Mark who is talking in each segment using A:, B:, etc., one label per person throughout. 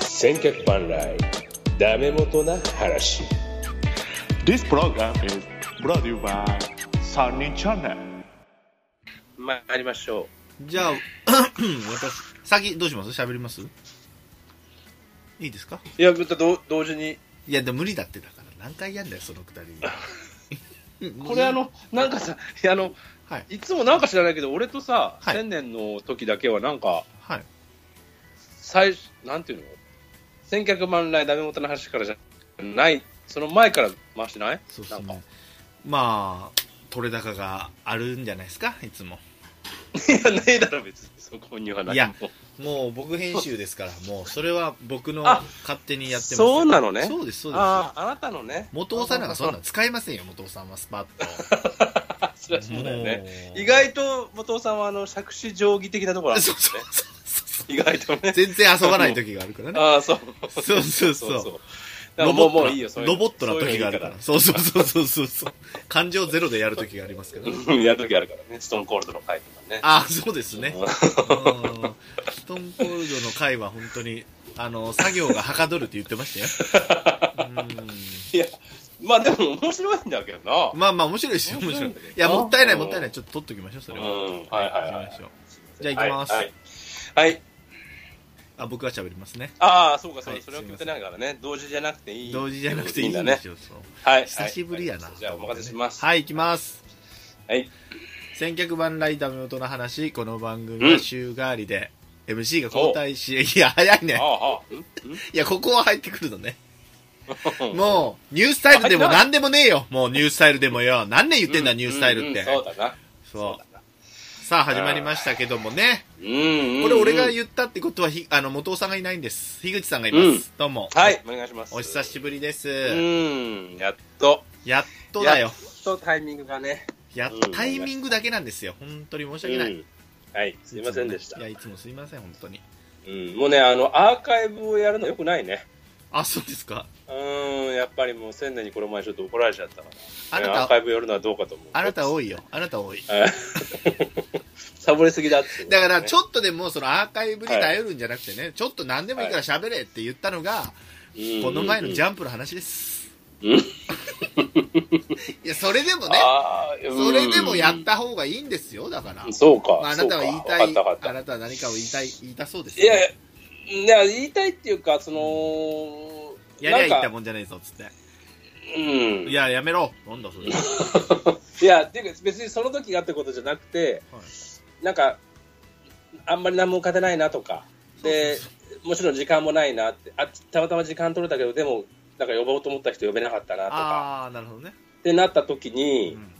A: 千客万来ダメ元な話
B: This program is brought to you by Sunny Channel.
A: まあありましょ
C: じゃあ、 私、先どうします喋りますいいですか
A: ういやまた同同時に
C: いや、でも無理だってだから、何回やんだよ、そのくだり。
A: これあ、のなんかさいやあの
C: はい、
A: いつもなんか知らないけど俺とさ、
C: はい
A: 千年の時だけはなんか
C: はい。
A: 最初なんていうの千客万来ダメ元の話からじゃないその前から回してない
C: そうです
A: なん
C: ね。まあ、取れ高があるんじゃないですか、いつも。
A: か いやないだろ別にそこにはない
C: いや
A: もう
C: もう僕編集ですから、もうそれは僕の
A: あ
C: 勝手にやってます。
A: そうなのね
C: そうです、そうです。
A: あああなたのね
C: 元尾さんなんかそんなん使いませんよ、元尾さんはスパッ
A: あそりゃ
C: と。
A: そうだよね
C: もう
A: 意外と元尾さんはあの杓子定規的なところあるんで
C: そう
A: す
C: そう
A: ね
C: そうそう。
A: 意外とね
C: 全然遊ばない時があるからね。
A: ああそう
C: そうそうそう
A: だからもうもういいよそういう
C: ロボットな時があるから。そうそうそうそうそうそう。感情ゼロでやる時がありますけど
A: そう。いうのいいからうんやる時あるからねストーンコールドの回とかね
C: ああ、そうですね。
A: うん
C: うんストンコールドの回は本当に、あの、作業がはかどるって言ってました よ。
A: いや まあでも面白いんだけどな
C: うんまあまあ面白いですよ、面白い。いや、もったいない、もったいない。ちょっと取っときましょう、それ
A: う
C: は。
A: んはいはいは
C: 行きま
A: い
C: しょうじゃあ行きます。
A: はいはいはい
C: あ、僕は喋りますね。
A: ああそうかそうか
C: はい
A: それを言ってないからね同時じゃなくていい
C: 同時じゃなくていいん
A: んだ
C: で
A: ね
C: しょ。そう
A: はい
C: 久しぶりやな。
A: はいじゃあお任せします
C: はい、行きます。
A: はい
C: 千客万来ダメ元の話この番組は週替わりで、MC が交代しいや早い
A: あ
C: ね
A: あああんん
C: いやここは入ってくるのね もうニュースタイルでも
A: 入ってない
C: 何でもねえよもうニュースタイルでもよ何年言ってんだ、
A: う
C: ニュースタイル
A: う
C: って、
A: んうんそうだな
C: そう
A: だな
C: さあ始まりましたけどもね
A: うんうんうん
C: これ俺が言ったってことはひあの元尾さんがいないんです樋口さんがいます、
A: うん
C: どうも
A: はいお願いします
C: お久しぶりです、
A: うんやっと
C: やっとだ
A: や
C: よ
A: っとタイミングがね
C: や
A: うん
C: タイミングだけなんですよ本当に申し訳ない、
A: うんはいすいませんでした
C: いやいつもすいません本当に
A: うん、もうねあのアーカイブをやるのよくないね
C: あそうですか
A: うんやっぱりもう千年にこの前ちょっと怒られちゃったか
C: あ
A: ら
C: な
A: ね
C: た
A: アーカイブやるのはどうかと思う
C: あなた
A: を
C: 多いよ。あなた多い。
A: サボりすぎだって
C: だから、ちょ
A: っ
C: っとでもそのアーカイブに頼るんじゃなくてね、ちょっと何でもいいから喋れって言ったのが、この前のジ
A: ャ
C: ャンプの話です。
A: うんうん
C: いや、それでもね、
A: あーうん
C: それでもやった方がいいんですよ、だから。
A: そうか、
C: まあ、あなたは言いた
A: そう
C: い、
A: かわかったわか
C: あ
A: っ
C: なたは何かを言いたい、言いたそうです
A: た
C: よ。
A: いやいやいや言いたいっていうかその
C: やりゃいいった
A: も
C: もんじゃないぞ、つって。
A: うん
C: いや、やめろ。なんだ、それ。
A: いや、っていうか、別にその時がってことじゃなくて、
C: は
A: なんか、あんまり何も勝てないなとか、で、もちろん時間もないなって、あたまたま時間取れたけど、でも、なんか呼ぼうと思った人呼べなかったなとか、
C: あー、なるほどね。
A: ってなった時
C: う
A: に、い
C: ん。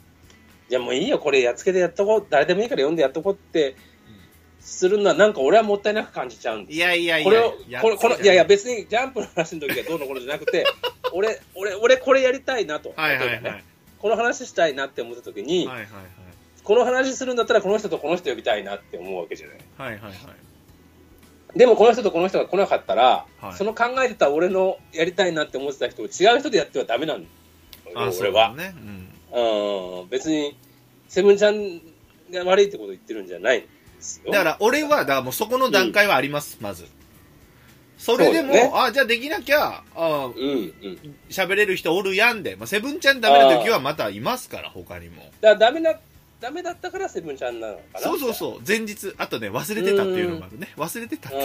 A: や、もういいよ、これやっつけてやっとこう、誰でもいいから読んでやっとこうって、するのは、なんか俺はもったいなく感じちゃうんで
C: いやいやい
A: これ
C: や
A: を、これ、この、いやいや、、別にジャンプの話の時はどうのこうのじゃなく て、俺、俺、俺これやりたいなと。
C: はいはいは
A: 例
C: い。
A: え
C: は
A: ば
C: い
A: ねこの話したいなって思った時に、
C: はいはい。
A: この話するんだったらこの人とこの人呼びたいなって思うわけじゃない
C: はいはいはい。
A: でもこの人とこの人が来なかったら、
C: はい
A: その考えてた俺のやりたいなって思ってた人を違う人でやってはダメなんだ
C: あ
A: よ
C: ー、そ
A: 俺
C: うだ
A: は
C: ね。うん。
A: うん別にセブンちゃんが悪いってこと言ってるんじゃないんですよ
C: だから俺はだからもうそこの段階はあります、まずそれでも、
A: そうですね
C: あじゃあできなきゃあ
A: うんうん
C: 喋れる人おるやんで、まあ、セブンちゃんダメな時はまたいますから他にも
A: だからダメなダメだったからセブンちゃんなのかな
C: そうそうそう前日あとね忘れてたっていうのもあるね忘れてたって
A: う
C: い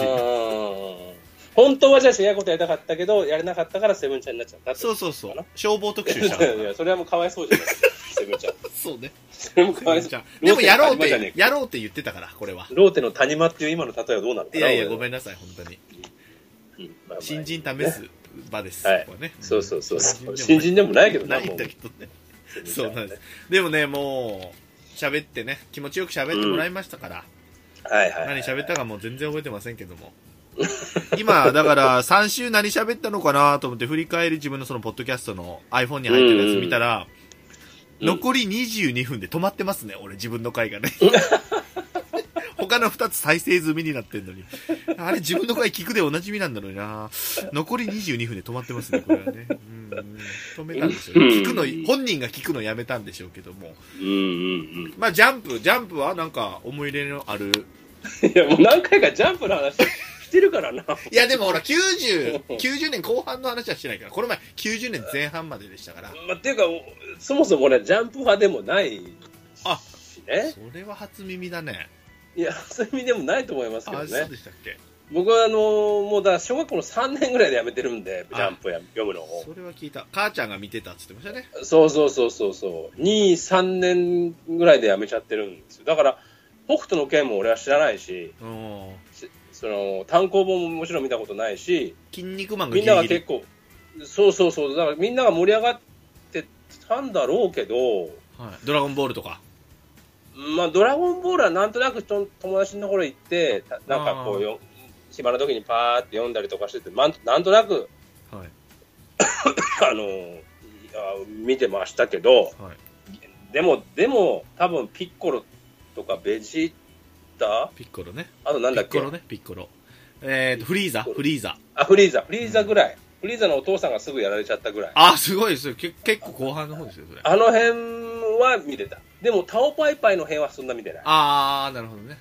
A: う
C: う
A: ん本当はじゃあ違うことやりたかったけどやれなかったからセブンちゃんになっちゃったって
C: そうそうそう消防特集したか
A: い
C: ら
A: やそれはもうかわいそうじゃないセブンちゃん
C: そうね
A: それもかわいそう
C: じゃあでもやろうっ
A: ローテの谷間じゃねえ
C: て
A: か
C: やろうって言ってたからこれは
A: ローテの谷間っていう今の例えはどうなのかないい
C: やいやごめ
A: ん、
C: んなさい本当に
A: うんまあまあ
C: 新人試す場です、
A: はい
C: ここはね
A: そうそうそうそう
C: 新
A: 新
C: 人
A: 人でもないけど
C: でもな
A: ない
C: ない
A: も
C: ん
A: う
C: だけどねそうなんです。でもね、もう、喋ってね、気持ちよく喋ってもらいましたから、
A: はいはい
C: 何喋ったかもう全然覚えてませんけども。今、だから、3週何喋ったのかなと思って振り返り自分のそのポッドキャストの iPhone に入ってるやつ見たら、
A: うん
C: 残り22分で止まってますね、俺自分の回 がね。他の2つ再生済みになってんのに。あれ自分の回聞くでおなじみなんだろうな。残り22分で止まってますね、これはね。うん止めたんでしょうね。聞くの、本人が聞くのやめたんでしょうけども。
A: うんうん
C: まあ、ジャンプ、ジャンプはなんか思い入れのある
A: うんいやもう何回かジャンプの話してるからな。
C: いやでもほら9090年後半の話はしてないからこの前90年前半まででしたから
A: まあ、っていうか、そもそもね、ジャンプ派でもない
C: あ
A: しね。
C: それは初耳だね
A: いや、そういう意味でもないと思いますけど
C: あそう
A: ね。
C: でしたっけ
A: 僕は、あのーもうだ、小学校の3年ぐらいでやめてるんで、
C: あ
A: ジャンプや読むのを。
C: それは聞いた母ちゃんが見てたっつってましたね
A: そうそうそうそうそう。2、3年ぐらいでやめちゃってるんですよ。だから、北斗の剣も俺は知らないし、
C: うん
A: その、単行本ももちろん見たことないし、
C: 筋肉マンが
A: みんなが結構、そうそうそう、だからみんなが盛り上がってたんだろうけど、
C: はい、ドラゴンボールとか
A: まあ、ドラゴンボールはなんとなくと友達のところ行って、たなんかこ
C: あ
A: う
C: ー
A: よ、暇な時にパーって読んだりとかしてて、まんなんとなく、
C: はい
A: あのいや見てましたけど、
C: はい
A: でも、でも、多分ピッコロとかベジータ、
C: ピッコロね
A: あとなんだっ
C: ピ
A: け
C: ッコ、ロねピッコロえーとフリーザフリーザ
A: あフリーザ、フリーザぐらい、フリーザのお父さんがすぐやられちゃったぐらい、あ
C: あすごいですよけ結構後半の方ですよそれ
A: の辺は見てた、でも、タオパイパイの辺はそんな見てない、
C: ああなるほどね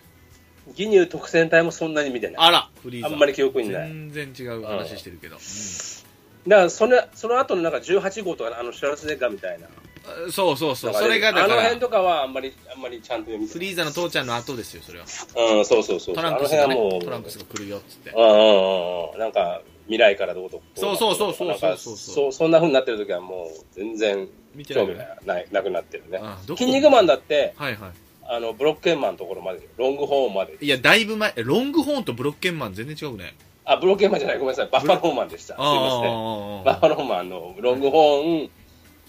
A: ギニュー特選隊もそんなに見てない、
C: あらフリーザ
A: あんまり記憶にない。
C: 全然違う話してるけど、
A: だからそのその後のなんか18号とかあのシュラルツェネッガーみたいな
C: うんそうそうそうそれがだ
A: あ
C: か
A: の
C: ら
A: 辺とかはあんまりあんまりちゃんと読み
C: フリーザの父ちゃんの後ですよそれは
A: うんそうそうそう
C: トランクスが
A: あの辺はも
C: ね
A: う
C: トランクスが来るよっつって
A: うんうんうんうんなんか未来からどうと
C: そうそうそうそう
A: なんか
C: そうそ
A: そ
C: う
A: そんな風になってる時はもう全然
C: 見てな
A: 興
C: い
A: 味
C: よね
A: がないなくなってるね
C: あ
A: 「筋肉マン」
C: だ
A: だって
C: はいは
A: あのブロックエンマンのところまでロングホーンまで
C: いいやだいぶ前えロングホーンとブロッケンマン全然違うね
A: あブロックエンマンじゃないごめんなさいバッファローマンでしたすいません
C: あ
A: バッファローマンのロングホーン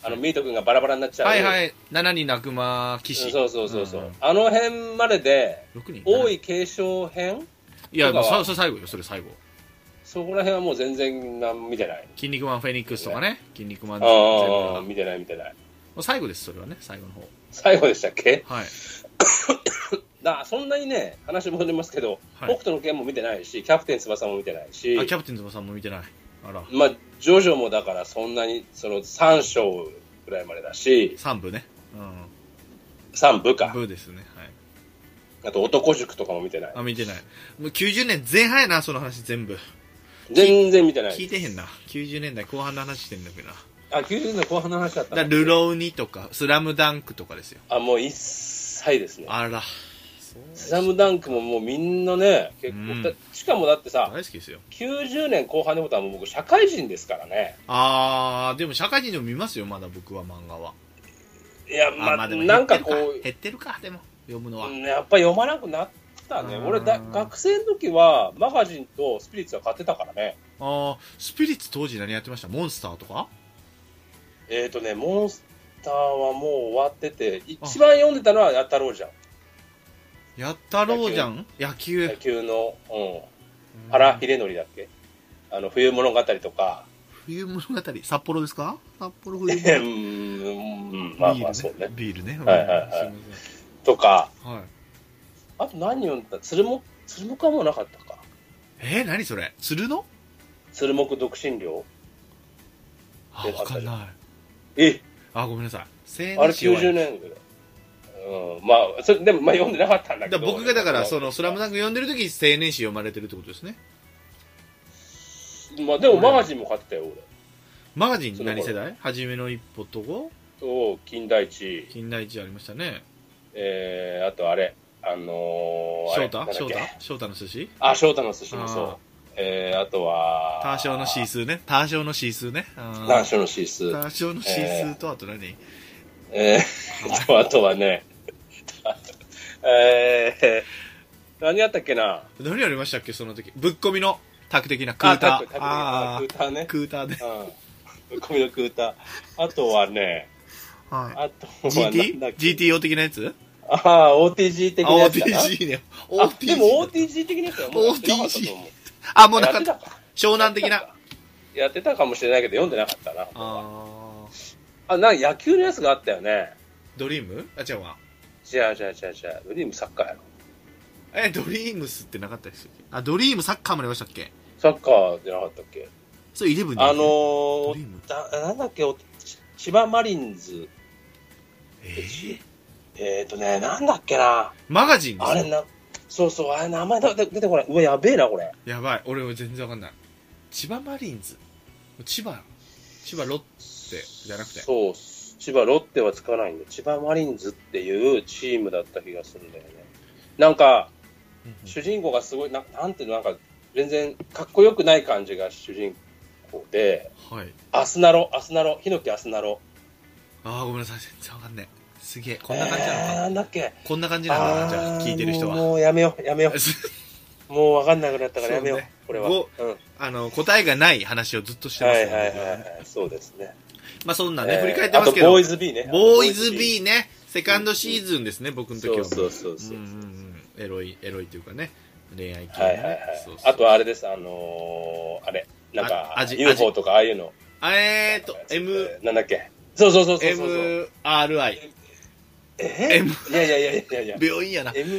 A: あのミート君がバラバラになっちゃう
C: はいはいい7人の悪魔騎士
A: そうそうそうそう
C: ん
A: んあの辺までで
C: 6人
A: 多い継承編
C: いやもう
A: とかは
C: ささ最後よそれ最後
A: そこら辺はもう全然なん見てない。
C: 筋肉マンフェニックスとかね筋肉マン全部
A: ああ、
C: も
A: 見てない見てない。
C: う最後ですそれはね最後の方
A: 最後でしたっけ
C: はい
A: だそんなにね、話戻りますけど、
C: はい
A: 北斗の拳も見てないし、キャプテン翼も見てないし
C: あ、キャプテンズさんも見てないあら
A: まあ、ジョジョもだからそんなに、その3章ぐらいまでだし、
C: 3部ねうん
A: 3部か。
C: 部ですねはい
A: あと男塾とかも見てない。
C: あ見てないもう90年前半やなその話全部
A: 全然見てな
C: 聞い
A: い。
C: てへんな90年代後半の話してんだけどな
A: あ、90年代後半の話だった
C: だからルローニとかスラムダンクとかですよ
A: あ、もう一切ですね。
C: あら
A: スラムダンクももうみんなね、結構、
C: うん
A: だしかもだって
C: 大
A: さ、
C: 好きですよ
A: 90年後半のことはもう僕社会人ですからね。
C: あーでも社会人でも見ますよまだ僕は漫画はい
A: や、
C: あ
A: まあ、
C: まあでも
A: なんかこう、
C: 減ってるかでも読むのは、
A: うんやっぱり読まなくなったね、
C: うん
A: 俺だ、学生の時はマガジンとスピリッツは買ってたからね、
C: ああスピリッツ当時何やってましたモンスターとか
A: えっ、とね、モンスターはもう終わってて、一番読んでたのはやったろうじゃん、
C: やったろうじゃん野球
A: 野球の、うん、原秀則だっけ、あの冬物語とか、
C: 冬物語札幌ですか札幌 冬
A: う
C: 物語
A: ん、まあまあそうね、
C: ビールね
A: はいはいはい
C: うんすいませ
A: とか、
C: んはい
A: あと何読んだ、鶴木、鶴木はもうなかったか、
C: えー、何それ鶴の
A: 鶴木独身寮、
C: あわかんない
A: え、
C: あごめんなさい
A: あれ
C: 青
A: 90
C: 年
A: 年ぐらい。うん、まあ、それでも、まあ、読んでなかったんだけ
C: だから
A: ど。
C: 僕がだから、その、スラム
A: ン
C: ダンク読んでる時、青年誌読まれてるってことですね。
A: まあ、でもマガジンも買ってたよ、俺。
C: マガジン何世代初めの一歩とこ、
A: と、金田一、
C: 近代一ありましたね。
A: えー、あとあれ、あのー、あ
C: 翔
A: れ
C: 太
A: な
C: 翔
A: んだっけ
C: 太翔太の寿司
A: あ、翔太の寿司
C: あ
A: も
C: ー
A: そう。えー、あとは、
C: ターショーのシースーね。ターショーのシースーね。あー
A: ターショーのシース。
C: ターショーのシースーと、あと何
A: えー、あとあとはね、 えー、何やったっけな
C: 何ありましたっけその時。ぶっ込みの、卓的なク
A: あ
C: ータ
A: タック
C: ー。
A: タッ
C: あ
A: ククーターね
C: ー。クーターで。
A: うん。コミのクーター。あとはね、
C: は
A: あと
C: い。
A: はなんだっけ
C: GT?GTO 的なやつ
A: ああ、OTG 的
C: あ、
A: なやつだな。
C: OTG ね。
A: あでも
C: OTG。
A: OTG 的なやつはもうやってなかったと思う。
C: あ、もうな
A: や
C: ん
A: ってた
C: か、
A: か。
C: 湘南的な。
A: やってたかもしれないけど、読んでなかったな。
C: あー
A: あ、なんか野球のやつがあったよね。
C: ドリームあ、違うわ。
A: 違う違う違う違う。ドリームサッカーやろ。
C: え、ドリームスってなかったでしたっけあ、ドリームサッカーもありましたっけ
A: サッカーじゃなかったっけ
C: それイレブン
A: あの
C: ドリ
A: ー
C: ーム、
A: だなんだっけ、おち千葉マリンズ。
C: えー
A: えっ、ー、とね、なんだっけな。
C: マガジンです
A: あれな、そうそう、あれ、名前だ出てこない。うわ、やべえな、これ。
C: やばい俺も全然わかんない千葉マリーンズ千葉千葉ロッテじゃなくて
A: そう、千葉ロッテは使わないんで、千葉マリンズっていうチームだった気がするんだよね。なんか、主人公がすごい、ななんていうの、なんか、全然かっこよくない感じが主人公で、
C: はい
A: アスナロ、アスナロ、ヒノキアスナロ。
C: ああごめんなさい全然わかんないすげえこんな感じなの
A: え
C: か
A: ー
C: な、
A: なんだっけ
C: こんな感じなのかなじゃあ
A: ー
C: 聞いてる人
A: もう
C: は
A: もうやめよう、やめよう。もうわかんなくなったからやめよう、
C: そうね
A: これは。
C: ご
A: うん。
C: あの答えがない話をずっとしてま
A: は
C: す
A: い
C: ので
A: はいはいはい。そうですね。
C: まあそんなね、
A: えー
C: 振り返ってますけど
A: あと、ボーイズ B ね。
C: ボーイズ B
A: ー
C: ね、セカンドシーズンですね、僕の時は
A: そ
C: も
A: うそうそうそう。
C: うんうんうんエロい、エロいというかね、恋愛系の
A: はい
C: ね
A: はいはい
C: そう。そう
A: あとはあれです、あのー、あれ、なんか
C: あアジ、ア
A: UFO
C: ジ
A: とかああいうの。
C: あえーと、M、
A: なんだっけ。そうそうそうそうそう。
C: MRI。
A: え
C: M
A: いやいやいやいやいや。
C: 病院やな。
A: M、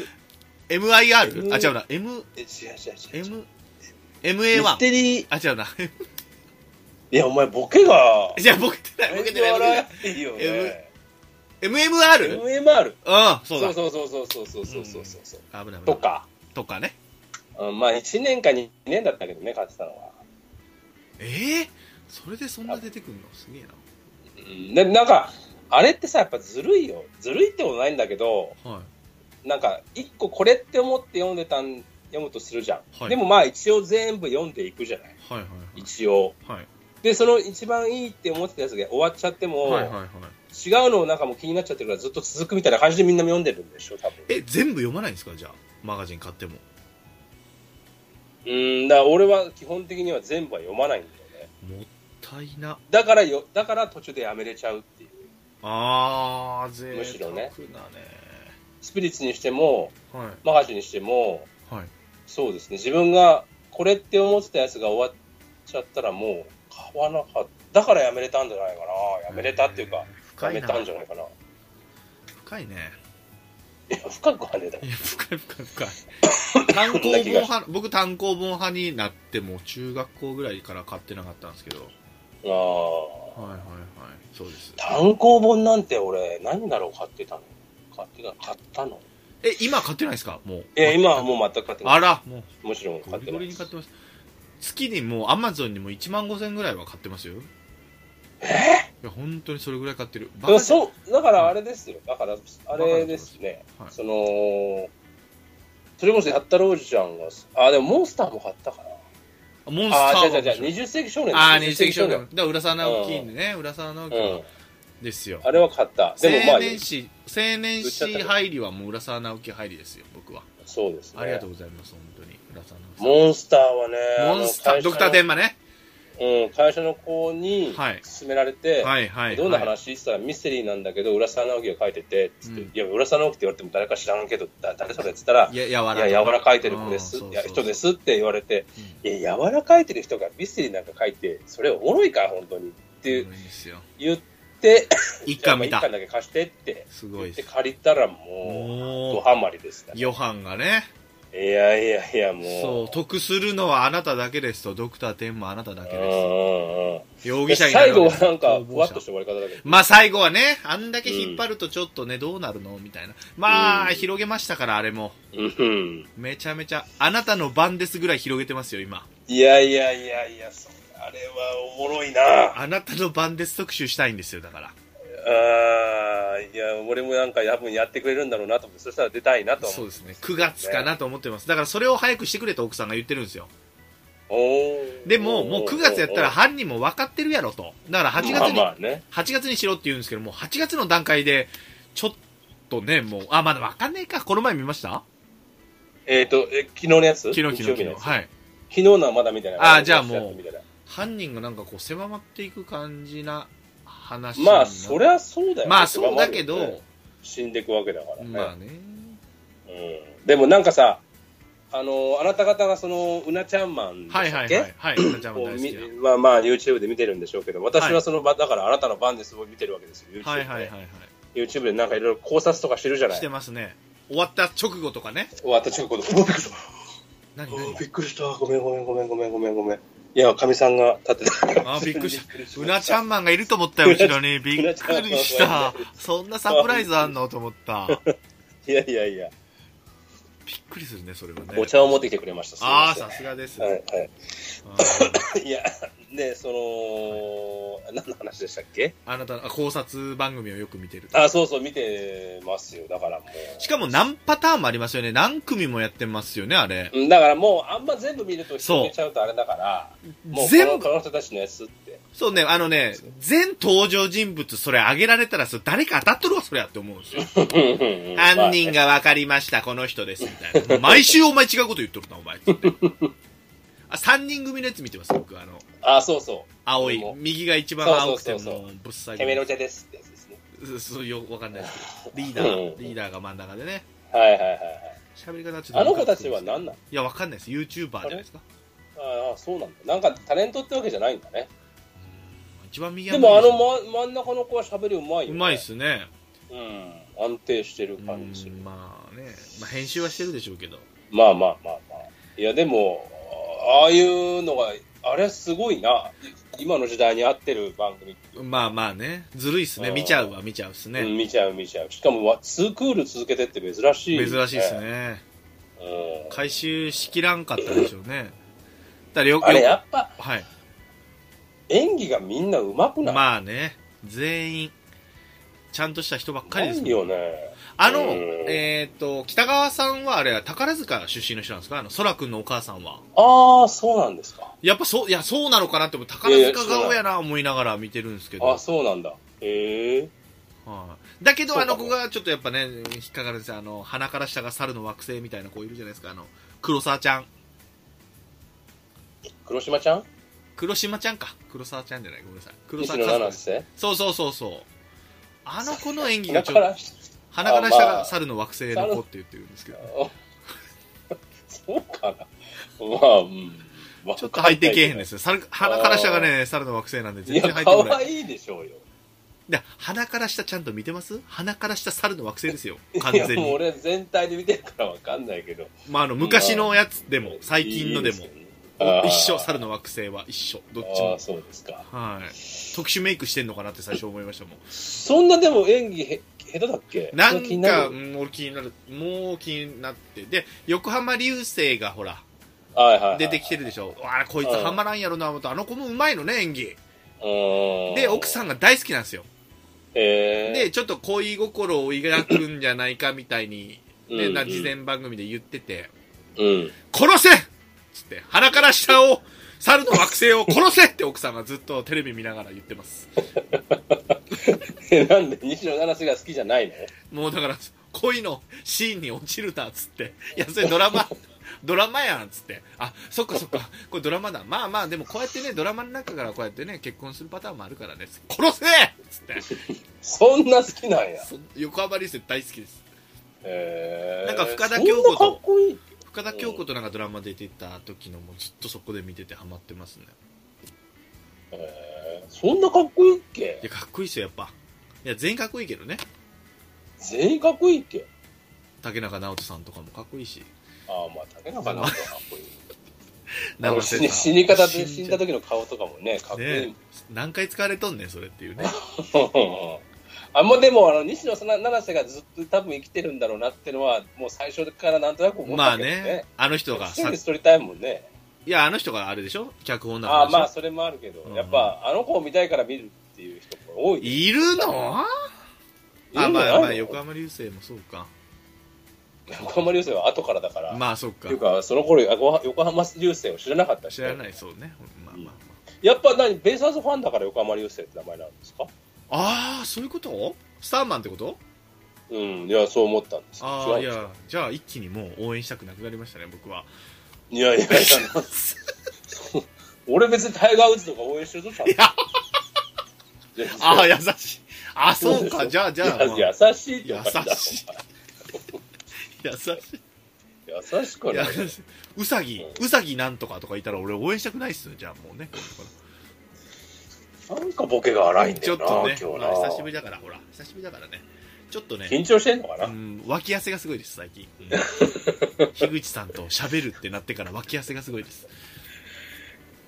C: MIR?
A: M
C: あ、違うな。M、
A: え、違う違う違う。
C: M、
A: ミ
C: MA1
A: ス。テリー、
C: あ、違うな。
A: いや、お前、ボケが、
C: じゃあ、ボケてない、ボ
A: 全
C: ケ
A: 然
C: てない、ボケてな
A: 笑
C: い。
A: っていいよね。
C: MMR?
A: MMR。
C: うん、そう
A: そ
C: だ
A: う。そうそうそうそうそうそうそうそう。
C: 危ない、危な
A: と
C: い。
A: か、
C: とかね。
A: うんまあ、1年か2年だったけどね、勝ってたのは。
C: えーそれでそんな出てくるのすげえ
A: うんで、なんか、あれってさ、やっぱずるいよ。ずるいってことないんだけど、
C: な。はい。
A: なんか、一個これって思って読んでたん、読むとするじゃん。
C: はい
A: でもまあ、一応全部読んでいくじゃない。
C: はいはい
A: 一応。
C: はい。はい。
A: で、その一番いいって思ってたやつが終わっちゃっても、
C: はいはいはい。
A: 違うのをなんかもう気になっちゃってるからずっと続くみたいな感じでみんな読んでるんでしょ、多分。
C: え、全部読まないんですかじゃあ、マガジン買っても。
A: うん、だから俺は基本的には全部は読まないんだよね。
C: もったいな。
A: だからよ、だから途中でやめれちゃうっていう。
C: あー、ぜ
A: むしろね
C: なね。
A: スピリッツにしても、
C: は
A: マガジンにしても、
C: い。はい。
A: そうですね、自分がこれって思ってたやつが終わっちゃったらもう買わなかった。だからやめれたんじゃないかな。やめれたっていうか、
C: えー
A: や
C: 深い
A: め
C: な。
A: たんじゃないかな。い
C: 深いね。
A: や、深くはねえだろ
C: いや、深い深い深い。単行本派、僕 単行本派になっても中学校ぐらいから買ってなかったんですけど。
A: あ
C: はいはいはい。そうです
A: あ。。単行本なんて俺、何だろう買ってたの買ってた買ったの
C: え、今買ってないですかもう。
A: いや、今はもう全く買ってない。
C: あら、も
A: もちろん
C: う、
A: 買
C: ゴ
A: って
C: リ
A: な
C: ゴ
A: い
C: リに。買ってます。月にもう、アマゾンにも1万5千ぐらいは買ってますよ。えいや、本当にそれぐらい買ってる。バ
A: だ
C: カじゃん
A: そうだからあれですよ、だからあれですね、
C: はい
A: その、それこそやったろうちゃんが、あ、でもモンスターも買ったかな。
C: モンスタ
A: あ、
C: ー
A: じゃじゃじゃ20世紀 少年
C: ああ、20世紀少年。だ
A: 20
C: か
A: 世
C: ら浦沢直樹ね、浦沢直
A: 紀少年。うん
C: 樹。ですよ。
A: あれは買った。
C: 青
A: でもまあ、
C: 年誌、青年誌入りはもう浦沢直樹入りですよ、僕は。
A: そうですね。
C: ありがとうございます、本当に。浦沢直
A: モンスターはね、
C: 樹。モンスタ
A: あ
C: ー、
A: の
C: ドクターテン。マね。
A: 会社のうん、会社の子に
C: はい
A: 勧められて、
C: はいはい。
A: どんな
C: はい
A: 話って言ったらミステリーなんだけど、浦沢直樹が書いてて、つって、
C: う
A: い
C: ん
A: や、浦沢直樹って言われても誰か知らんけど、だ誰それって言ったら、
C: いや、柔ら
A: い
C: かい。
A: や、柔らかいてる子で
C: う
A: す、
C: んそう
A: いや
C: そう
A: 人ですって言われて、
C: う
A: いや、柔らかいてる人がミステリーなんか書いて、それおもろいか、本当にって
C: んですよ。
A: 言って、
C: 一巻見
A: じゃあ
C: た
A: 一。巻だけ貸してって
C: すご
A: 言
C: い
A: っ
C: で
A: て
C: す。
A: 借りたらもう、ド
C: も
A: ハマりですね
C: う、。ヨハンがね、
A: いやいやいや、もう。
C: そう、得するのはあなただけですと、ドクターテンもあなただけ
A: うんう
C: で
A: んうん
C: す。容
A: で
C: 疑者にな
A: 最
C: る
A: 後は
C: わけです
A: なんか、
C: 逃亡者
A: ふわっとした終わり方だけど。
C: まあ最後はね、あんだけ引っ張るとちょっとね、どうなるのみたいな。まあ、
A: うん
C: 広げましたから、あれも。
A: うん
C: めちゃめちゃ、あなたの番ですぐらい広げてますよ、今。
A: いやいやいやいや、そあれはおもろいな。
C: あなたの番です特集したいんですよ、だから。
A: あーいや、俺もなんか多分やってくれるんだろうなと思って、そしたら出たいなと
C: そ
A: 思
C: う
A: う。
C: ですね。9月かなと思ってます。だからそれを早くしてくれと奥さんが言ってるんですよ。
A: おー
C: でも、もう9月やったら犯人も分かってるやろと。だから8月
A: まあ
C: に、
A: まあね。
C: 8月にしろって言うんですけど、もう8月の段階で、ちょっとね、もう、あ、まだ分かんねえか。この前見ました
A: えっ、と、え昨日のやつ
C: 昨日、
A: 日
C: 昨
A: 曜
C: 日、
A: 日の
C: 昨
A: や
C: 日。
A: つ
C: はい。
A: 昨日のはまだ見てない。
C: あーじゃあもう
A: 見てない
C: 犯人がなんかこう狭まっていく感じな話にな
A: まあ、そりゃそうだよね。
C: まあそうだけ
A: 狭まるよね
C: ど、
A: 死んでいくわけだからね。
C: まあね。
A: うん、でもなんかさ、あの、あなた方がその、うなちゃんマンで
C: はい
A: した
C: は
A: っ
C: い
A: け、
C: はい。はい。うなちゃんも
A: こう
C: 大好
A: み
C: きな。
A: まあまあ YouTube で見てるんでしょうけど私
C: は
A: はいその場、だからあなたの番ですごい見てるわけですよ YouTube で,、
C: はいはいはいは
A: YouTube でなんかいろいろ考察とかしてるじゃ
C: い。
A: な
C: して
A: い
C: ますね。終わった直後とかね。
A: 終わった直後で「うわびっくりした
C: 何
A: う
C: 何
A: わびっくりしたごめんごめんごめんごめんごめんごめん」いやかみさんが立ってた
C: あーびっくりした
A: びっく
C: うなちゃんマンがいると思ったよ、後ろに。び
A: う
C: っ
A: なちゃんマ
C: く
A: ン
C: りした。そんなサプライズあんのと思った。
A: いやいやいや
C: びっくりするね、それはね。
A: お茶を持ってきてくれました。すみ
C: あ
A: ま
C: あ、
A: せん
C: さすがです。
A: は
C: ね
A: いはい。
C: あー
A: い や、で、その、何の話でしたっけ
C: あなたのあ考察番組をよく見てる。
A: あ、そうそう、見てますよ。だからもう。
C: しかも何パターンもありますよね。何組もやってますよね、あれ。
A: うんだからもう、あんま全部見ると
C: そう
A: 広げちゃうとあれだから、もうこ
C: 全
A: の
C: 部
A: こ、の人たちのやつって。
C: そうね、あのね、全登場人物、それ挙げられたら、それ誰か当たっとるわ、それやって思うんです よ。犯人
A: が。
C: が分かりました、この人です、みたいな。もう毎週お前違うこと言っとるな、お前、つって。あ、3人組のやつ見てます、僕。あの、
A: あ、そうそ
C: 青い
A: 僕も。
C: 右が一番
A: そうそう
C: 青くて、も
A: そうそう
C: うぶっさ
A: う。
C: い。
A: ケメロジャですってやつですね。
C: うんそう、よくわかんないですけど。リーダー、
A: うん
C: リーダーが真ん中でね。
A: はいはいはいはい。
C: 喋り方ちょっと。
A: あの子たちは何
C: い
A: なの
C: や、わかんないです。YouTuber じゃないですか。
A: ああ、そうなんだ。なんかタレントってわけじゃないんだね。
C: うん一番右は
A: でもあの、ま、真ん中の子は喋りうまいよ、ね。
C: うまいっ。すね。
A: うん。安定してる
C: う
A: 感じする。
C: んまあね、まあ、編集はしてるでしょうけど。
A: まあまあまあまあ。いや、でも、ああいうのが、あれすごいな。今の時代に合ってる番組、
C: まあまあね、ずるいっすね。
A: うん
C: 見ちゃうわ、見ちゃうっす
A: う
C: ね。
A: ん見ちゃう見ちゃう。しかも、わツークール続けてって珍しい、
C: 珍しいっす。ね。
A: うん。
C: 回収しきらんかったでしょうね。だからよく、
A: あれ、や
C: よ
A: っぱ
C: くはい。
A: 演技がみんな上手くない、
C: まあね、全員、ちゃんとした人ばっかりで
A: な
C: すも
A: い
C: ん
A: よね。
C: あの、
A: うん
C: えっ、と、北川さんはあれは宝塚出身の人なんですかあの、空くんのお母さんは。
A: ああ、そうなんですか。
C: やっぱそう、いや、そうなのかなって思う、宝
A: いやいや
C: 塚顔やな思いながら見てるんですけど。
A: あそうなんだ。へえ。
C: はいだけど、
A: そ
C: あ
A: うか
C: の
A: も
C: 子がちょっとやっぱね、引っかかるんですよ。あの、鼻から下が猿の惑星みたいな子いるじゃないですか。あの、黒沢ちゃん。
A: 黒島ちゃん
C: 黒島ちゃんか。黒沢ちゃんじゃない。ごめんなさい。黒
A: 西
C: 沢
A: 野
C: ちゃん
A: 七。瀬
C: そうそうそうそう。あの子の演技が
A: だ
C: ちょ
A: か
C: っ と、
A: ら、
C: 鼻から下
A: あま
C: が
A: あ
C: 猿の惑星の子って言ってるんですけど。
A: そうかな。まあ、うん。。
C: ちょっと入ってけえへんですすよ。猿鼻から下がね、猿の惑星なんで
A: い
C: 全
A: や
C: 然入、ってこ
A: 可
C: ない。
A: 愛いでしょうよ。
C: で鼻から下ちゃんと見てます鼻から下猿の惑星 ですよ。完
A: いや、
C: 全
A: もう
C: に。
A: 俺全体で見てるからわかんないけど。
C: まあ、あの、昔のやつでも、最近ので
A: い
C: も
A: い。すよねあー
C: 一緒、猿の惑星は一緒。どっち
A: あ
C: も
A: ー。そうですか。
C: はい。特殊メイクしてんのかなって最初思いましたもん。
A: そんなでも演技へ、下手だっけ
C: な
A: そ気
C: ん
A: に
C: か、
A: る
C: うん俺気になる。もう気になって。で、横浜流星がほら、
A: はいはいはい。
C: 出てきてるでしょ。わあ、こいつハマらんやろな、思った。あの子もうまいのね、演技。
A: うん。
C: で、奥さ
A: ん。
C: んが大好きなんですよ。
A: え
C: で、ちょっと恋心を抱くんじゃないかみたいに、
A: うん
C: ね、な
A: うん
C: 事前番組で言ってて、
A: ー、うん。
C: 殺せつって、鼻から下を、猿の惑星を殺せって奥さんがずっとテレビ見ながら言ってます。
A: えなんで西野七瀬が好きじゃないの
C: もうだから、恋のシーンに落ちるな、つって。いや、それドラマ、ドラマやん、つって。あ、そっかそっか、これドラマだ。まあまあ、でもこうやってね、ドラマの中からこうやってね、結婚するパターンもあるからね。殺せつって。
A: そんな好きなんや。
C: そ横浜流星大好きです。
A: えー、
C: なんか深田恭子と
A: そんなかっこいい。
C: 深田恭子となんかドラマ出てた時のもずっとそこで見ててハマってますね。
A: えー、そんなかっこいいっ
C: いや、
A: け
C: かっこいいっすよ、やっぱ。いや、全員かっこいいけどね。
A: 全員かっこいいっけ
C: 竹中直人さんとかもかっこいいし。
A: ああ、まあ、竹中直人はかっこいい。あ
C: 直
A: の死
C: 瀬さん
A: に死に方で
C: 死
A: 死
C: ん
A: ん
C: じゃ
A: だ
C: う
A: 時の顔とかもね、かっこいいもん
C: ね何回使われとんねん、それってい うね。
A: あもうでもあの西野七瀬がずっと多分生きてるんだろうなってのはもう最初からなんとなく思っ
C: まあ
A: たけど
C: ね
A: ね。、
C: あの人が
A: 一人
C: さ、
A: で
C: い
A: 撮りたいもんね。
C: や、あの人があれでしょ脚本だから
A: ああ
C: でしょ
A: まあそれもあるけど、
C: うん
A: やっぱあの子を見たいから見るっていう人も多い。い
C: いるのあ、
A: る
C: まあ
A: んじゃない
C: ま
A: の
C: あ、横浜流星もそうか。
A: 横浜流星は後からだから。
C: まあ、そう
A: っ
C: か
A: てい。うかその頃あご横浜流星を知らなかったし
C: 知
A: ね、
C: らない、そうね。まあまあま
A: やっぱ何ベイサーズファンだから横浜流星って名前なんですか
C: あ。ああ、そういうことスターマンってこと
A: うんいやそう思ったんですけど
C: ああ、い
A: 違うんですか
C: や、じゃあ一気にもう応援したくなくなりましたね、僕は。
A: いやいやいや俺別にタイガー・ウッズとか応援してるぞちゃんと
C: いや
A: 全然
C: ああ、優しい。あ、
A: そう
C: そう
A: でしょ
C: か、じゃあ、じゃあ、まあ
A: いや優しいって
C: 優
A: おかしいだろ
C: しい。優しい。
A: 優しくない
C: 優しい。うさぎ、うさぎなんとかとかいたら俺応援したくないっすよ、じゃあもうね。
A: なんかボケが荒いんだ
C: ち
A: よ
C: ょっ
A: な
C: とね、
A: 今
C: ほ
A: 日
C: ら、
A: な
C: 久しぶりだから、ほら、久しぶりだからね。ちょっとね、
A: 緊張してんのかな、
C: うん、脇汗がすごいです、最 近。うん樋口さんと喋るってなってから脇汗がすごいです。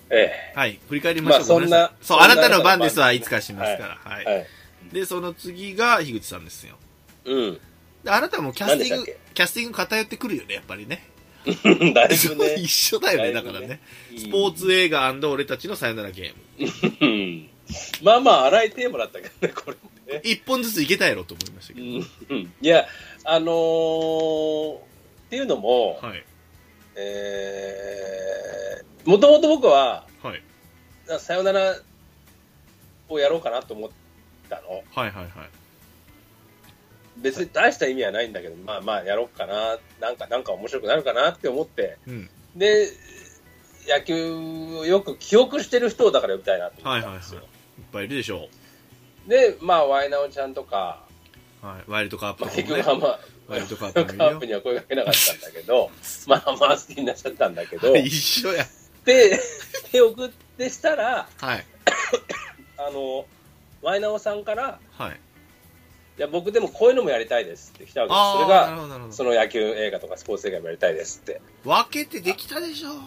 A: え
C: はい、振り返りましょう。
A: まあそんな
C: ごめさいそう、
A: そ
C: あ
A: んな
C: なたの番です
A: あなたの番
C: は
A: です
C: いつかしますから。はい。
A: えはい
C: で、その次が樋口さんですよ。
A: うん
C: あなたもキャ
A: 何
C: ス
A: でし
C: ティ
A: た
C: ン
A: っ
C: グ
A: け、
C: キャスティング偏ってくるよね、やっぱりね。
A: だいぶ ね
C: 一。緒だよね、
A: だ
C: だ
A: いぶ
C: か
A: ね
C: らね。
A: いい
C: スポーツ映画俺たちのさよならゲー
A: う
C: ム。
A: んまあまあ、荒いテーマだったけどね、これね。
C: 一本ずついけたやろと思いました
A: う
C: けど。
A: んうんいや、あのーっていうのも、
C: はい。
A: えー、もともと僕は、
C: はい。
A: なさよならをやろうかなと思ったの。
C: はいはいはい。
A: 別に大した意味はないんだけど、まあまあやろうかな、なんか、なんか面白くなるかなって思って、
C: うん。
A: で、野球をよく記憶してる人をだから呼びたいなと思ったんですよ。
C: ははいっぱいいるでしょ
A: で、まあ、ワイナオちゃんとか、
C: う。はい。ワイルドカープ
A: まあ、
C: もね
A: 結局はまあ、
C: ワイルドカー
A: カ
C: プもい
A: ープ
C: るよ。
A: には声かけなかったんだけ ど、まあまあ好きになっちゃったんだけど、
C: 一緒や。
A: で、 手を送ってしたら、
C: はい。
A: あの、ワイナオさんから、
C: はい。
A: いや、僕でもこういうのもやりたいですって来たわけです。それ
C: ああ、
A: が、
C: なるほどなるほ
A: その野球映画とかスポーツ映画もやりたいですって。
C: ど。分けてできたでしょう。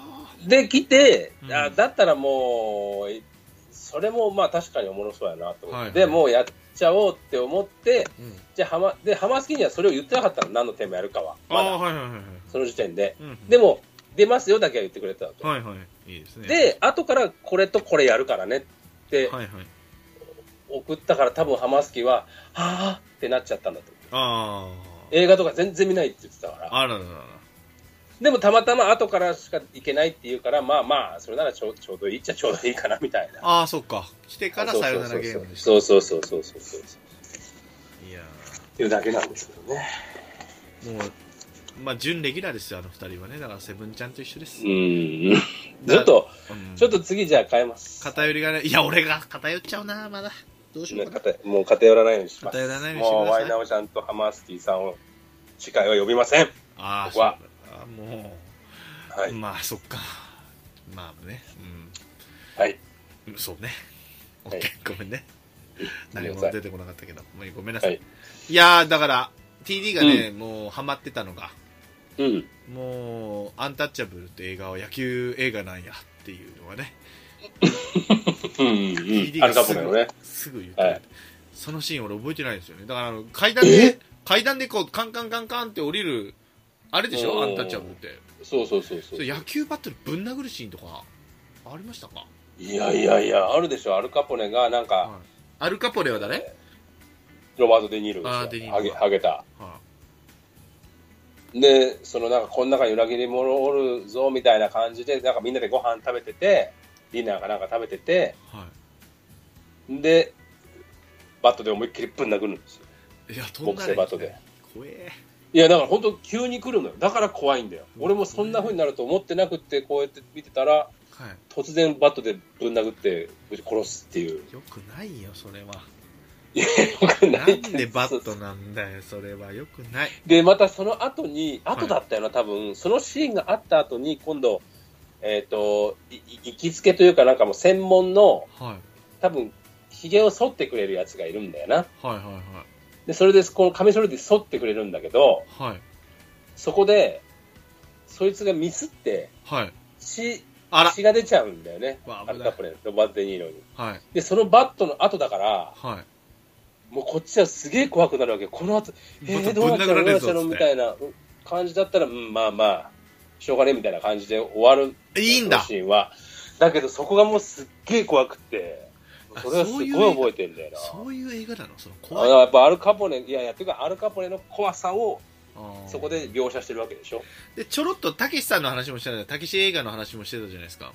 A: で、来て、
C: うん
A: あだったらもう、いそれもまあ確かにおもろそうやなと思って、
C: はいはい
A: でもうやっちゃおうって思って、
C: うん。
A: じゃあ浜、で、浜好きにはそれを言ってなかったの、何のテーマやるかは。
C: あ
A: ま
C: あ、
A: だ、
C: はいはいはいはい。
A: その時点で。
C: うん
A: でも、出ますよだけは言ってくれてたわけ。
C: はいはい。いいですね。
A: で、後からこれとこれやるからねって
C: はいはい。
A: 送ったから、多分ハマスキは、はぁってなっちゃったんだと思う。
C: ああ。
A: 映画とか全然見ないって言ってたから。
C: あらららら。
A: でもたまたま後からしか行けないって言うから、まあまあ、それならちょちょうどいいっちゃちょうどいいかなみたいな。
C: ああ、そっか。来てからさよならゲームでした。
A: そうそうそうそうそうそうそうそう。
C: いや
A: っていうだけなんですけどね。
C: ーもう、まあ、準レギュラーですよ、あの二人はね。だから、セブンちゃんと一緒です。
A: うん。ちょっと、
C: うん
A: ちょっと次じゃあ変えます。
C: 偏りがない。いや、俺が偏っちゃうな、まだ。どうしようかな。
A: ねもう偏らないようにします。
C: 偏らないようにしてく
A: もう
C: ださ
A: ワ
C: い
A: イナオちゃんとハマースキーさんを、次回は呼びません。
C: ああ、
A: 僕は
C: そうだあーもう、
A: はい。
C: まあ、そっか。まあね、
A: はい。
C: うん、そうね。オッ
A: はい
C: ケー、ごめんね。何も
A: ごめんなさい
C: 出てこなかったけど、もうごめんなさい。
A: はい
C: い、やー、だから、TD がね、もう、ハマってたのが、
A: うん。
C: もう、アンタッチャブルって映画は野球映画なんやっていうのはね、
A: うんうんうん。アルカポ
C: す
A: ネの
C: ぐ
A: ね。
C: すぐ言って、
A: はい
C: そのシーン俺覚えてないんですよね。だからあの、階段で、階段でこう、カンカンカンカンって降りる、あれでし
A: お
C: ょ
A: ー
C: アンタッチャブルって。
A: そうそうそうそ。
C: そうれ
A: い
C: 野球バットでぶん殴るシーンとか、ありましたか
A: やいやいや、あるでしょ。アルカポネがなんか、
C: はいアルカポレは誰、
A: ロバート・デ・ニール
C: あーデ
A: で
C: ニ
A: すよ。ハ
C: ーロ
A: ゲ、ハゲた。
C: は
A: で、そのなんか、この中に裏切り者おるぞ、みたいな感じで、なんかみんなでご飯食べてて、ディナーかなんか食べてて、
C: い、は
A: で、バットで思いっきりぶん殴るんですよ。
C: い。いや、飛
A: ボ
C: ん
A: ク
C: だ
A: セバットで。
C: 怖え。
A: いや、だから本当急に来るのよ。だから怖いんだよ。俺もそんな風になると思ってなくって、こうやって見てたら、
C: はい。
A: 突然バットでぶん殴って、ぶち殺すっていう。
C: よくないよ、それは。
A: よく な
C: ない ん
A: けど
C: でバットなんだよ、それは。よくない。
A: で、またその後に、
C: い
A: 後だったよな、多分、そのシーンがあった後に、今度、えっ、と、いい行きつけというかなんかもう専門の、
C: はい。
A: 多分、髭を剃ってくれるやつがいるんだよな。
C: はいはいは
A: で、それで、このカミソリで剃ってくれるんだけど、
C: い。はい。
A: そこで、そいつがミスって、
C: はい。
A: 血、
C: あら。
A: 血が出ちゃうんだよね。
C: わ
A: ア
C: 危
A: ル
C: ない
A: カ。プレ、ロバート・デ・ニーロに。
C: はい。
A: で、そのバットの後だから、
C: はい。
A: もうこっちはすげえ怖くなるわけ。この後、え
C: また
A: ー、どうなっちゃうのど
C: ぶん殴ら
A: う
C: れ
A: な
C: る
A: っ
C: ぞ
A: ちゃうのみたいな感じだったら、うん、まあまあ、しょうがねえみたいな感じで終わる。
C: いいんだ
A: その。シーンは。だけど、そこがもうすっげえ怖くて、
C: あ
A: それはすごい
C: そういう
A: 覚えてんだよな。
C: そういう映画なのその
A: あ
C: 怖
A: の
C: い。
A: やっぱアルカポネ、いやいや、っていうかアルカポネの怖さをそこ
C: で。
A: で描写してるわけでしょ。
C: で、ちょろっとたけしさんの話もしてたじゃんたけし映画の話もしてたじゃないですか。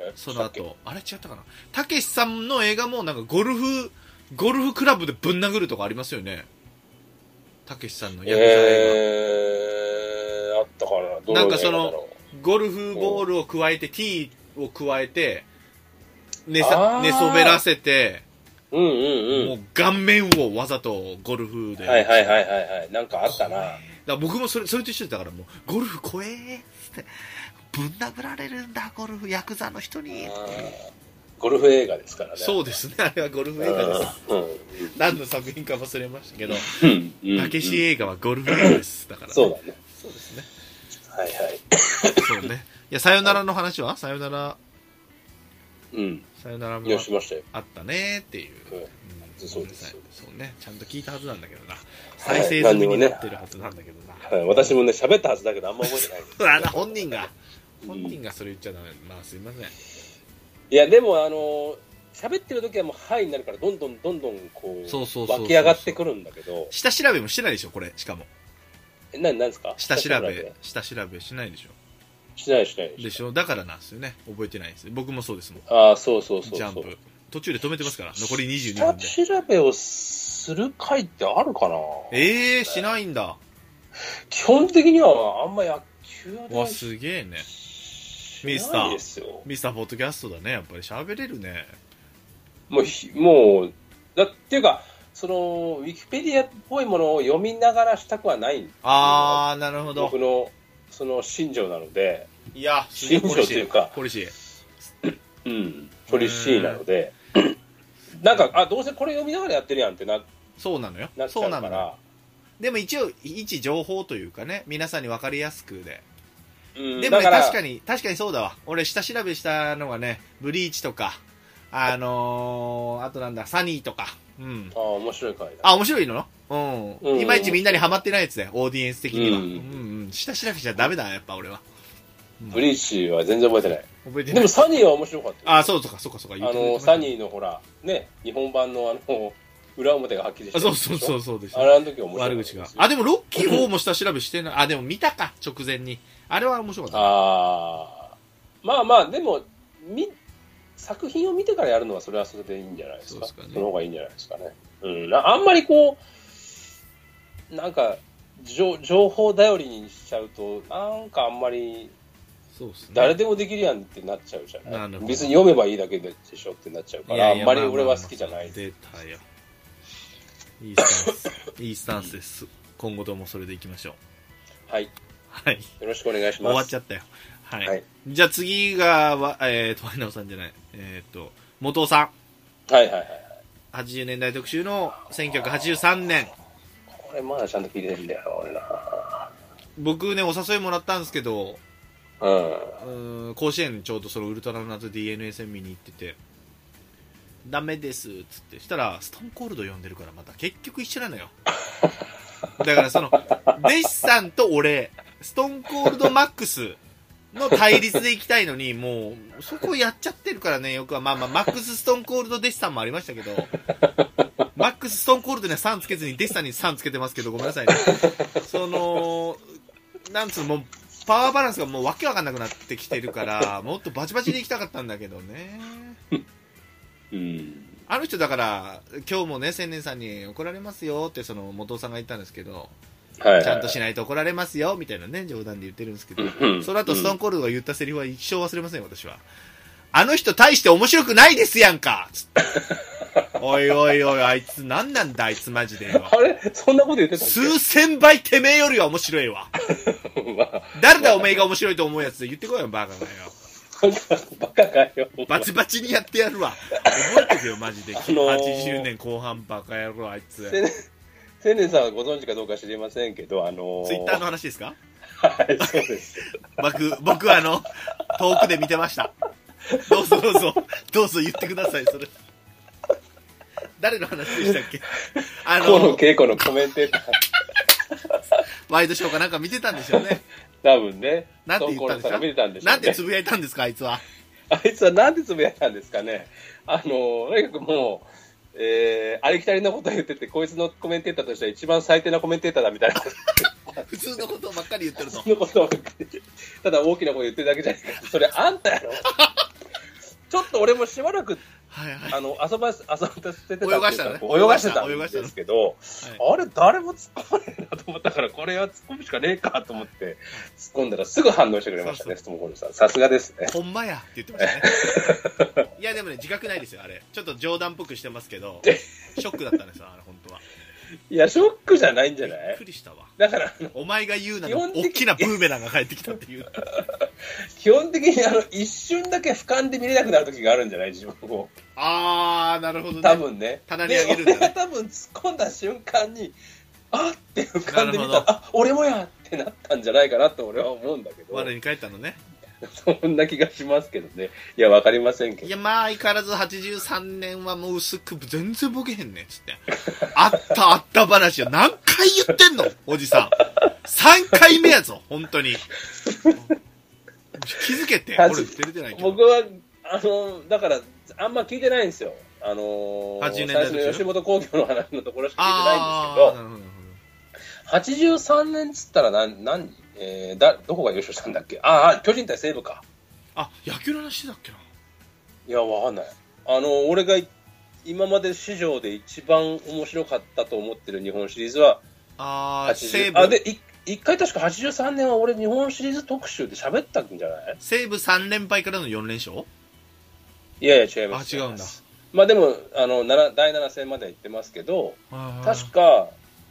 A: え
C: その。後。あれ違ったかなたけしさんの映画もなんかゴルフ、ゴルフクラブでぶん殴るとかありますよね。たけしさんの
A: え
C: ヤクザ映
A: ー、あったかな。どう
C: なんかそ
A: いう
C: の
A: 映画だろう
C: 画。ゴルフボールを加えて、ティーを加えて、寝
A: あ
C: さ
A: ー
C: 寝そべらせて、
A: うんうん
C: も
A: う
C: う顔面をわざとゴルフで。
A: ん。はいはいはいはいはい。なんかあった
C: 怖
A: な
C: えだか。ら僕もそれそれと一緒でだからもうゴルフ怖えーっつってぶん殴られるんだゴルフヤクザの人に
A: ゴルフ映画ですからね。
C: そうですねあれはゴルフ映画です
A: う
C: 何の作品か忘れましたけど
A: ん。うん。
C: たけし映画はゴルフ映画ですだから、ね、
A: そうだね。
C: そうですね
A: はいはい。
C: そうねいやさよならの話はさよなら
A: うん。
C: さよならも
A: よしましたよ。
C: あったねっていう、
A: うん
C: うん
A: そうです。
C: そうね、ちゃんと聞いたはずなんだけどな。
A: い
C: 再生済みになってるはずなんだけどな。
A: はい、私もね、喋ったはずだけど、あんま覚えて ないです。
C: うわな本人が、
A: うん
C: 本人がそれ言っちゃダメ。まあ、すいません。
A: いや、でも、あの、喋ってる時はもう、はいになるから、どんどんどんどん、こう、
C: そうそうそうそう
A: 湧き上がってくるんだけど、
C: 下調べもしてないでしょ、これ、しかも。
A: え、な、なんですか
C: 下調べ、下調べしないでしょ。
A: しないしない
C: でしょ、だからなんですよね。覚えてないです。僕もそうですもん。
A: ああ、そうそうそうそう。
C: ジャンプ。途中で止めてますから、残り22
A: 下
C: 分で。
A: 調べをする回ってあるかな
C: ええー、しないんだ。
A: 基本的には、あんま野球で
C: わ、すげえね。
A: し
C: ミスター
A: ないですよ。
C: ミスターポッドキャストだね。やっぱり喋れるね。
A: もうひ、もう、だっていうか、その、ウィキペディアっぽいものを読みながらしたくはない
C: あー、なるほど
A: 僕。の、その、信条なので、
C: いや、すげえ
A: 信条というか
C: ポリシー。
A: うん、ポリシーなので、なんか、あ、どうせこれ読みながらやってるやんってな
C: そうなのよ
A: な。っち
C: そ
A: ゃ
C: う
A: う
C: な
A: か
C: のよ
A: ら、
C: でも一応、一情報というかね、皆さんに分かりやすくで。
A: うん、
C: でもね、
A: だら
C: 確かに、確かにそうだわ。俺、下調べしたのはね、ブリーチとか、あのー、あとなんだ、サニーとか。うん。
A: ああ、面白い回だ。
C: あ、面白いのうん。
A: うん
C: いまいちみんなにハマってないやつだよ、オーディエンス的には。う
A: うん
C: ん、うん。下調べしちゃダメだ、やっぱ俺は。うん
A: ブリーチは全然覚えてない。
C: 覚え
A: で
C: てない
A: も、。サニーは面白かったよ。
C: あ、そうそうか、そうか、そうか、
A: あの、サニーのほら、ね、日本版のあの、裏表がはっきりして
C: あ、
A: る
C: そう
A: でし
C: そ
A: ょ
C: うそう、そうでした
A: あ。れ、あの時は面白か
C: 悪
A: ったで
C: 口
A: す
C: が。あ、でも、ロッキー4も下調べしてない。あ、でも見たか、直前に。あれは面白かっ
A: あーまあまあ、でも、み作品を見てからやるのは、それはそれでいいんじゃないですか。
C: そう
A: そ
C: ですかね
A: の方がいいんじゃないですかね。うん、なあんまりこう、なんか、情情報頼りにしちゃうと、なんかあんまり、
C: た。そうですね。
A: 誰でもできるやんってなっちゃうじゃな、
C: ないるほど
A: 別に読めばいいだけでしょってなっちゃうから、あんまり俺は好きじゃないです。
C: 出たよ。いいスタン ス。いいスタンスです。今後ともそれでいきましょう。
A: はい、よ
C: はい。
A: ろしくお願いし
C: 終
A: ます。
C: わっちゃったよ。はい。
A: はい
C: じゃあ次が、わえーと、ワイナオさんじゃない。えっ、と、元尾さ
A: はいはいはい。
C: ん。80年代特集の1983年。
A: これまだちゃんと聞いてるんだよな、俺な。
C: 僕ね、お誘いもらったんですけど、
A: うん。
C: うーん甲子園ちょうどそのウルトラナと DNA 戦見に行っててダメですっつってしたらストーンコールド呼んでるからまた結局一緒なのよだからそのデシさんと俺ストーンコールドマックスの対立で行きたいのにもうそこやっちゃってるからねよくはまあまあマックスストーンコールドデシさんもありましたけどマックスストーンコールドには3つけずにデシさんに3つけてますけどごめんなさいねそのなんつうのもうパワーバランスがもうわけわかんなくなってきて るから、もっとバチバチで行きたかったんだけどね。
A: うん。
C: あの人だから、今日もね、千年さんに怒られますよって、その、元尾さんが言ったんですけど、
A: はい、はい。
C: ちゃんとしないと怒られますよ、みたいなね、冗談で言ってるんですけど、
A: うん
C: その後、ストーンコールドが言ったセリフは一生忘れません、私は。あの人大して面白くないですやんか つっておいおいおい、あいつ何なんだ、あいつマジでよ
A: あ。れそんなこと言ってたっ
C: 数千倍てめえよりは面白いわ。
A: けまあ、
C: 誰だおめえが面白いと思うやつで言ってこいよ、バカがよ。
A: バカかよ。
C: バチバチにやってやるわ。覚えとけよ、マジで。
A: のー
C: 80年後半バカ野郎、あいつ。ツ
A: せね千年さんはご存知かどうか知りませんけど、あの
C: イッターの話ですか
A: はい、そうです。
C: 僕、僕はあの、遠くで見てました。どうぞどうぞ、どうぞ言ってください、それ。誰の話でしたっけあ
A: 河野
C: の、
A: 恵子のコメンテーター、
C: ワイドショーかなんか見てたんでしょうね。
A: 多分ね、
C: なんて言ったん
A: ストーンコールドさんが見て
C: ですか
A: たんでしょうね。
C: なんてつぶやいたんですか、あいつは。
A: あいつはなんでつぶやいたんですかね。あの、とにかくもう、えー、ありきたりなこと言ってて、こいつのコメンテーターとしては一番最低なコメンテーターだみたいなこと
C: 普通のことばっかり言ってると。
A: のことをただ大きなこと言ってるだけじゃないか。それあんた やろ。ちょっと俺もしばらく、
C: はいはい。
A: あの、遊ばす、遊ばせてたっていうか
C: 泳がしたのね
A: こう泳がしてたん
C: 泳が
A: で
C: したの
A: すけど、あれ誰も突っ込まねえなと思ったから、これは突っ込むしかねえかと思って、突っ込んだらすぐ反応してくれましたね、ストーンコールドさん。さすがですね。
C: ほんまやって言ってまし たね。いや、でもね、自覚ないですよ、あれ。ちょっと冗談っぽくしてますけど、ショックだったんですよ、あれ、本当は。
A: いや、ショックじゃないんじゃな
C: びっ
A: い
C: くりしたわ。
A: だから、
C: お前が言うな
A: 基
C: の
A: 本、的に
C: 大きなブーメランが帰ってきたっ ていう。
A: 基本的にあの一瞬だけ俯瞰で見れなくなる時があるんじゃない自分を
C: あー、なるほど
A: 多
C: ね。
A: 分ね
C: 棚に上げるんだ
A: で
C: ね
A: 俺が多分突っ込んだ瞬間にあって俯瞰で見
C: な
A: た
C: るほど
A: あ俺もやってなったんじゃないかなと俺は思うんだけど
C: 我に帰ったのね。
A: そんな気がしますけどね。いや、わかりませんけ
C: い
A: ど。
C: や、まあ、相変わらず83年はもう薄く、全然ボケへんねん、つって。あったあった話を何回言ってんのおじさん。3回目やぞ、本 当に。気づけて、
A: 恥
C: 俺出れてないけど
A: 僕。は、あの、だから、あんま聞いてないんですよ。あの
C: 80
A: 最
C: 年代
A: 初の吉本興業の話のところしか聞いてないんで
C: あーなるほどなる
A: すけど、83年っつったら何、何、えーだ、どこが優勝したんだっけあーあ、巨人対西武か。
C: ほど。あ、野球の話してたっけない
A: や、わかんない。あの、俺が今まで史上で一番面白かったと思ってる日本シリーズは、
C: あー、西
A: 80あ、
C: 武。
A: で、い一回確か83年は俺日本シリーズ特集で喋ったんじゃない
C: 西武3連敗からの4連勝
A: いやいや違います。
C: あ違うんだ
A: まあでも、あの、なら第7戦までは行ってますけど、確
C: 確
A: か、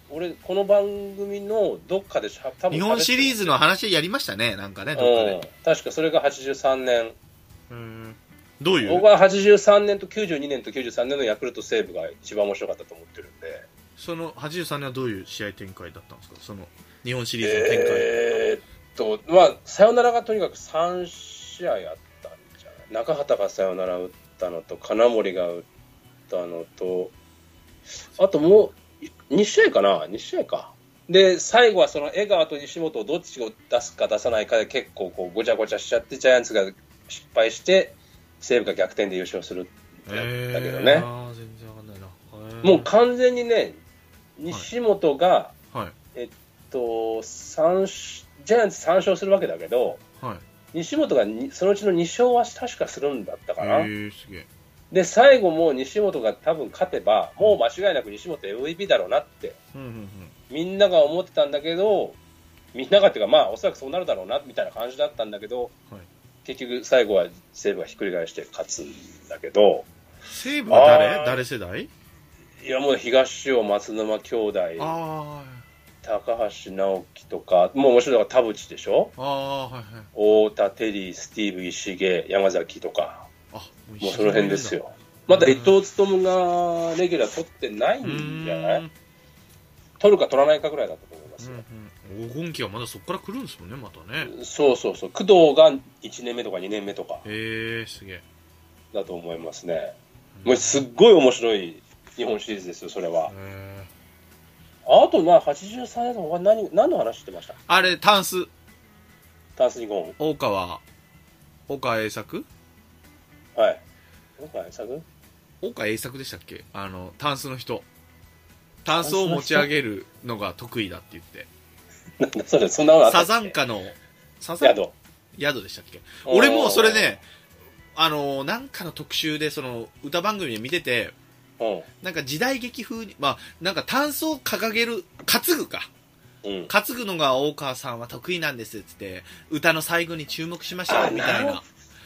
A: 俺、この番組のどっかでしゃ、多分
C: 日本シリーズの話やりましたね、なんかね、どっか
A: うん
C: で。、
A: 確かそれが83年。
C: うんどうい
A: 僕
C: う
A: は83年と92年と93年のヤクルト西武が一番面白かったと思ってるんで。
C: その83年はどういう試合展開だったんですかその日本シリーズの展開。
A: えーっと、まあ、サヨナラがとにかく3試合あったんじゃない中畑がサヨナラ打ったのと、金森が打ったのと、あともう2試合かな、2試合か。で、最後はその江川と西本をどっちを出すか出さないかで結構こうごちゃごちゃしちゃって、ジャイアンツが失敗して、西武が逆転で優勝するんだだけどね。
C: あー全然わかんないな。へー
A: もう完全にね、西本が、
C: はい。
A: えっと三勝ジャイアンツ3勝するわけだけど、
C: はい。
A: 西本がにそのうちの2勝は確かするんだったかな、
C: へーすげえ。
A: で最後もう西本が多分勝てば、もう間違いなく西本 MVP だろうなって、
C: うんうんうん。
A: みんなが思ってたんだけど、みんながっていうか、まあ、おそらくそうなるだろうなみたいな感じだったんだけど、
C: はい
A: 結局、最後は西武がひっくり返して勝つんだけど、
C: 西武は誰
A: あー
C: 誰世代
A: いやもう東尾、松沼兄弟、
C: あ
A: 高橋直樹とか、もう面白いのが田淵でしょ。
C: あ。ああー、はいはい。
A: 太田、テリー、スティーブ、石毛、山崎とか、
C: あ、もう
A: もうその辺です。よ。まだ伊藤勉がレギュラー取ってない
C: 一緒にいる
A: ん
C: ん
A: じ
C: だ
A: ゃ
C: う
A: な
C: ーん
A: い取るか取らないかぐらいだったと思いますよ。
C: うんうん、黄金期はまだそこから来るんですもんね、またね。
A: そうそうそう。工藤が1年目とか2年目とか
C: へえ、すげえ。
A: だと思いますね。もうすっごい面白い日本シリーズですよ、それは。
C: へー
A: あと、まあ、83年の他何、何の話してました
C: あれ、タンス、
A: タンスニコン。
C: 大川、大川栄作
A: はい。なんか、作
C: 大川栄作でしたっけあの、タンスの人。タンスを持ち上げるのが得意だって言って。
A: なん だそれ、そんなのあった
C: サ
A: っけ
C: ザンカの、サザン
A: 宿。
C: 宿でしたっけ俺もそれね、あの、なんかの特集で、その、歌番組で見てて、
A: うん。
C: なんか時代劇風に、まあ、なんか炭素を掲げる、担ぐか。
A: うん。
C: 担ぐのが大川さんは得意なんですっつって、歌の最後に注目しましょう、みたい
A: なる
C: な
A: ほ。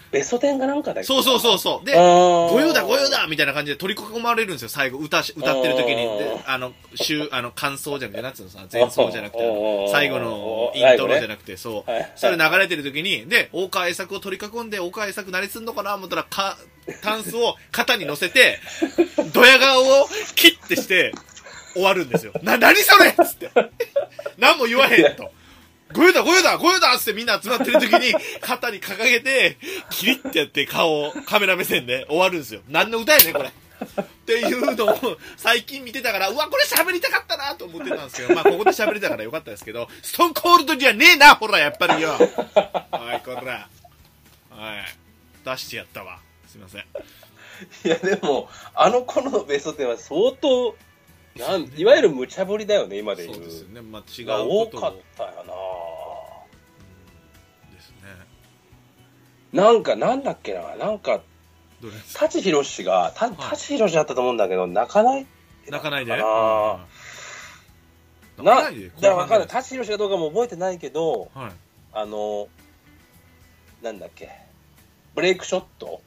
A: ベソテンかなんかだっけ
C: そうそうそうそう。で、
A: ご
C: ご用だご用だみたいな感じで取り囲まれるんですよ、最後。歌し、歌ってる時に。で、あの、週、あの、感想じゃなくて、なんつうのさ、前奏じゃなくて、あの最後のイントロじゃなくて、そう。
A: はい
C: それ流れてる時に、で、大川栄作を取り囲んで、大川栄作慣れすんのかな思ったら、か、タンスを肩に乗せて、ドヤ顔をキッてして、終わるんですよ。な、何それっつって。何も言わへんと。ご用だ、ご用だ、ご用だっつってみんな集まってる時に、肩に掲げて、キリッてやって顔をカメラ目線で終わるんですよ。何の歌やねん、これ。っていうのを最近見てたから、うわ、これ喋りたかったなと思ってたんですけど、まあ、ここで喋れたからよかったですけど、ストーンコールドじゃねえな、ほら、やっぱりよ。はい、こら。はい。出してやったわ。すいません。
A: いやでもあの頃のベストテンは相当なんいわゆる無茶ぶりだよね今で言
C: そううですよね。まあ、違う
A: が
C: こ
A: 多
C: と
A: かっ
C: を
A: たよ
C: ですね。
A: ななんかなんだっけななんか
C: どれですか
A: 舘ひろしがた
C: い
A: 舘ひろしだったと思うんだけど泣かない
C: 泣かないで。
A: あ
C: うん
A: ー
C: 泣かないで。
A: だから
C: わ
A: 分かんない舘ひろしがどうかも覚えてないけど
C: はい。
A: あのなんだっけブレイクショット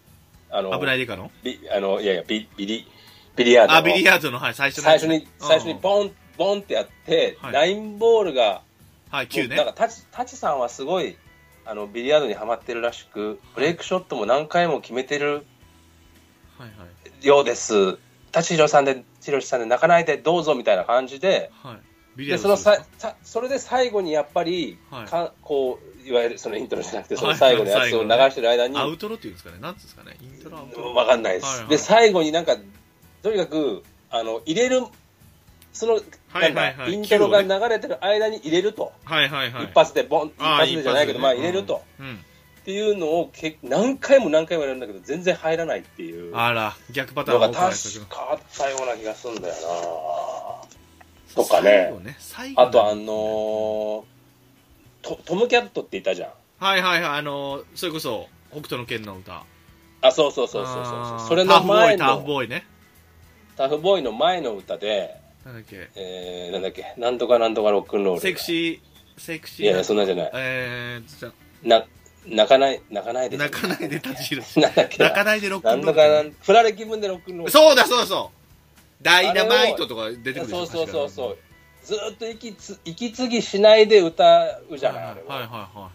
A: あの
C: 危ないでかの
A: ビあのいやいやビビリビリヤードの
C: あ、ビリヤードの、はい、最初の。
A: 最初に、
C: うん
A: 最初にボン、ボンってやって、
C: はい
A: ラインボールが、
C: はい、9
A: な
C: ね
A: ん。か、タチ、タチさんはすごい、あの、ビリヤードにはまってるらしく、ブレイクショットも何回も決めてる
C: はいはい。
A: ようです。タチヒロさんで、ヒロシさんで泣かないでどうぞみたいな感じで、
C: はい。ビリヤ
A: で、
C: ー
A: そ
C: ド
A: の
C: する
A: さ、さそれで最後にやっぱり、
C: はい
A: かこう、いわゆるそのイントロじゃなくて、その
C: はい
A: 最後のやつを流してる間に、
C: アウトロっていうんですかね、なんつうんですかね、イントロアウトロ。
A: わかんないです。
C: はいはい
A: で、最後になんか、とにかく、あの、入れる、その、
C: はいはい
A: なんだ
C: はい。
A: イントロが
C: キ
A: 流
C: ューをね
A: れてる間に入れると。
C: はいはいはい。
A: 一発で、ボン、一
C: あー
A: 発でじゃないけど、まあ入れると。。
C: 一発でね。
A: っていうのをけ何回も何回もやるんだけど、全然入らないっていううん
C: あら、逆パタ
A: の
C: ーンが
A: が
C: 多く
A: 確
C: ないですか
A: かあったような気がするんだよな。とかね。。
C: 最後
A: あとあのート、トムキャットっていたじゃん。
C: はいはいはい、あのー、それこそ、北斗の拳の歌。
A: あ、そうそうそうそうそうそう。
C: あー
A: それの前
C: ターフ
A: の、
C: ボーイ、ターフボーイね。
A: タフボーイの前の歌で、
C: なんだっけ、
A: えー、なんだっけ、なんとかなんとかロックンロール。
C: セクシー、セクシー。
A: いやいや、そんなんじゃない。
C: えー、じゃ
A: な、泣かない、泣かないで。
C: 泣かないで立ち入る。
A: なんだっけな
C: 泣かないでロック
A: な
C: ン
A: ん
C: ロー
A: と
C: ル
A: かなん、振られ気分でロックンロール。
C: そうだそうだそうダイナマイトとか出てくるでし
A: そ
C: ょ
A: うそうそうそ
C: 確
A: う。ずーっと息つ、息継ぎしないで歌うじゃ
C: か
A: ない、あれ
C: はいはい
A: は。
C: は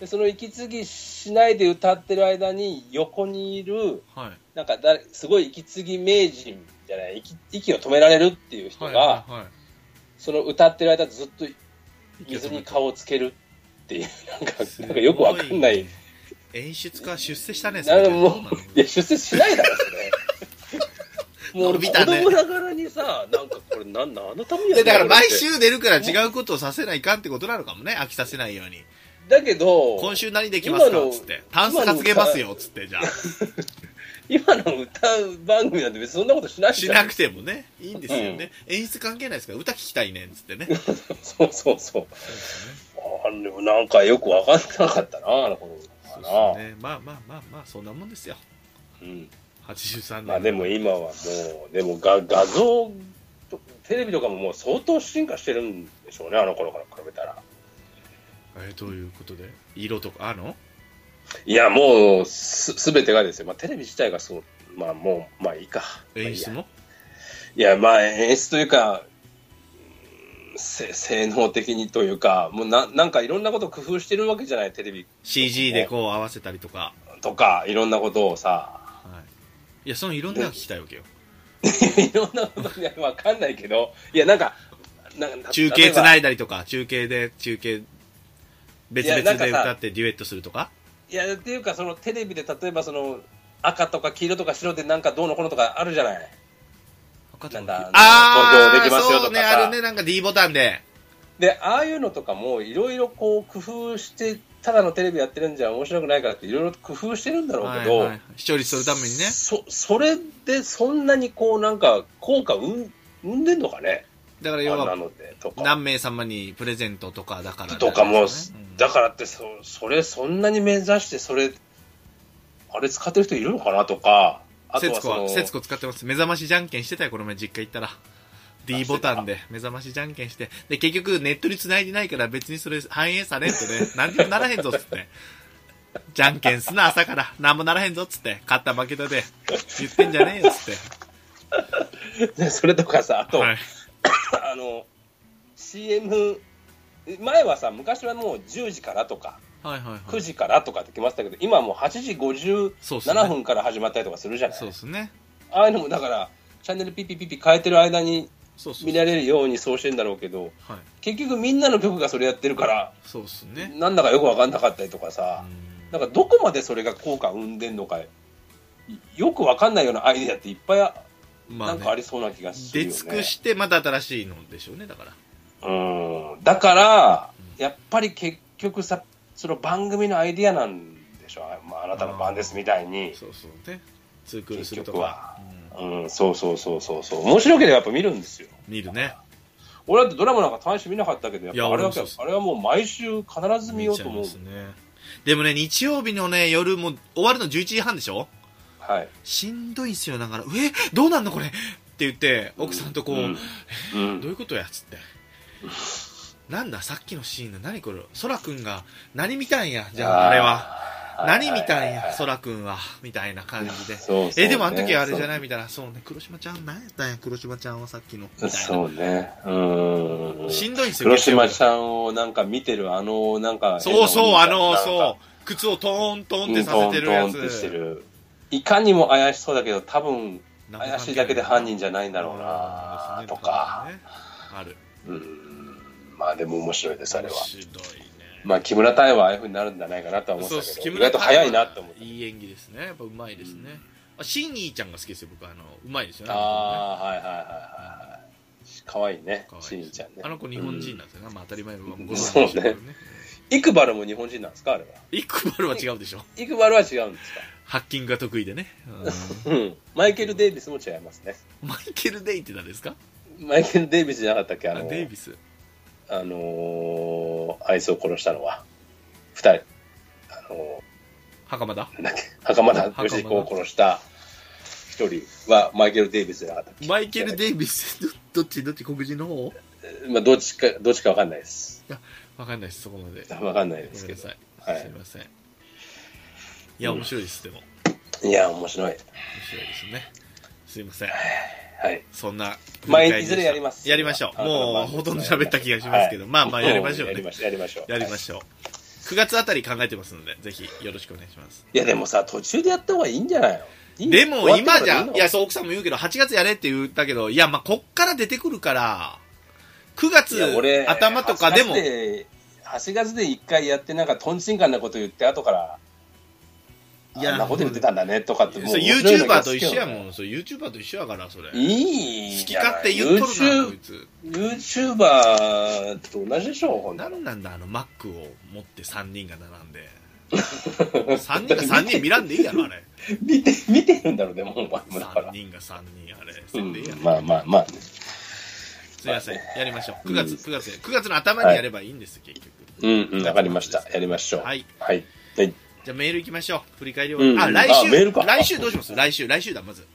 A: で、その息継ぎしないで歌ってる間に、横にいる、
C: いはいはい
A: なんか誰、すごい息継ぎ名人じゃない、息息を止められるっていう人
C: はい
A: が、
C: はいはい
A: その歌ってる間ずっと水に顔をつけるっていう、なんか、なんかよくわかんない。
C: 演出家出世したね
A: な
C: そ
A: ん
C: れ
A: かもう
C: どうなの、
A: いや、出世しないだろ、 それ。もう
C: 伸びた
A: 俺、
C: ね
A: 子供ながらにさ、なんかこれ、なん、なんのためにや
C: で
A: ってんの
C: だから毎。
A: こ
C: 週出るから違うことをさせないかんってことなのかもね飽きさせないように
A: れってだけど、
C: 今週何できますか
A: 今の
C: つって炭素がつけますよつってじゃあ
A: 今の歌う番組なんて別にそんなことしない
C: し
A: じゃ。
C: なんくてもねいいんですよね、演出関係ないですから歌聞きたいねんつってね
A: そうそうそう。あれもなんかよくわかんなかったな、あの頃
C: そうで
A: か
C: す
A: な。
C: ねまあまあまあまあそんなもんですよ
A: うん。
C: 83年
A: まあでも今はもう、でもが画像と、テレビとかももう相当進化してるんでしょうね、あの頃から比べたら。
C: えーどういうことで色とかあの
A: いや、もうす、すべてがですよ。まあテレビ自体がそう、まあもう、まあいいか。まあいいや
C: 演出も
A: いや、まあ演出というか、うんせ性能的にというか、もうななんかいろんなこと工夫してるわけじゃない、テレビ
C: CG でこう合わせたりとか
A: とか、いろんなことをさ、
C: はい、いやそのいろんなの聞きたいわけよ
A: いろんなことにわかんないけど、いや、なんか、なんか。
C: 中継つないいだりとか中継で中継別
A: いやな
C: 々
A: んか
C: で
A: さ
C: 歌ってデュエットするとか
A: いや、っていうか、そのテレビで例えばその、赤とか黄色とか白でなんかどうのこうのとかあるじゃない。なんだ投
C: ああ
A: 票できますよとかさ
C: そうねあるねなんか D ボタンで
A: で、ああいうのとかも、いろいろこう、工夫して、ただのテレビやってるんじゃ面白くないからって、いろいろ工夫してるんだろうけど、
C: はいはい視聴率するためにね
A: そ、それでそんなにこう、なんか、効果生ん生んでんのかね
C: だから
A: あ
C: 要
A: んな
C: は
A: ので、とか。
C: 何名様にプレゼントとかだから
A: とかも、
C: うん
A: だからってそ、それ、そんなに目指して、それ、あれ使ってる人いるのかなとか、あと
C: 節
A: は
C: 子
A: その
C: は、節子使ってます。目覚ましじゃんけんしてたよ、この前実家行ったら。
A: あ
C: D ボタンで目覚ましじゃんけんして。で、結局ネットに繋いでないから別にそれ反映されんと ね、何にもならへんぞっつって。じゃんけんすな、朝から。何もならへんぞっつって。勝った負けたで。言ってんじゃねえよっつっ
A: ねそれとかさ、あ
C: て。
A: と、
C: はい。
A: あの、CM、前はさ、昔はもう10時からとか、
C: はいはいはい。
A: 9時からとかって来ましたけど、今はもう8時
C: そうっすね
A: 57分から始まったりとかするじゃない、
C: そうですね。
A: ああいうのもだから、チャンネルピッピピッピ変えてる間に
C: そうそう
A: 見られるようにそうしてんだろうけど、
C: はい。
A: 結局みんなの曲がそれやってるから、
C: そうですね。
A: なんだかよくわかんなかったりとか
C: う
A: さ、
C: ん
A: なんかどこまでそれが効果生んでんのか、いよくわかんないようなアイデアっていっぱいあ、
C: まあ
A: なんかあ
C: ね。
A: りそうな気がする
C: 出
A: よね。
C: 尽くして、また新しいのでしょうね、だから。
A: うんだから、やっぱり結局さ、その番組のアイディアなんでしょ、あまあ、あなたの番ですみたいに、
C: そうそうね。ツークールする
A: 結
C: と
A: 局は
C: か。うん。
A: うん、そうそうそうそうそう、面白ければやっぱ見るんですよ。
C: 見るね。
A: 俺だってドラマなんか単視見なかったけど、やっ
C: いや
A: ぱあれ
C: 俺
A: は
C: もそうです
A: あれはもう毎週必ず見ようと思う
C: 見。ちゃいますねでもね日曜日のね夜もう終わるの11時半でしょ
A: はい。
C: しんどいんすよだから「えどうなんのこれ」って言って奥さんとこう「
A: うんうん
C: どういうことや」っつって「なんださっきのシーンの何これそらくんが何見たんやじゃああれは
A: あー
C: 何見た
A: は
C: ん
A: いはいは
C: や
A: い
C: そらくんは」みたいな感じで
A: そうそう
C: えでもあの時あれじゃない
A: ね
C: みたいなそうね黒島ちゃん何やったんや黒島ちゃんはさっきのみた
A: そ
C: いう
A: そうね。う。
C: なんしんどいんすよ
A: 黒島
C: 月
A: ちゃんをなんか見てる、あの、なんか。
C: 曜日そうそうあ
A: な
C: の
A: んか
C: そう靴をトーントーンってさせてる
A: うん
C: や
A: トントンってして
C: つ
A: るいかにも怪しそうだけど多分
C: なんか関係ない
A: 怪しいだけで犯人じゃないんだろうなとか
C: ある
A: うんまあでも面白いですあれは
C: 面白いね
A: まあ、木村太はああいう風になるんじゃないかなとは思って
C: そう
A: た
C: です
A: けど、意外と早いなって思って。
C: いい演技ですね。やっぱうまいですね。あ、シンギーちゃんが好きですよ、僕。あの、うまいですよね。
A: ああ、はいはいはいはいはい。かわいいね
C: あの子ね、
A: しんちゃんね
C: あ。の子日本人なんですよね。まあ当たり前のご存
A: そうね
C: 知ですけどね。
A: イクバルも日本人なんですかあれは。
C: イクバルは違うでしょ。
A: イクバルは違うんですか
C: ハッキングが得意でね。
A: うん。マイケル・デイビスも違いますね。
C: うんマイケル・デイって誰ですか
A: マイケル・デイビスじゃなかったっけあ
C: あ
A: の、
C: デイビス。
A: あのー、あいつを殺したのは。二人。あの
C: 袴田
A: ー、なんだっけ、袴田義彦を殺した一人はマイケル・デイビスじゃなかったっけ
C: マイケル・デイ ビス、どどっちどっち黒人の方
A: まあ、どっちか、どっちかわかんないです。
C: わかんないです、そこまで。
A: わかんないで
C: ご
A: す
C: めん
A: け
C: な
A: ど
C: さ。い。
A: はい
C: すいません。いや、面白いです、でも。面
A: いや、面白い。
C: 白いですね。すいません。
A: はい。
C: そんな。
A: まあいずれやります
C: やりましょう。
A: あの
C: もう、ほとんど喋った気がしますけど、まあまあやりましょうん
A: やり
C: ね
A: ま。しょう。やりましょう。
C: やりましょう。9月あたり考えてますので、ぜひよろしくお願いします。
A: いや、でもさ、途中でやった方がいいんじゃないのいいの
C: でも今じゃ、い
A: 終わ
C: や、
A: ってか
C: そう奥さんも言うけど、8月やれって言ったけど、いや、まあこっから出てくるから、9月
A: らいいのいや俺、
C: 頭とかで
A: 8月
C: も、
A: で、8月で一回やって、なんか、とんちんかんなこと言って、後から、
C: い
A: い
C: や
A: や、あんなこと言ってたんだね、とかって、
C: そう
A: 面白いの
C: YouTuber
A: が
C: と
A: 好き
C: 一
A: よ
C: 緒やもん、そう YouTuber と一緒やから、それ。好
A: いい
C: き
A: じゃない。
C: 勝手言っとるな、こいつ。
A: YouTube YouTuber と同じでしょ、ほんと
C: なんなんだ、あのマックを持って3人が並んで。3人が3人見 らんでいいやろ、あれ。
A: 見て、見てるんだろうね、もう、お前もだか
C: 3
A: ら。
C: 人が3人、あれ。
A: う
C: せんでいいや
A: ん
C: ろ、
A: まあまあまあね、
C: すいません、やりましょう。
A: う
C: 9
A: ん
C: 月、9月、9月の頭にやればいいんですよ、結局。
A: うんうん、わかりました。やりましょう。
C: はい。
A: はい。はい。
C: じゃあメール行きましょう。振り返りを。
A: うん
C: あ、来
A: あメー
C: 週
A: ル、か
C: 来週どうします来週、来週だ、まず。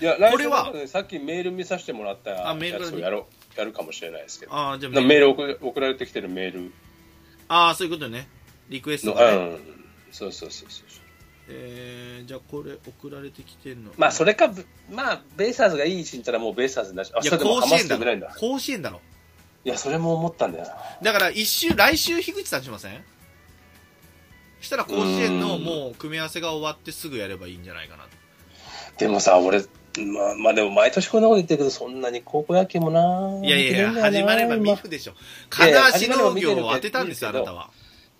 A: いや、来
C: こ
A: 週
C: れは
A: ねさっきメール見させてもらった
C: あメー
A: や
C: ルから
A: つをやろう、やるかもしれないですけど。
C: あーじゃあ
A: な
C: メー
A: メ
C: ル。
A: ール送送られてきてるメール
C: ああ、そういうことね。リクエス
A: の、
C: トがね。
A: うん。そうそうそうそう。
C: えー、じゃあこれ送られてきてんの。
A: まあ、そ
C: れ、
A: れか、ぶまあ、ベイスターズがいい位置にいたらもうベイスターズになし、あ、
C: い
A: そ
C: や、
A: れでも
C: 甲
A: ハ
C: 子
A: マ
C: 園
A: ス
C: だ
A: てくれないん
C: ろ
A: だ。。
C: 甲子園だろ。
A: いや、それも思ったんだよな。
C: だから一週、来週、樋口さんしませんしたら甲子園の
A: うん
C: もう組み合わせが終わってすぐやればいいんじゃないかなと。
A: でもさ、俺、まあ、まあでも毎年こんなこと言ってるけど、そんなに高校野球もな。
C: いやいやいや、始まれば
A: 見
C: ミ
A: て
C: フでしょ。
A: いやいや
C: 金足農業を当てたんですよ、あ
A: 始まれ
C: な
A: ば
C: たは。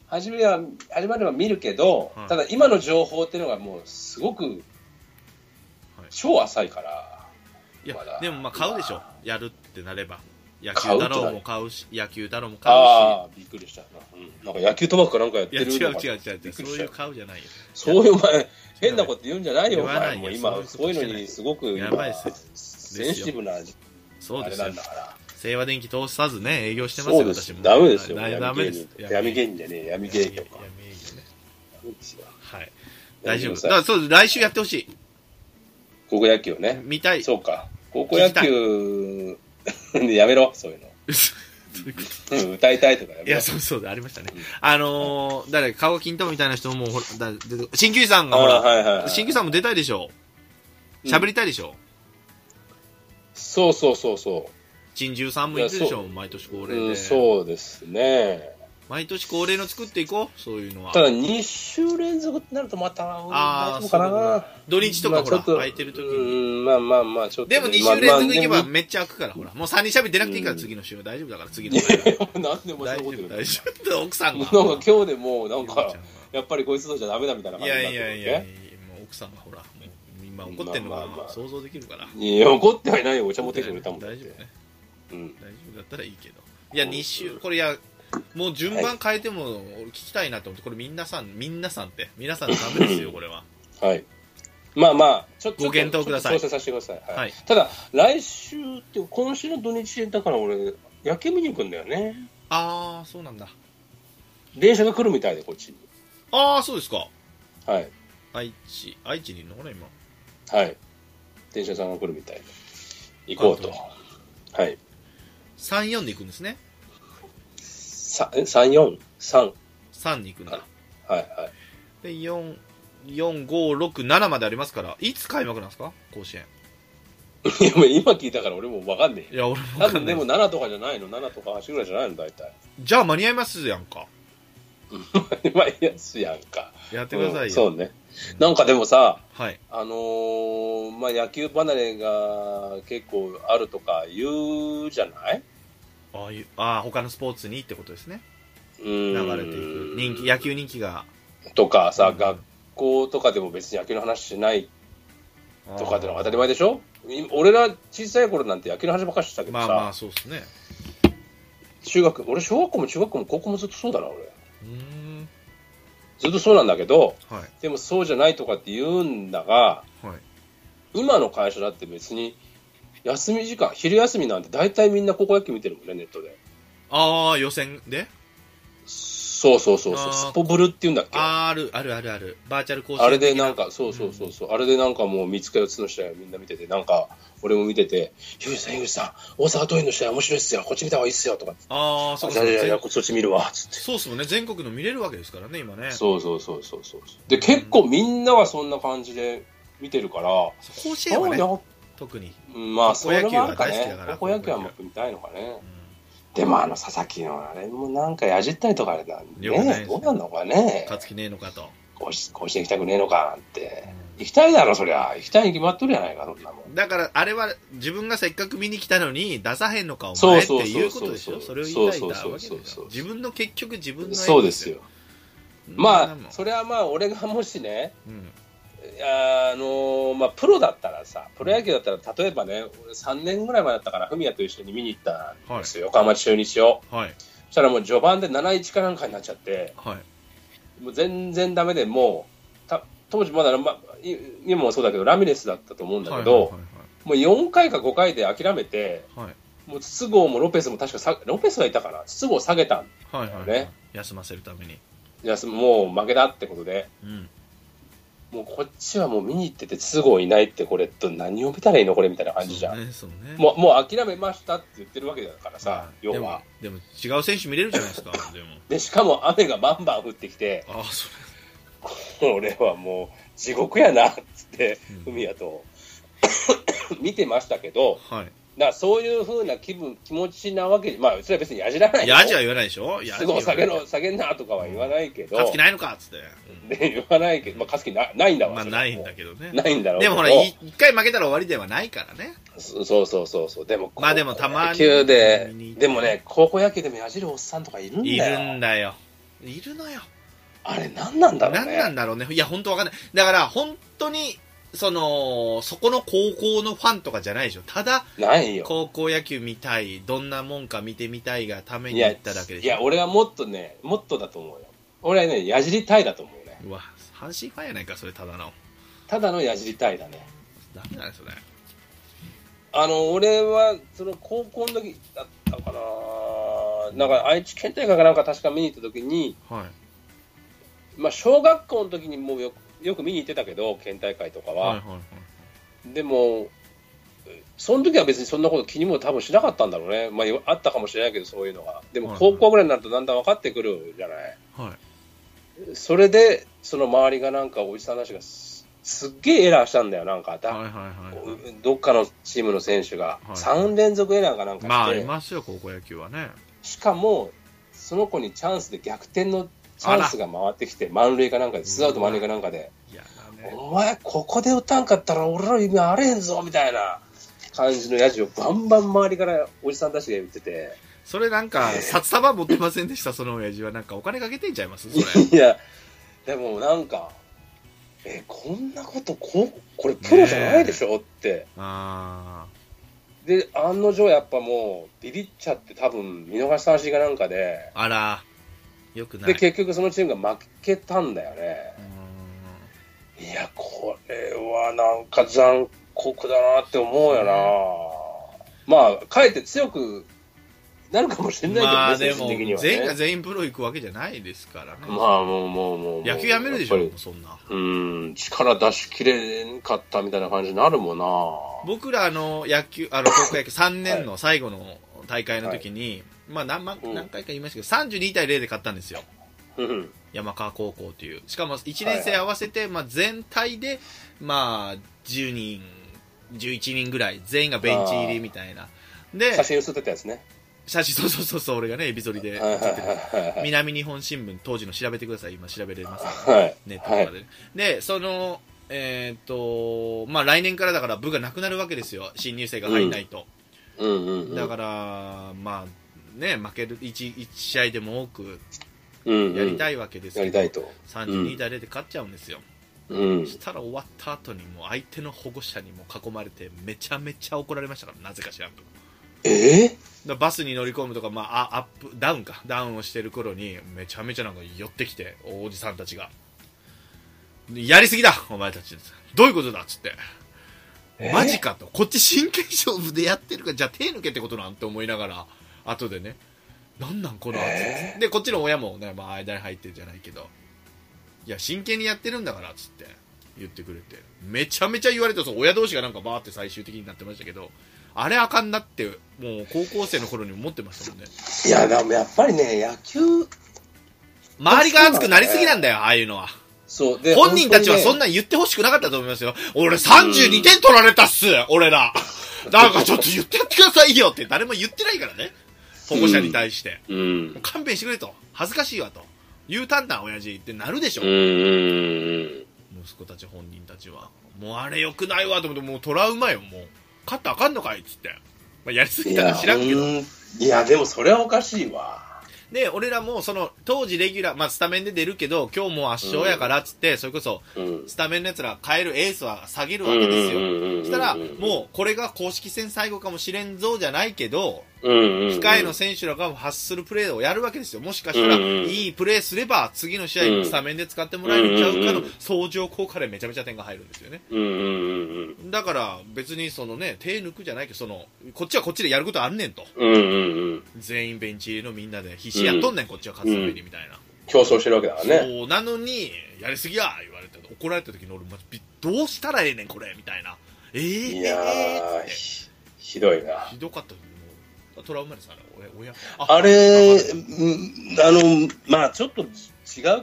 A: 始めは、始まれば見るけど、
C: うん
A: ただ今の情報っていうのがもうすごく、超浅いから、
C: いや
A: まだ、
C: でもまあ買うでしょ。やるってなれば。野球
A: 買うってなる
C: 太郎も買うし、野球太郎も買う
A: ああ、びっくりしたな。うんなんか野球賭博かなんかやっ
C: し。い
A: てる
C: や、違う
A: のか
C: 違う違う違
A: びっ
C: う。そ
A: く
C: う
A: りし
C: い
A: た
C: う
A: よ
C: 買うじゃないよ。
A: そういうお前、変なこと言うんじゃないよ、お
C: 言わない
A: 前。もう
C: よ
A: 今、
C: そ
A: そうう
C: い
A: いうう
C: こ
A: の
C: としてない
A: にすごく、
C: やばいっすよ
A: センシティブなあ
C: そうで
A: れ
C: すよ
A: なんだ。から。
C: 清和電機通さずね、営業してます
A: そ
C: よ、
A: うです
C: 私も。
A: ダメですよ。
C: だ
A: 闇
C: ダメ
A: 芸
C: です
A: 人。。闇芸
C: 人。
A: 人じゃねえ、闇
C: 闇
A: 芸
C: 営
A: 人
C: 業ね
A: とか。。
C: はい。
A: や
C: 大
A: めて
C: 丈
A: く
C: 夫。
A: ださい
C: だからそうです。来週やってほしい。
A: 高校野球ね。
C: 見たい。
A: そうか。高校野球、 やめろ、そういうの。うん歌いたいとかや
C: い
A: めろ
C: や、。そうそう、ありましたね
A: うん。
C: あのー、誰、顔が金玉みたいな人も、ほら、だ出て新旧さん
A: あ
C: がほ
A: あ
C: ら、
A: はいはいはい
C: 新旧さんも出たいでしょ。喋りたいでしょ。
A: そうそうそうそ
C: 珍獣さんもいるで
A: い
C: し
A: やそ
C: ょ、毎年恒
A: う。
C: 例
A: うん、
C: で。
A: そうですね。
C: 毎年恒例の作っていこう、そういうのは
A: た。だ、2週連続ってなるとまた、
C: あ
A: 大
C: ー
A: 丈夫か
C: そういうこと
A: な。
C: 土日とかほ
A: まあちょ
C: ら、
A: っと
C: 空いてる時
A: う
C: に。
A: ん、まあまあまあ、ちょっとね。
C: でも2週連続行けば
A: まあ
C: めっちゃ開くから、ほら。もう3人喋ってなくていいから、
A: うん
C: 次の週大丈夫だから、次の
A: まあ
C: 週。
A: でもなんでもそうい
C: 大
A: うこ
C: 丈
A: と
C: 夫、
A: 言う
C: 大丈夫。 奥さん
A: の
C: が。
A: なんか今日でもう、なん
C: ゆう
A: か
C: ちゃん、が
A: やっぱりこいつとじゃダメだみたいな感
C: い
A: じに
C: や
A: なっ
C: い
A: てるわけ
C: やいやいや、もう奥さんがほら、もう今怒ってんのかな、
A: まあまあまあ
C: 想像できるから。
A: いや、怒ってはいないよ、お茶持ってきてくれたもん。
C: 大丈夫ね。
A: うん。
C: 大丈夫だったらいいけど。いや、2週、これいや、もう順番変えても、俺聞きたいなと思って、これみんなさん、みんなさんって、皆さんのためで すよ、これは。
A: はい。まあまあ、ちょっと、
C: ご検討ください
A: ちょっと調整させてください。
C: はい。
A: ただ、来週って、今週の土日、だから俺、野球見に行くんだよね。
C: あー、そうなんだ。
A: 電車が来るみたいで、こっちに。
C: あー、そうですか。
A: はい。
C: 愛知、愛知にいるのかな、今。
A: はい。電車さんが来るみたいで。行こうと。はい。
C: 3、4で行くんですね。
A: さえ3、4、3。
C: 3に行くんだ。
A: はいはい。
C: で、4、4、5、6、7までありますから、いつ開幕なんですか甲子園。
A: いやもう今聞いたから俺も分かんねえ
C: いや、俺も
A: 多
C: わか
A: 分
C: んな
A: でも。
C: い
A: 7とかじゃないの7とか8ぐらいじゃないの大体
C: じゃあ間に合いますやんか。
A: まあいいやつやんか
C: やってくださ
A: う
C: い
A: ん
C: よ。
A: そうねなんかでもさ
C: はい。
A: あのーまあ野球離れが結構あるとか言うじゃない
C: ああいう、ああ、他のスポーツにってことですね。
A: 流
C: 流れていく人気野球人気が
A: とかさ、
C: うん
A: 学校とかでも別に野球の話しないとかってのは当たり
C: 前
A: 前でしょい俺ら小さい頃なんて野球の話ばっかりしてたけど
C: ま
A: さ、
C: あまあそうですね
A: 中学俺小学校も中学校も高校もずっとそうだな俺
C: うーん
A: ずっとそうなんだけど
C: はい
A: でもそうじゃないとかって言うんだが
C: はい
A: 今の会社だって別に休み時間昼休みなんて大体みんな高校野球見てるもんねネットで
C: ああ予選で
A: そうそうそうそ
C: あ
A: う
C: ー
A: スポブルっていうんだっけあ
C: あるあるあるあるバーチャル講
A: れでなんかそうそうそうそう、あれでなんかもう三つか四つの試合みんな見ててなんか俺も見てて「樋口さん樋口さん大阪桐蔭の試合面白いっすよこっち見た方がいいっすよ」とか
C: あ
A: 「
C: あそう
A: い
C: かそ
A: や
C: う
A: いやいや
C: か
A: こっち見るわ」つって。
C: そうっすもんね全国の見れるわけですからね今ね
A: そうそうそうそうそうで結構みんなはそんな感じで見てるから、
C: 甲子園はね
A: ああ
C: 特に、
A: うんまあ
C: 高
A: そ
C: 校
A: れ
C: 野球
A: もあ
C: は
A: るか
C: 大好き
A: ね
C: だから
A: 高校野球は
C: 高校野球
A: もう見たいのかね
C: うん
A: でもあの佐々木のあれもなんかやじったりとかあれだ
C: よくないです
A: ねどうなんのかね
C: 勝つ気ねえのかと、
A: 甲子甲子園行きたくねえのかって
C: う
A: 行きたいだろそりゃ行きたいに決まっとるやないかそんなもん
C: んだからあれは自分がせっかく見に来たのに出さへんのかお
A: そ
C: 前
A: う
C: って
A: そうそう
C: いうことでしょ
A: そう
C: それを言いたいんだ
A: そう
C: わ
A: そうそう
C: け
A: そ
C: で
A: う
C: しょ自分の結局自分の
A: そうですよ
C: うん
A: ま
C: そ
A: あ
C: んなもん
A: それはまあ俺がもしね
C: うん
A: あのまあプロだったらさプロ野球だったら例えばね俺3年ぐらい前だったからフミヤと一緒に見に行ったんですよ、横浜中日を
C: はい
A: そしたらもう序盤で7-1かなんかになっちゃって
C: はい
A: もう全然ダメでもうた当時まだ、ま、い今もそうだけどラミレスだったと思うんだけど、
C: はい
A: もう4回か5回で諦めて
C: はい
A: もう筒香もロペスも確かさロペスがいたから筒香を下げたん
C: はいはいはいはい、
A: ね
C: 休ませるために
A: いやもう負けだってことで
C: うん
A: もうこっちはもう見に行ってて筒香いないってこれと何を見たらいいのこれみたいな感じじゃん、
C: そうねそうね
A: もうもう諦めましたって言ってるわけだからさ、
C: はい
A: 要は
C: でもでも違う選手見れるじゃないですかでも
A: でしかも雨がバンバン降ってきて
C: ああそれ
A: 俺はもう地獄やなっつって
C: うん
A: 海やと 見てましたけど
C: はい
A: だからそういう風な気分気持ちなわけまあそれは別にやじらない
C: いや味は
A: よ
C: 言わないでしょいや
A: すぐ下げろ
C: 味は
A: 下げんなとかは言わないけど、
C: 言わない勝つ気ないのかっつって、うん
A: で言わないけど、まあ、勝つ気なないんだわ、
C: まあ
A: それは
C: な
A: もう
C: いんだけどね
A: ないんだろうけ
C: で
A: ど
C: もほらい一回負けたら終わりではないからね
A: そそうそうそうそうでも
C: まあでもたま
A: 高校野
C: に
A: 球で
C: 見に行って
A: でもね高校野球でもやじるおっさんとかいるんだよ
C: いるんだよいるのよ
A: あれ何なんだろう
C: 何
A: ね
C: なんだろうねいや本当わかんないだから本当にそのそこの高校のファンとかじゃないでしょただ
A: ないよ
C: 高校野球見たいどんなもんか見てみたいがため
A: い
C: に
A: や
C: 行っ
A: い
C: ただけでしょ
A: や俺はもっとねもっとだと思うよ俺はねやじりたいだと思うね
C: うわ阪神ファンやないかそれただの
A: ただのやじりたいだね
C: ダメなんですよね
A: あの俺はその高校の時だったかななんか愛知県大会かなんか確か見に行った時に、
C: はい
A: まあ、小学校の時にもうよくよく見に行ってたけど県大会とかは、
C: はいはいはい
A: でもえその時は別にそんなこと気にも多分しなかったんだろうね、まあ、あったかもしれないけどそういうのがでも
C: はい
A: 高校ぐらいになるとだんだん分かってくるじゃない、
C: はい
A: それでその周りがなんかおじさんたちがすすっげえエラーしたんだよなんかだ、
C: はいはいはいは
A: どっかのチームの選手が
C: はい
A: 3連続エラーかなんかして、
C: いまあありますよ高校野球はね
A: しかも、その子にチャンスで逆転のチャンスが回ってきて、満塁かなんかで、ツーアウト満塁かなんかで、
C: いやだね
A: お前、ここで打たんかったら俺らの夢あれへんぞみたいな感じのやじをバンバン周りからおじさんたちが言ってて、
C: それなんか札束持ってませんでしたその親父はなんかお金かけてんちゃいますそ れ
A: いや、でもなんか、え、こんなことこ、これプロじゃないでしょって。
C: あ
A: で、案の定やっぱもう、ビビっちゃって多分、見逃し三振かなんかで、
C: ああらよくな
A: で、
C: い
A: 結局そのチームが負けたんだよね。
C: うーん
A: いや、これはなんか残酷だなって思うよな。まあ、かえって強くなるかもしれないけどね、
C: まあ
A: 精
C: で
A: 神
C: も
A: 的には、ね。
C: 全員が全員プロ行くわけじゃないですからね、
A: まあ、もう、もう、もう。
C: 野球やめるでし
A: や
C: ょ
A: っぱり
C: そんな
A: うん、力出しきれんかったみたいな感じになるもん な。
C: 僕らあの野球あの高校野球3年の最後の大会の時に、まあ何万
A: うん
C: 何回か言いましたけど32対0で勝ったんですよ
A: うん。
C: 山川高校というしかも1年生合わせて、まあ、全体で、まあ、10人11人ぐらい全員がベンチ入りみたいなで
A: 写真写ってたやつね。
C: 写真そうそうそうそう俺がねエビ反りで
A: はいはい
C: 撮って る
A: はいはい。
C: 南日本新聞当時の調べてください今調べれますから
A: はい。
C: ネットとかで、でそのえっ、とまあ来年からだから部がなくなるわけですよ新入生が入んないと、
A: うんうんうん。
C: だからまあね、負ける1、1試合でも多く
A: うん、
C: やりた
A: い。
C: いわけです
A: や
C: け
A: り
C: ど、
A: たいと。
C: 32対0で勝っちゃうんですよ。
A: うん
C: そ。したら終わった後にもう相手の保護者にも囲まれてめちゃめちゃ怒られましたからなぜか知らんけど
A: えー
C: だからバスに乗り込むとか、まあ、あアップダウンかダウンをしてる頃にめちゃめちゃなんか寄ってきておじさんたちがやりすぎだお前たちどういうことだっつって
A: え
C: マジかとこっち真剣勝負でやってるからじゃあ手抜けってことなんて思いながら後でねなんなんこの圧、
A: え
C: でこっちの親もね、まあ、間に入ってるじゃないけどいや真剣にやってるんだからっつって言ってくれてめちゃめちゃ言われてその親同士がなんかバーって最終的になってましたけどあれあかんなってもう高校生の頃に思ってましたもんね
A: いや、でもやっぱりね、野球、
C: 周りが熱くなりすぎなんだよああいうのは
A: そう。で
C: 本人たちはそん
A: な。
C: なん言ってほしくなかったと思いますよ。俺32点取られたっす、俺ら。なんかちょっと言ってやってくださいよって誰も言ってないからね。保護者に対して。
A: うん。
C: 勘弁してくれと。恥ずかしいわと。言うたんだ、親父ってなるでしょ。
A: うんうん
C: 息子たち、本人たちは。もうあれ良くないわと思って、もうトラウマよ、もう。勝ったらあかんのかいっつって。まあ、やりす
A: うん。
C: ぎたら知らんけど。
A: うんいや、でもそれはおかしいわ。
C: で、俺らも、その、当時レギュラー、まあ、スタメンで出るけど、今日もう圧勝やからっつって、それこそ、
A: うん。
C: スタメンのやつら変えるエースは下げるわけですよ。
A: よ
C: したら、もうこれが公式戦最後かもしれんぞじゃないけど、
A: う、控
C: 控えの選手らが発するプレーをやるわけですよ。もしかしたら、
A: うんうん
C: いいプレーすれば、次の試
A: う
C: 合、
A: ん
C: スタメンで使ってもらえるんちゃうか
A: うんうんう
C: の
A: ん
C: 相乗効果でめちゃめちゃ点が入るんですよね。
A: うんうんうん
C: だから、別にそのね、手抜くじゃないけど、その、こっちはこっちでやることあんねんと。
A: うん。うんうんうん。
C: 全員ベンチ入りのみんなで必死やっとんねん、こっちは勝つためにみたいな。
A: 競争してるわけだからね。
C: そうなのに、やりすぎや言われて、怒られた時に俺、まびどうしたらええねん、これみたいな。えー、
A: い
C: え
A: や
C: ー、
A: ー、
C: つって
A: ひひどいな。
C: ひどかったよもうトラウマですあれ親親
A: あれ、
C: あ
A: うんあの、まあちょっと違う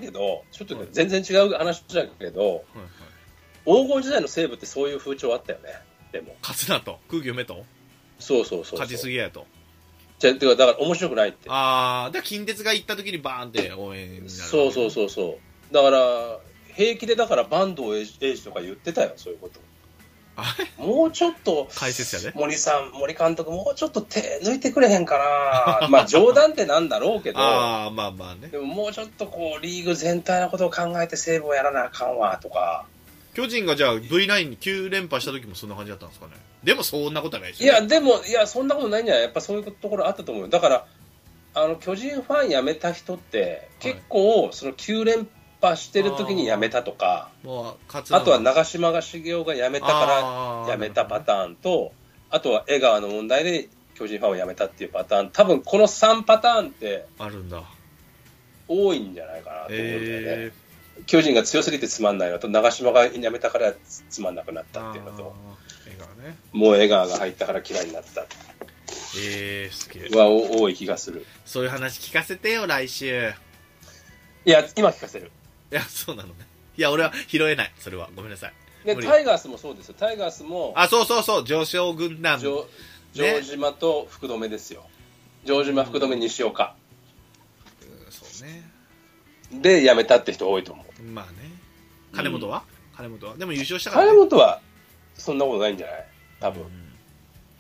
A: けど、ちょっとね
C: はい
A: 全然違う話だけど、
C: はいはい
A: 黄金時代の西部ってそういう風潮あったよね。でも、
C: 勝つなと空気読めと
A: そうそうそうそう。
C: 勝ちすぎやと
A: じゃあてかだから面白くないって。
C: ああだから近鉄が行った時にバーンって応援になる
A: そうそうそうそう。だから、平気でだから坂東英二英二とか言ってたよ、そういうこと。
C: あ
A: もうちょっと、
C: 解説者ね
A: 森さん、森監督、もうちょっと手抜いてくれへんか な。まあ冗談ってなんだろうけど、
C: ああまあまあね
A: でももうちょっとこう、リーグ全体のことを考えてセーブをやらなあかんわ、とか。
C: 巨人がじゃあ V9 に9連覇した時もそんな感じだったんですかねでもそんなことはないでし
A: い
C: ょ
A: や、でも、いや、そんなことないんじゃないやっぱそういうところあったと思うよ。だから、あの、巨人ファン辞めた人って、結構、その9連覇してる時に辞めたとか、
C: もう勝つ
A: あとは長嶋が茂雄が辞めたか
C: から
A: 辞めたパターンと、あとは江川の問題で巨人ファンを辞めたっていうパターン、多分この3パターンって
C: あるんだ
A: 多いんじゃないかなと思うんだよね。
C: ええ
A: 巨人が強すぎてつまんないのと、長嶋が辞めたからつつまんなくなったっていうのと、
C: 映画ね
A: もう江川が入ったから嫌いになった
C: ええすげえ
A: はお多い気がする。
C: そういう話聞かせてよ来週
A: いや、今聞かせる。
C: いや、そうなのね。いや、俺は拾えない。それは。ごめんなさい。
A: で、
C: 無理
A: タイガースもそうですよ。タイガースも、
C: あ、そうそうそう。上昇軍団。
A: 城城島と福留ですよ。城島、福留、西岡。
C: うんそうね。
A: で、辞めたって人多いと思う。
C: まあね。金本は、金本はでも優勝したから、ね。
A: 金本は、そんなことないんじゃない多分、
C: うん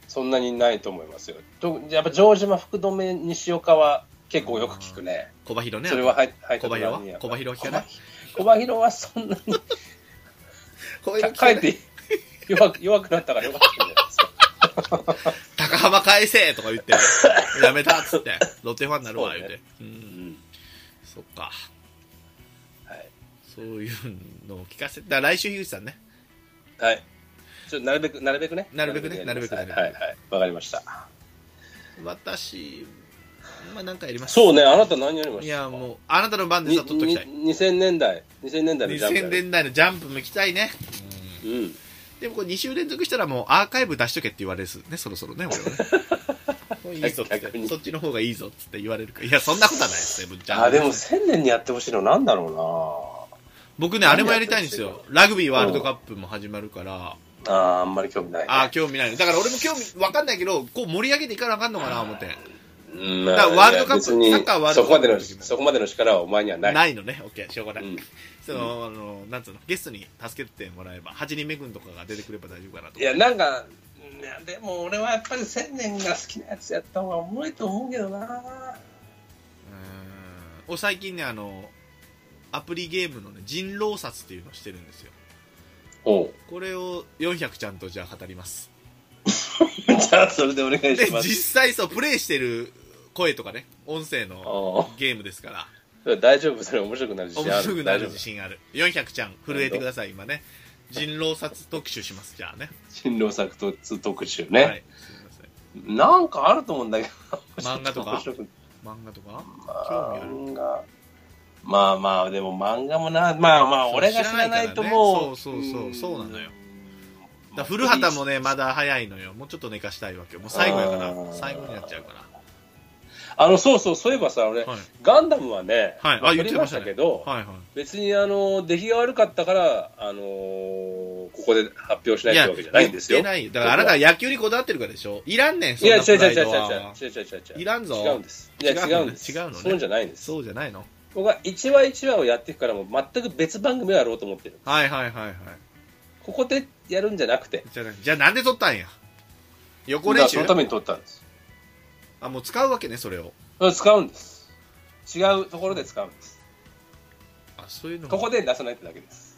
A: そんなにないと思いますよ。とやっぱ城島、福留、西岡は結構よく聞くね。
C: 小葉弘ね。
A: それは入入った
C: 小
A: 途端に
C: 葉弘
A: や
C: は
A: っぱ
C: 小葉弘は聞かない。
A: 小葉弘はそんなに。
C: 小葉 弘聞
A: かえ
C: か
A: っ
C: ない。
A: て弱く弱くなったからよかったんじゃないですか。
C: 高浜返せとか言って。やめたっつって。ロッテファンになるわ、
A: そう
C: 言
A: ね
C: うて。 う。
A: うんん
C: そっか。
A: はい
C: そういうのを聞かせて。だから来週、樋口さんね。
A: はい。ちょっとなるべく、なるべくね。
C: なるべくね
A: やります
C: な
A: は
C: るべ
A: いはい。わかりました。
C: 私、まあなんかやります。
A: そうね、あなた何やりま
C: い
A: した
C: や、もう、あなたの番で
A: に
C: さ、取っときたい。
A: に2000年代、2000年代のジャンプ
C: 2000
A: やる。
C: 年代のジャンプも行きたいね。
A: うん。
C: でもこれ2週連続したらもうアーカイブ出しとけって言われるっすね、そろそろね、俺は ね。もういいぞっつっ
A: 逆
C: て、
A: に
C: そっちの方がいいぞっつって言われるから。いや、そんなことはないですね、ぶっちゃん。
A: あ、でも1000年にやってほしいのなんだろ
C: 僕ね、あれもやりたいんです
A: 何や
C: よ。ラグビーワールドカップも始まるから、
A: うなあーあんまり興味ない、ね。
C: あー興味ないの。だから俺も興味わかんないけど、こう盛り上げていかなあかんのかな、思って。
A: うん、
C: だからワールドカップ
A: いや別に
C: サッカーワールドカップの時
A: そこ
C: も
A: までの、そこまでの力はお前にはない。
C: ないのね、オッケー、しょうがな
A: う
C: い。
A: ん。
C: その、あの、なんつうの、ゲストに助けてもらえば、8人目くんとかが出てくれば大丈夫かなと。
A: いや、なんか、いやでも俺はやっぱり千年が好きなやつやった方がおもろいと思うけどな
C: うーんお最近ねあのアプリゲームのね人狼殺っていうのをしてるんですよ
A: おう
C: これを400ちゃんとじゃあ語ります
A: じゃあそれでお願い
C: で
A: します
C: 実際そうプレイしてる声とかね音声の
A: お
C: ゲームですから
A: う大丈夫それ面白くなる自
C: 面
A: 信ある
C: 白くなる
A: 大丈
C: 自信ある400ちゃん震えてください今ね人狼殺特集しますじゃあね
A: 夫新郎作と特集ね、
C: はいすみません
A: なんかあると思うんだけど
C: 漫画と か
A: 面白く
C: 漫画とか興味ある
A: 漫画まあまあでも漫画もなまあまあ
C: そう
A: 俺が知らないともう
C: 知らないからねそうそうそうんそうなのよだから古畑もねまだ早いのよもうちょっと寝かしたいわけよもう最後やか
A: あ
C: ら
A: ー
C: 最後になっちゃうから
A: あのそうそうそういえばさ俺、
C: はい
A: ガンダムはね、
C: はいあ
A: まあ
C: 言ってましたね
A: 撮りけど、
C: はいはい
A: 別にあの出来が悪かったからあのーここで発表しないってわけじゃないんですよ
C: 言ってないだからあなたは野球にこだわってるからでしょいらんねん、そん
A: いや
C: な
A: 違う
C: プラ
A: 違う
C: イ
A: 違う違う
C: ドは。
A: 違う違う違う違う
C: いらんぞ
A: 違うんですいや
C: 違うのね
A: 違うんです
C: 違うのね
A: そうじゃないんです
C: そうじゃないの
A: 僕は一話一話をやっていくからもう全く別番組をやろうと思ってる
C: はいはいはいはい。
A: ここでやるんじゃなくて
C: じゃあ、じゃあなんで撮ったんや横
A: だか
C: 練
A: ら
C: 習
A: そのために撮ったんです
C: あ、もう使うわけね、それを。
A: うん使うんです違うところで使うんです
C: あ、そういうの
A: ここで出さないってだけです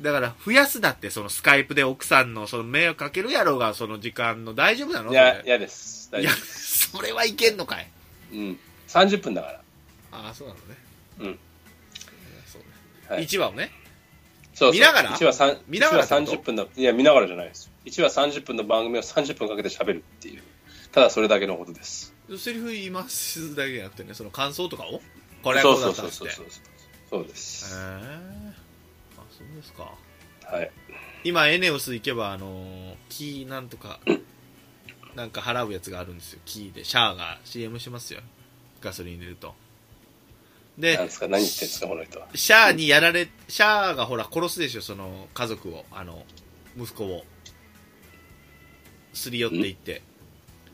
C: だから、増やすだって、そのスカイプで奥さんの、その迷惑かけるやろうが、その時間の大丈夫なの
A: いや
C: そ
A: い
C: れ
A: やです大
C: い
A: 丈
C: や、それはいけんのかい。
A: 夫うん30分だから
C: あそうなのね。
A: うん
C: そうね。
A: はい
C: 1話をね。
A: そうそう
C: 見ながら
A: 1話三
C: 見ながらって
A: 一
C: こ
A: 話
C: と
A: 30分のいや見ながらじゃないです1話30分の番組を30分かけて喋るっていうただそれだけのことです
C: セリフ言いますだけじゃなくてね、その感想とかをこれはこうだったっつって。
A: そうそうそうそうそうです、
C: えあそうですか
A: はい
C: 今エネオス行けばあのーキーなんとかなんか払うやつがあるんですよキーでシャアが CM しますよガソリン入れるとで
A: なんですか何言ってんですかこの人は
C: シャアにやられシャアがほら殺すでしょその家族をあの息子をすり寄っていって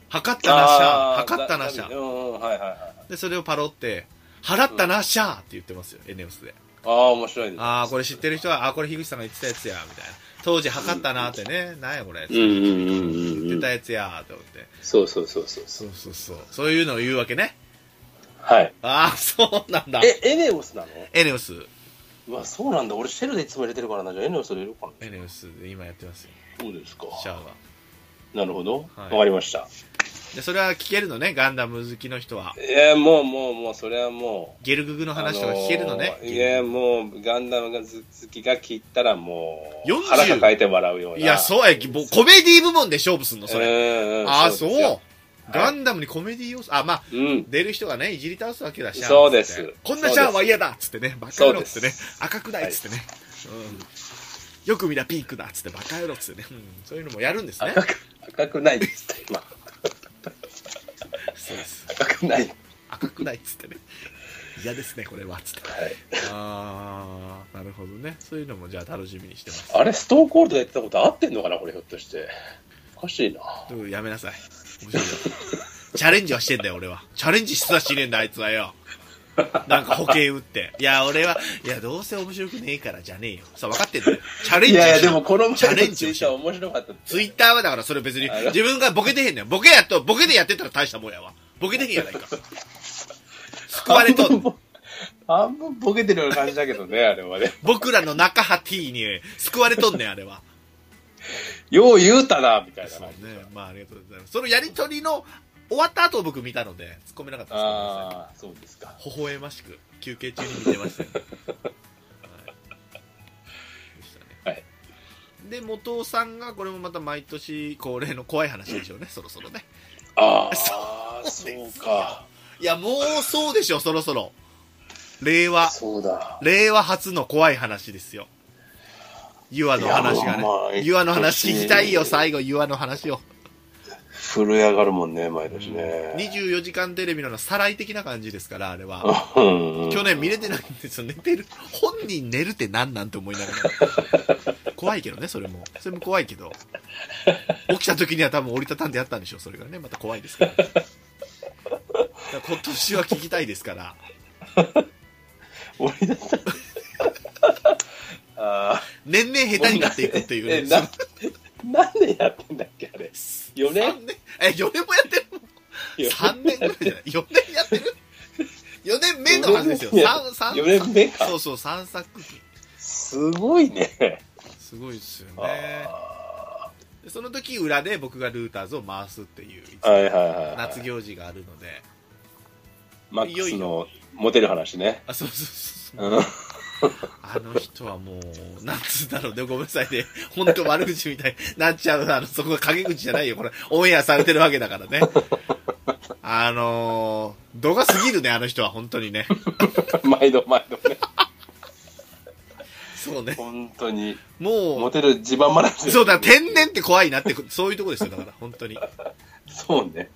C: 測ったなシャア
A: あー
C: 測ったな
A: だ
C: シャ
A: うんうんはいはいはい
C: アでそれをパロって払ったなシャアって言ってますよエネオスで
A: ああ面白いです
C: ああ、これ知ってる人は、ああ、これ樋口さんが言ってたやつや、みたいな。当時測ったなってね、なんやこれ、
A: うんうんうんうん
C: 言
A: う
C: って
A: ん
C: たやつや、と思って。
A: そうそうそうそうそう
C: うそうそう。そういうのを言うわけね。
A: はい
C: ああ、そうなんだ。
A: えエネオスなの
C: エネオス。
A: うわそうなんだ俺シェルでいつも入れてるからなじゃあエネオス入れようかな
C: エネオスで今やってますよ。
A: そうですか
C: シャアが。
A: なるほど
C: は
A: わ、
C: い
A: かりました
C: で、それは聞けるのね、ガンダム好きの人は。
A: えー、もうもうもうそれはもう
C: ゲルググの話とか聞けるのね
A: あ。ーいやもうガンダムがず好きが聞いたらもう
C: 40
A: 腹抱えて笑うようない
C: や、そうや、もうコメディ部門で勝負すんの、それ。
A: れ
C: ああ、そう。
A: い
C: ガンダムにコメディ要素、あ、まあ、
A: うん
C: 出る人がね、いじり倒すわけだし、
A: そうです
C: こんなシャアは嫌だっつってね、バカ野郎っ
A: そ
C: つって
A: う
C: ね
A: で、す
C: 赤くないっつってね、うん、よく見たピークだっつって、バカ野郎っつってね、うん、そういうのもやるんですね。
A: 赤く赤くないっつって今
C: そうです
A: 赤くないは
C: 赤くないっつってね、嫌ですね、これはっつって。
A: い
C: あー、なるほどね。そういうのもじゃあ楽しみにしてます。
A: あれストーンコールドが言ってたこと合ってんのかなこれひょっとしておかしいな
C: でもやめなさい。面白いよ。チャレンジはしてんだよ、俺は。チャレンジしてたしねえんだ、あいつはよ。なんか保険打って。いや、俺は、いや、どうせ面白くねえからじゃねえよ。さ、分かってんだよ。チャレン
A: い
C: ジは
A: やい
C: し
A: やでもこの前の
C: チ
A: ツイ
C: ャレンジを
A: ー
C: し
A: トは面白かったって
C: ツイッターはだからそれ別に
A: あ、の
C: 自分がボケてへんねん。ボケやっと、ボケでやってたら大したもんやわ。ボケてへんやないか。救われと ん、
A: 半分ボケてるような感じだけどねあれはね
C: 僕らの中派 T に救われとんねん、あれは。
A: よう言うたなみたいな
C: そう
A: 感じ
C: ね。まあありがとうございます。そのやりとりの終わった後を僕見たので、突っ込めなかったですごめんなさい。
A: ああそうですか
C: 微笑ましく休憩中に見てましたねはいでした
A: は
C: ね
A: い
C: で元尾さんがこれもまた毎年恒例の怖い話でしょうねそろそろね
A: ああ
C: そう
A: そ
C: で
A: う
C: すよ
A: か
C: いやもうそうでしょそろそろ令和
A: そうだ
C: 令和初の怖い話ですよユアの話が
A: いやまあ
C: ねユアの話聞きたいよ
A: 毎年
C: 最後ユアの話を
A: 震え上がるもんね毎年ね
C: 24時間テレビのさらい的な感じですからあれは去
A: 去
C: 年見れてないんですよ、寝てる。本人寝るって何なんて思いなが ら。怖いけどね、それも。それも怖いけど。起きた時には多分折りたたんでやったんでしょう、それがね。また怖いですから。だから今年は聞きたいですから。
A: 俺だった
C: 年々下手になっていくっていう
A: え
C: ね。
A: ななんでやってんだっけあれ4年
C: 三年え、4年もやってる3年ぐらいじゃない ?4 年やってる ?4 年目の話ですよ。
A: 四年目
C: 三三
A: 四年目か
C: そうそう、3作品。
A: すごいね。
C: すごいですよね。
A: あ
C: でその時裏で僕がルーターズを回すっていう、
A: ーはいはいはいはい。
C: 夏行事があるので。
A: マックスのモテる話ね。
C: あ、そうそうそうそう。
A: うん。
C: あの人はもう、なんつうんだろうね、ごめんなさいね。本当悪口みたいになっちゃう。あの、そこが陰口じゃないよ。これ、オンエアされてるわけだからね。あのー、度が過ぎるね、あの人は、本当にね。
A: 毎度毎度ね。
C: そうね。
A: 本当に。
C: も
A: モテる地盤話
C: う、
A: です
C: そうだ、天然って怖いなって、そういうとこですよ、だから、本当に。よ
A: そうね。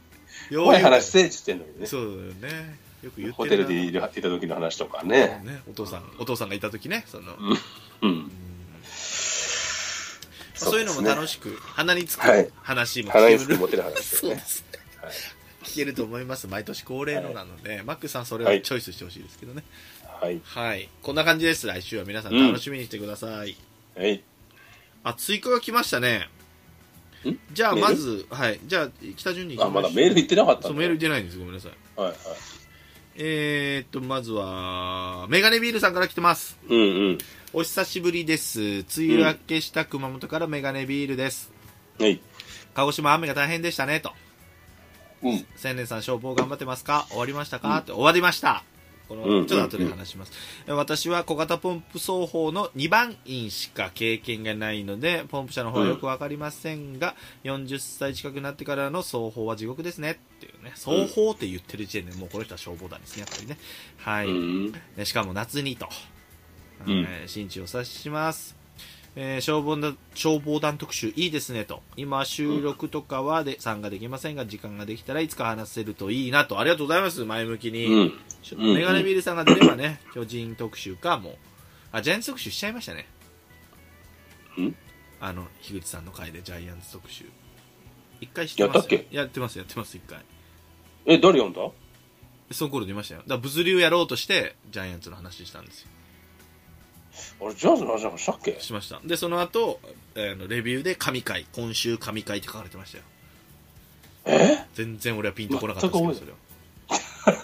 C: う
A: 怖い話
C: て
A: せえって言ってんのにね。
C: そうだよね。よく言ってるな
A: ホテルでいるいた時の話とかね。
C: ね、お父さん、お父さんがいた時ね、その、
A: うん。
C: そういうのも楽しく、鼻につ
A: は
C: く
A: い
C: 話も
A: 花に
C: 聞
A: つ
C: け
A: く
C: る
A: モテる話です
C: そうで
A: ね。
C: すね
A: はい。
C: 聞けると思います。毎年恒例のなので、マックさんそれ
A: は
C: を
A: い
C: チョイスしてほしいですけどね。
A: はい。
C: はい。こんな感じです。来週は皆さん楽しみにしてください。
A: はい。
C: あ、追加が来ましたね
A: ん。
C: じゃあ、
A: メール
C: まず、はい。じゃあ、北順に行
A: あ、
C: きま
A: ま
C: し
A: だ
C: ょう
A: メール言ってなかったんだ
C: そう、メール出ないんです。ごめんなさい。
A: はいはい。
C: えーっと、まずは、メガネビールさんから来てます。
A: うんうん。
C: お久しぶりです。梅雨明けした熊本からメガネビールです。
A: はい。
C: 鹿児島雨が大変でしたね、と。
A: うん。
C: 千年さん消防頑張ってますか終わりましたか、って終わりましたこの
A: うんうん
C: ちょっと後で話します、私は小型ポンプ奏法の2番員しか経験がないのでポンプ車の方はよく分かりませんが、40歳近くなってからの奏法は地獄ですねっていうね奏法って言ってる時点でもうこの人は消防団ですねやっぱりねはい、
A: うん。
C: ねしかも夏にと、
A: うん
C: えー心中お察しします、えー消防団消防団特集いいですねと今収録とかはで参加できませんが時間ができたらいつか話せるといいなとありがとうございます前向きに、
A: うん。
C: し
A: うん
C: メガネビールさんが出ればね巨人特集かもうあジャイアンツ特集しちゃいましたね
A: ん
C: あの樋口さんの回でジャイアンツ特集一回してますよ
A: やったっ
C: やってますやってます一回
A: え、誰読んだ
C: その頃出ましたよだから物流やろうとしてジャイアンツの話したんですよ
A: あれ、ジャンスの話なんかしたっけ
C: しましたでその後、えーあのレビューで神回今週神回って書かれてましたよ
A: え
C: 全然俺はピンとこなかったですけどそれははい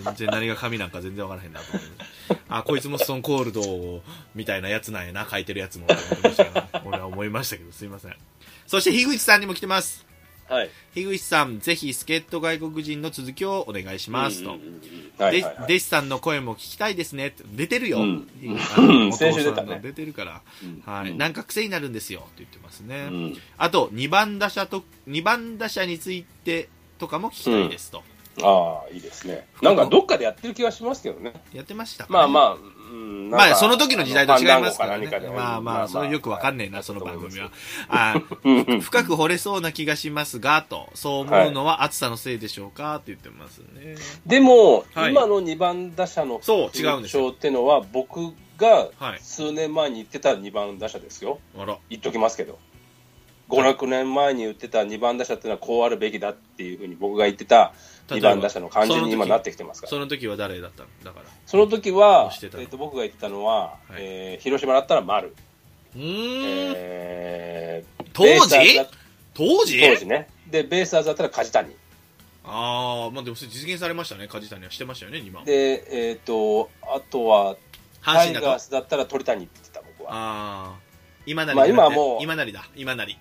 C: 全然何が神なんか全然わからへんなと思ってあこいつもストーンコールドをみたいなやつなんやな書いてるやつもと思ってましたけど俺は思いましたけどすいませんそして樋口さんにも来てます
A: はい。
C: 樋口さんぜひ助っ人外国人の続きをお願いしますと、
A: うんうんうんはいはい
C: で
A: はい。
C: 弟子さんの声も聞きたいですねって出てるよ、
A: うん
C: あの
A: うん 先週出たね
C: お父さんの出てるから、
A: うん
C: はい
A: うん
C: なんか癖になるんですよって言ってますね、
A: うん
C: あと2番打者と2番打者についてとかも聞きたいですと、
A: ああ、いいですね。なんかどっかでやってる気がしますけどね。
C: やってましたかね
A: まあまあ、うん、なん
C: ま
A: か
C: あその時の時代と違いますから
A: あの
C: ね
A: ファンダンゴか何かで
C: まあまあそれよくわかんねえなその番組は。あ
A: うんうん
C: 深く掘れそうな気がしますがとそう思うのは暑さのせいでしょうかって言ってますね、
A: でも、
C: はい
A: 今の2番打者の
C: そう違うんですよ
A: 風潮ってのは、僕が
C: はい
A: 数年前に言ってた2番打者ですよ。
C: あら
A: 言っときますけど。5、6年前に言ってた2番打者っていうのはこうあるべきだっていうふうに僕が言ってた2番打者の感じに今なってきてますから。
C: その時は誰だったのだから
A: その時は
C: 押し、てたの
A: えっと僕が言ってたのは、
C: い
A: えー広島だったら丸、
C: うーん、
A: えー
C: 当時
A: ベイスターズだ
C: 当時
A: 当時ねでベイスターズだったら梶谷
C: ああまあでもそれ実現されましたね梶谷はしてましたよね2番
A: で、えっとあとは
C: 阪
A: タイ
C: 神だ
A: ガー
C: と
A: スだったら鳥谷って言ってた僕は
C: ああ今なり
A: まあ
C: じゃなくて
A: 今はもう
C: 今なりだ今なり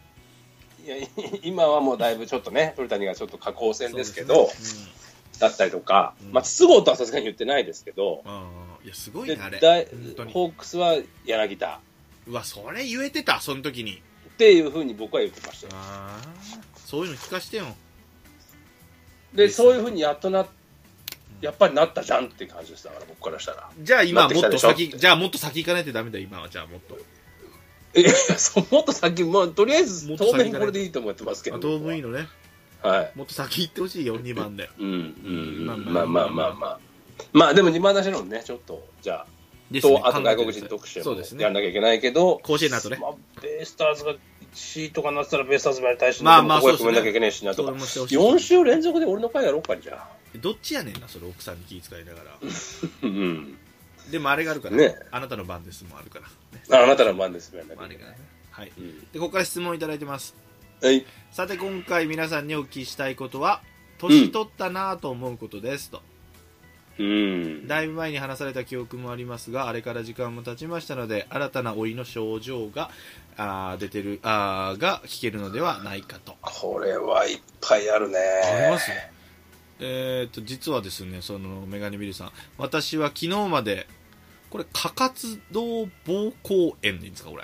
A: いやい 今はもうだいぶちょっとね鳥谷がちょっと下降戦ですけど
C: そうですね
A: だったりとか、
C: うん
A: まあ、筒香とはさすがに言ってないですけど
C: うん、あーいやすごい
A: で
C: ねあれ
A: だい
C: 本当に
A: ホークスは柳田
C: うわそれ言えてたその時に
A: っていうふうに僕は言ってましたよ
C: ああそういうの聞かしてよ
A: でそういうふうにやっとなやっぱりなったじゃんっていう感じですだから僕からしたら
C: じゃあ今はもっ
A: なって
C: と
A: きたでしょ
C: 先じゃあもっと先行かないとダメだよ今はじゃあもっと
A: いやそうもっと先、まあ、とりあえず
C: もっと先
A: 当面これでいいと思ってますけど。
C: あ当分いいのね
A: はい。
C: もっと先行ってほし いよ2番で
A: うん、うん、
C: ま
A: ま
C: あ
A: あ
C: ま
A: ま
C: あ
A: あまあまあ。まあ、でも2番出しのね、ちょっと、じゃあ、
C: ですね
A: と、あと外国人
C: 考えてください
A: 特集
C: そ
A: も
C: うです
A: やん
C: ね
A: なきゃいけないけど、
C: 甲子園の後ね
A: まあ、ベイスターズが1位とかなってたら、ベイスターズもやりたいし、
C: まあまあ
A: でもこ
C: そ
A: こへ
C: うです
A: 決めな
C: ね
A: きゃいけないしなと
C: そ
A: か
C: れ。もしてほしい
A: 4週連続で俺の回やろうか、じゃあ。
C: どっちやねんなそれ奥さんに気遣いながら
A: うん。
C: でもあれがあるから、
A: ね
C: あなたの番ですもあるから、ね
A: ああなたの番ですね。
C: あれがねはい
A: うん
C: でここから質問いただいてます、
A: はい。
C: さて今回皆さんにお聞きしたいことは年取ったなぁと思うことですと、
A: うん。
C: だいぶ前に話された記憶もありますがあれから時間も経ちましたので新たな老いの症状があー出てるあーが聞けるのではないかと
A: これはいっぱいあるね。
C: ありますねえー、と実はですねそのメガネビリーさん私は昨日までこれ過活動膀胱炎でいいんですかこれ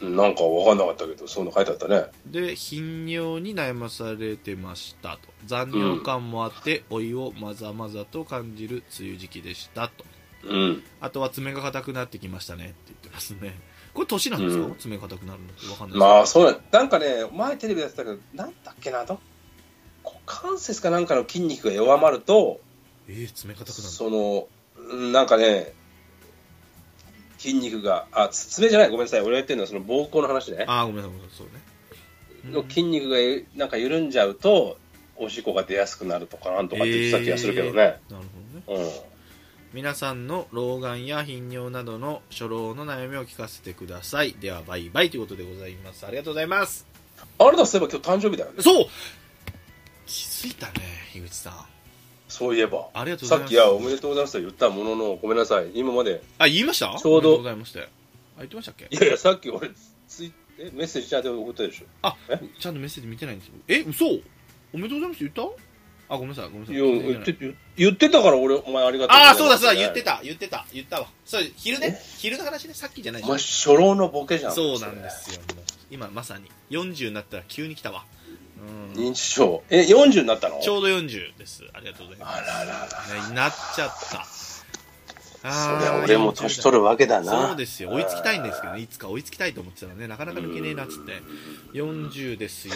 A: なんかわかんなかったけど、そういうの書いてあったね。
C: で頻尿に悩まされてましたと残尿感もあって、老いをまざまざと感じる梅雨時期でしたと
A: うん。
C: あとは爪が硬くなってきましたねって言ってますねこれ年なんですか、
A: うん
C: 爪が硬くなるのってわかんないです
A: まあ、そうなんなんかね、前テレビでやってたけど、なんだっけな、ど股関節かなんかの筋肉が弱まると、
C: えー、爪硬くなる
A: その、うんなんかね、筋肉が、あ、つ爪じゃない、ごめんなさい、俺が言ってるのはその膀胱の話ね。
C: ああーごめんなさいごめんなさいそうね
A: の筋肉がゆなんか緩んじゃうと、おしっこが出やすくなるとかなんとかって言ってた気がするけどね。
C: うんなるほど
A: う
C: ね
A: ん。
C: 皆さんの老眼や頻尿などの初老の悩みを聞かせてくださいではバイバイということでございますありがとうございます
A: あなたそういえば今日誕生日だよね。
C: そう気づいたね樋口さん
A: そういえば。
C: ありがとうござ
A: さ
C: いま
A: っ
C: す
A: き、いや、おめでとうございますと言ったものの、ごめんなさい。今まで、
C: あ言いました
A: ちょうど
C: ありがとございましたよあ言ってましたっけ
A: いやいや、さっき俺、ツイえメッセージチャートで送ったでしょ。
C: ちゃんとメッセージ見てないんですよえ嘘おめでとうございます言ったあごめんなさいごめんなさい
A: いや
C: 全然
A: 言
C: な
A: っ
C: い
A: て言言ってたから俺、お前ありがとうござい
C: あ
A: ま
C: あ
A: す。
C: そうだそうだ言って。た言ってた言ったわそう昼ね昼の話ねさっきじゃない
A: お前、初老のボケじゃん。
C: そうなんで。すよもう今まさに40になったら急に来たわうん
A: 認知症。え、40になったの
C: ちょうど40です。ありがとうございま
A: あららら。
C: す。ねなっちゃった。
A: そ
C: あ
A: り
C: ー
A: ゃ俺も年取るわけだな。
C: そうですよ。追いつきたいんですけどね。いつか追いつきたいと思ってたらね、なかなか抜けねえなっつって。40ですよ。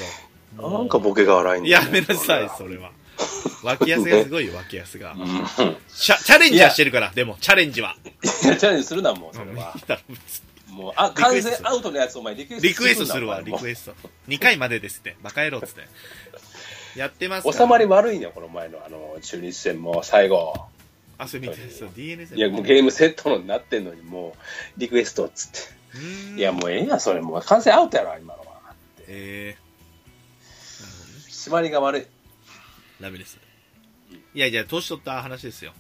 A: なんかボケが荒いんだよ
C: や
A: ね
C: めなさい、それは。脇安がすごいよ、脇安が
A: う。ん
C: チャチャレンジはしてるから、でも、チャレンジは。
A: いやチャレンジするな、もう、それ
C: うんいい
A: は。
C: だろ別
A: もう、あ、
C: リク
A: 完
C: エスト
A: 全アウトのやつ、お前、リクエスト
C: に リクエストす るわ、リク
A: エ
C: エスト。2回までですって。バカ野郎っつって。やってますから
A: 収まり悪いね、この前の、あの、中日戦も、最後。
C: あ、それ見て、そう、DNA
A: いや、もうゲームセットのになってんのに、もう、リクエストっつっ
C: うーん
A: て。いや、もうええやん、それ、もう、完全アウトやろ、今のは。
C: えーなるほどね
A: 締まりが悪い。
C: ダメですいやいや年取った話ですよ、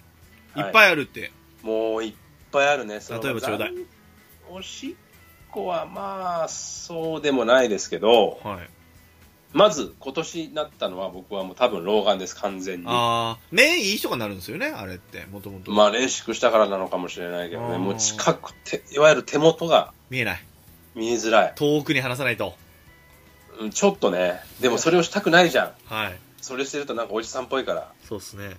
A: はい
C: い、っぱいあるって
A: もう、いっぱいあるね、その
C: 例えばちょうだい。
A: おしっこは、まあ、そうでもないですけど、
C: はい
A: まず、今年なったのは、僕はもう、多分、老眼です、完全に。
C: ああ目いい人がなるんですよねあれってもともと
A: まあ、レーシックしたからなのかもしれないけど
C: あ
A: ね、
C: ー
A: もう近くて、いわゆる手元が
C: 見えない
A: 見えづらい。
C: 遠くに離さないと
A: うん、ちょっとね、でもそれをしたくないじゃん。
C: はい
A: それしてるとなんかおじさんっぽいから。
C: そうっすね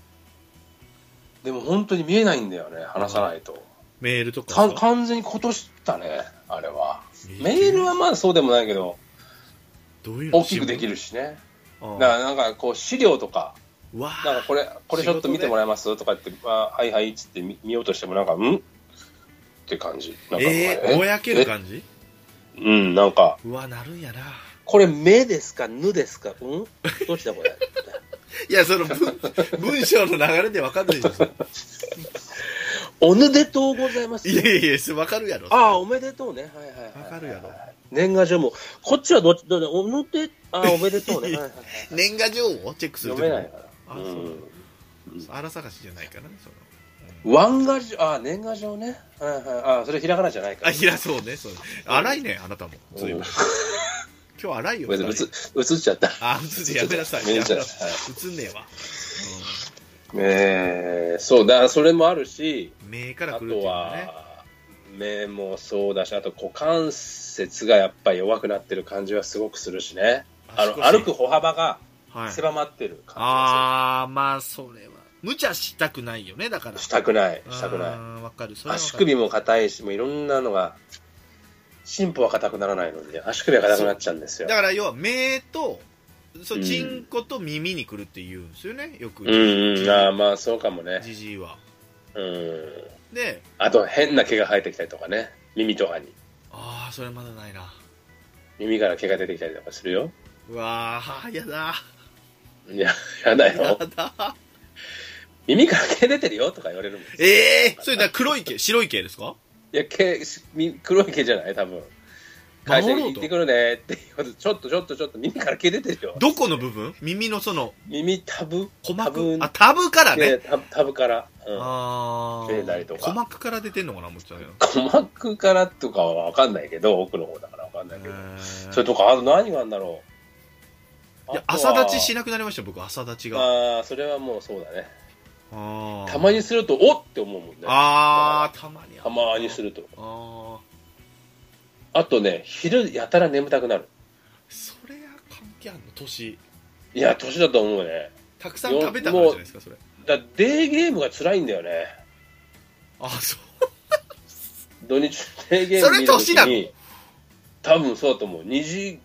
A: でも本当に見えないんだよね、話さないと。
C: メールとか
A: か
C: ですか
A: 完全に今年だね、あれは。メ
C: え
A: ールはまあそうでもないけど、
C: どういうの
A: 大きくできるしね。
C: 新聞
A: だ
C: あー
A: からなんかこう資料とか、
C: うわー
A: なんかこれ、これちょっと見てもらえますとかって、あはいはいっつって見見ようとしてもなんか、んって感じ。なんか
C: えー、ぼやける感じ
A: うん、なんか、
C: うわなるんやな
A: これ目ですか、ぬですか、んどっちだこれ。
C: いやその文文章の流れでわかんないでしょ
A: おめでとうございます。
C: いやいやいやわかるやろ
A: ああ、おめでとうね。はいはい、はい。
C: わかるやろ
A: 年賀状も、こっちはどっち、どれおので、ああ、おめで とうね。はいはいはい
C: 年賀状をチェックする
A: 読
C: 時
A: めないから。
C: あそう荒探しじゃないかなその
A: うん。ワンガジああ、年賀状ね。はいはい。ああ、それひらがなじゃないから。
C: あ、いや、そうね、そうね。荒いね、あなたも。ずいぶん。今日荒いよ
A: ごめ、んな
C: 二
A: さい
C: 人
A: うつ、うつっちゃった。
C: あ、うつでやめなさい。
A: ごめん
C: や
A: なさ
C: め
A: いは
C: な
A: い
C: さい。うつんねえわ。
A: えー、そうだ、それもあるし、
C: うん目から
A: あ
C: くるってい
A: と
C: うのはね。
A: は、目もそうだし、あと股関節がやっぱり弱くなってる感じはすごくするしね。あの、
C: 少し
A: 歩く歩幅が
C: はい。
A: 狭まってる感じが
C: あー、まあ、それは。無茶したくないよね、だから。
A: する。したくない、したくない
C: あ。ーわかる。それはわかる
A: 足首も硬いし、もういろんなのが、進歩は硬くならないので、足首は硬くなっちゃうんですよ
C: だ。から、要は、目と、そうう、
A: ん
C: チンコと耳にくるって言うんですよね、よく。
A: うんうん、ああまあそうかもね。
C: じじいは。
A: うん。
C: で、
A: あと、変な毛が生えてきたりとかね。耳とかに。
C: あー、それまだないな。
A: 耳から毛が出てきたりとかするよ。
C: うわー、やだ
A: いや、やだ
C: ー。や
A: よ。
C: だー。
A: 耳から毛出てるよとか言われるもん。い
C: ええー、それ、だから黒い毛、白い毛ですか
A: や、毛、み黒い毛じゃない多分。会社
C: 守ろ
A: に行
C: うと
A: ってくるねって言われて、ちょっとちょっとちょっと耳から毛出てるよ。
C: どこの部分耳のその
A: 耳タブ
C: 鼓
A: タブ
C: 膜あ、タブからね。
A: でタブタブから。うん
C: あ
A: 出たりと
C: ー
A: か
C: 鼓膜から出てんのかな思ってたけど。
A: 鼓膜からとかはわかんないけど、奥の方だからわかんないけど。
C: へー
A: それとか、あと何があるんだろう。
C: いや
A: あと
C: 朝
A: は
C: 立ちしなくなりました僕朝立ちが
A: ああ、それはもうそうだね。
C: あー
A: たまにすると、おっって思うもんね。
C: あーたまに
A: たまにすると。
C: ああ
A: あとね、昼やたら眠たくなる。
C: それは関係あるの年
A: いや、年だと思うね。
C: たくさん食べたからじゃないですかそれ
A: だからデーゲームが辛いんだよね。
C: あそう
A: 土日デーゲーム見るとき
C: それ年なの
A: に、多分そうだと思う。2時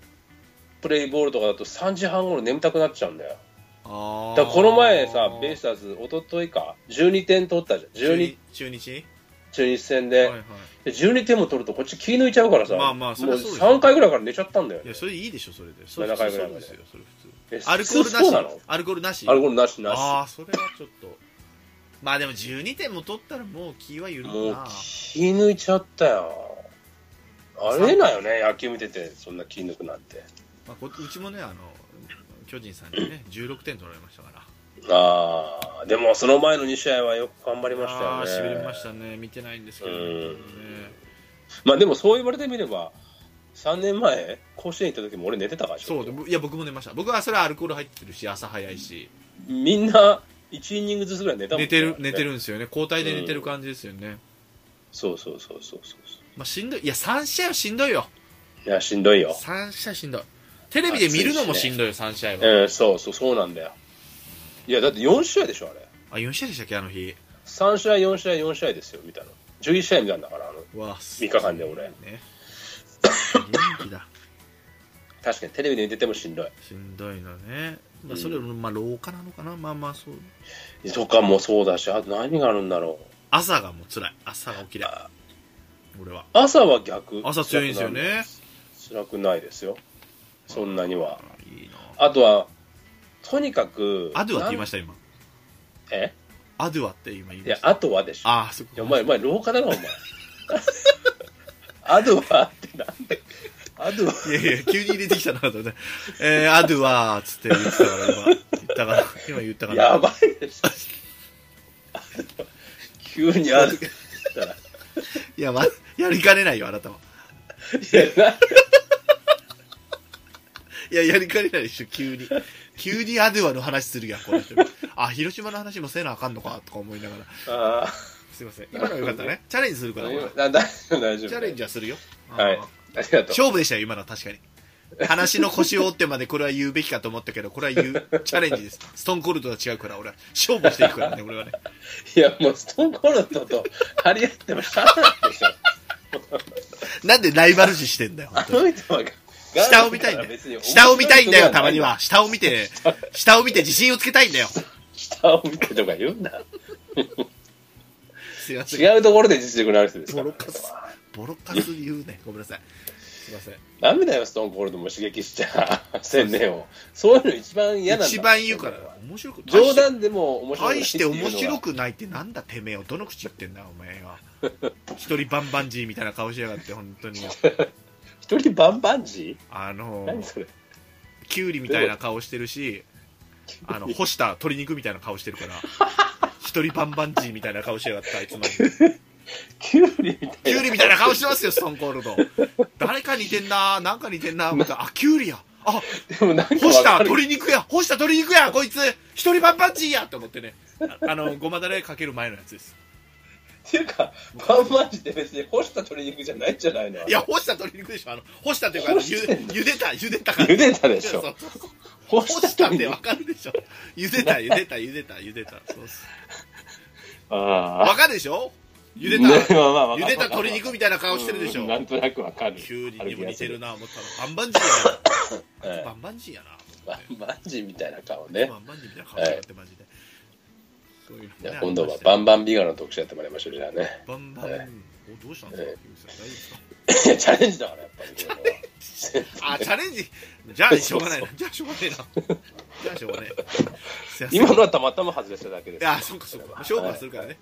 A: プレイボールとかだと3時半頃眠たくなっちゃうんだよ。
C: あ
A: だからこの前さ、ベイスターズ、一昨日か、12点取ったじゃん。12、
C: 中日
A: 中日戦
C: はい
A: で。
C: はい
A: で12点も取るとこっち気抜いちゃうからさ、
C: まあまあそ
A: も
C: れ
A: う
C: はそうですよ
A: 3回ぐらいから寝ちゃったんだよ
C: い
A: ね
C: や。それいいでしょそれでそれ
A: 7
C: そ
A: 回
C: れそ
A: ぐら
C: う
A: いま
C: で
A: で
C: それ普
A: え
C: 通アルコールな
A: そうな
C: し
A: の
C: アルコールなし
A: アルコールなしなし。
C: ああそれはちょっとまあでも12点も取ったらもう気は緩
A: も
C: む
A: う
C: な
A: 気抜いちゃったよ。あれだよね、野球見てて、そんな気抜くなんて。
C: まあ、こうちもねあの巨人さんにね16点取られましたから
A: ああ、でもその前の2試合はよく頑張りました
C: ああしび
A: よ
C: れ
A: ね。
C: ましたね見てないんですけど、
A: うん
C: ね
A: まあでもそう言われてみれば、3年前、甲子園行った時も俺寝てたから、ちょ
C: そ
A: っ
C: う
A: と
C: でもいや僕も寝ました僕はそれはアルコール入ってるし朝早いし
A: みんな1イニングずつぐらい寝たもん
C: 寝
A: ね
C: てる寝て。るんですよね交代で寝てる感じですよね、
A: そうそうそうそうそう。
C: まあ、しんどいいや3試合はしんどいよ
A: いや、しんどいよ。
C: 3試合しんどいテレビで見るのもしんどいよ3試合は、
A: うん、そうそう、そうなんだよ。いや、だって4試合でしょ、あれ。
C: あ4試合でしたっけあの日
A: 3試合、4試合、4試合ですよ、見たの。11試合見たんだから、あの
C: わ
A: 3日間で俺。
C: ね元気だ
A: 確かにテレビで見ててもしんどい。
C: しんどいのね、まあ、それ、まあ老化なのかなまあまあそう
A: とかもそうだし、あと何があるんだろう。
C: 朝がもう辛い朝が起きれい俺は
A: 朝は逆。
C: 朝強いんですよね
A: 辛くないですよ。そんなには。
C: いいな
A: あとは、とにかく、
C: アドゥアって言いま
A: し
C: した今
A: たえ
C: アドゥアって今言い
A: い
C: ま
A: や
C: し、た
A: あとはでしょ。
C: ああそ
A: いや、お
C: こ
A: 前、お前、廊下だな、お前。 アドはってなんで、アドはい
C: やいや急に入れてきたなと思ってえー、アドゥアーっつって言ってたから今言ったから今言ったから
A: やばいでしょ。急にアドゥしたら。
C: いや、ま、やりかねないよあなたはい
A: や、なん
C: いややりかねないでしょ急に急にアドゥアの話するやんこの人あ広島の話もせなあかんのかとか思いながら
A: あ
C: すいません今のはよかったねチャレンジするから俺は
A: ーあ、大丈夫、大丈夫。
C: チャレンジはするよ
A: はい
C: あー。
A: ありがとう。
C: 勝負でしたよ今のは確かに話の腰を折ってまでこれは言うべきかと思ったけどこれは言うチャレンジですストーンコールドとは違うから俺は勝負していくからね俺はね
A: いや、もう、ストーンコールドと張り合ってもしゃあないでしょ。
C: なんでライバル視してんだよ、本
A: あ
C: 当に
A: の人は、
C: 下を見たいんだよ
A: 別に。面白
C: 下を見たいんだよ、
A: 人で
C: た
A: な
C: まに。は。下を見て、下を見て自信をつけたいんだよ。
A: 下を見てとか言うな。
C: すいません。
A: 違うところで実力のある人ですか
C: ボ
A: ら
C: ロ。カス、ボロカス言うね。ごめんなさい。すいません。
A: ダメだよ、ストーンコールドも刺激しちゃ、千年を。そういうの一番嫌なんだ。
C: 一番言うから、面白く
A: 冗談でも面白い。
C: 愛して面白
A: く。
C: くないってなんだてめえをどの口言ってんだお前は一人バンバンジーみたいな顔しやがって本当に
A: 一人バンバンジ
C: あの
A: ー何それ。
C: キュウリみたいな顔してるしあの干した鶏肉みたいな顔してる から一人バンバンジーみたいな顔しやがったあいつまで
A: キュウリみた
C: キ
A: い
C: ュ
A: な。
C: ウリみたいな顔してますよ、ストーンコールド。誰か似てんな、なんか似てんな、思ったあ、キュウリや。あ、
A: でもなんか
C: 干し
A: わ
C: た
A: かる
C: 鶏肉や。干した鶏肉や、こいつ。一人バンバンジーやと思ってね。ああの、ごまだれかける前のやつです。
A: っていうか、バンバンジーって別に干した鶏肉じゃないんじゃないの
C: いや、、干した鶏肉でしょ。あの、干したというか、あの
A: 干
C: ゆ
A: してんの
C: ゆでた、ゆでたから。
A: 茹でたでし
C: そ
A: ょ
C: う。そうそう
A: 干
C: 干したって
A: 肉
C: わかるでしょ。ゆでた、ゆでた、ゆでた、ゆでた。そうっす
A: あ
C: わ
A: あ。
C: かるでしょゆで
A: ね
C: た、
A: まあまあわか
C: ゆ
A: る
C: でた鶏肉みたいな顔してるでしょ
A: うん。なんとなくわかる。
C: キュウリにも似てる
A: な。
C: な、思ったら。バンバンジーやな。バ
A: え
C: ンバンジーやな。
A: えバンバンジーみたいな顔ね。
C: バンバンジーみたいな顔しやがって、マジで。そういうのね
A: じゃあ今度はバン
C: あ
A: バンビガの特集やってもらいましょう、じゃあね。
C: りましたよバンバン。お、どうしたんですかキムさん大丈夫ですか
A: いやチャレンジだから、やっぱりこれ は。
C: あ、チャレンジ。じゃあ、しょうがな いな。じゃあ、しょうがないな。じゃあ、しょうがない。すいません
A: 今のはたまたま外れしただけです。
C: あ、そうか、そうか。勝負はするからね。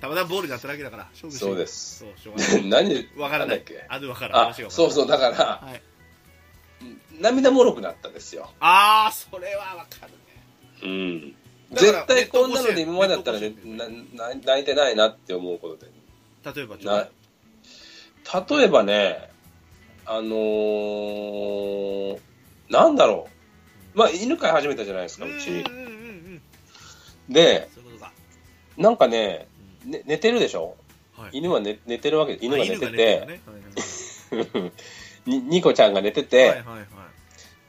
C: たまたまボールがあっただけだから、勝負しよ
A: そうです
C: そう、しょう がない。
A: 何
C: わか
A: な
C: らな
A: んだっ
C: い
A: け。
C: あ、でわからん。
A: あ
C: 話がわから
A: そ
C: ん
A: うそう、だから、
C: はい。
A: 涙もろくなったですよ。
C: あー、それはわかるね。
A: うん。
C: だから
A: 絶対こんなので
C: ネット甲子園
A: 今までだったらね、
C: ネット
A: なな泣いてないなって思うことで。
C: 例えば、ちょっ
A: な
C: と。
A: 例えばね、あのー、なんだろう。まあ、犬飼い始めたじゃないですか、
C: う
A: うん
C: うん
A: ち。
C: うんうん。
A: で、
C: そういうことだ。
A: なんかね、
C: う
A: ね寝てるでしょ
C: んはい
A: 犬は寝寝てるわけ犬が
C: あ
A: 寝てて、
C: るねはいはい
A: にニコちゃんが寝て
C: はい
A: て、
C: はいはい。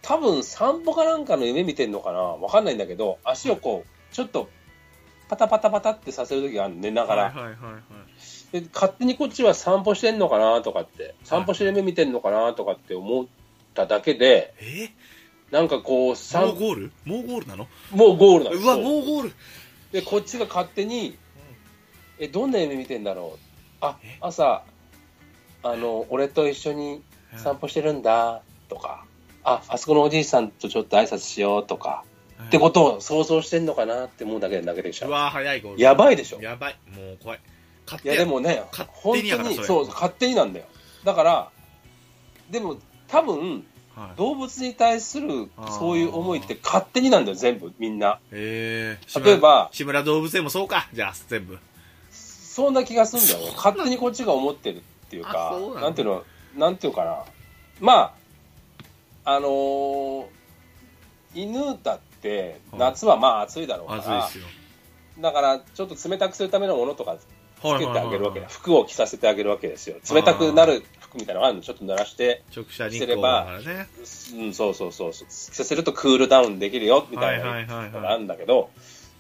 A: 多分散歩かなんかの夢見てんのかなわかんないんだけど、足をこう、ちょっと、パタパタパタってさせる時があるの寝ながら
C: はい。はいはいはい。
A: で勝手にこっちは散歩してんのかなとかって散歩してる夢見てんのかなとかって思っただけで
C: え
A: なんかこう
C: ー、もう
A: 散
C: ゴールもうゴールなの
A: もうゴールなんです
C: うわ、
A: そう
C: もうゴール
A: でこっちが勝手にえどんな夢見てんだろうあ
C: え
A: 朝あの俺と一緒に散歩してるんだとかああそこのおじいさんとちょっと挨拶しようとか
C: はい
A: ってことを想像してんのかなって思うだけで投げてきちゃ
C: う
A: う
C: わ、早いゴール。
A: やばいでしょ
C: やばい。もう怖い。勝
A: い
C: 手
A: やでもね、
C: 勝
A: 本
C: 手にや
A: 当
C: から
A: に
C: それ
A: そう勝手になんだよ。だから、でも多分
C: はい
A: 動物に対する
C: あー
A: そういう思いって勝手になんだよ、全部みんな。
C: えー、志村
A: 例えば、
C: 志村動物園もそうか。じゃあ、全部。
A: そんな気がするんだよね
C: そうな ん。だ
A: 勝手にこっちが思ってるっていう
C: あ
A: か
C: そうな、んだ
A: なんていうの、なんていうかな。まあ、あのー犬だって
C: はい
A: 夏はまあ暑いだろうか
C: あ、そう
A: ら、
C: ですよ。
A: だからちょっと冷たくするためのものとかつ
C: は
A: けてあげるわけ
C: だ
A: だ。服を着させてあげるわけですよ。冷たくなる服みたいなのあるのちょっと濡らして、
C: 直射
A: す
C: 日光
A: れ
C: だ
A: ば
C: からね。
A: うん、そうそうそうそう。させるとクールダウンできるよ、みたい
C: は
A: ない
C: はいはいはい
A: のがあるんだけど、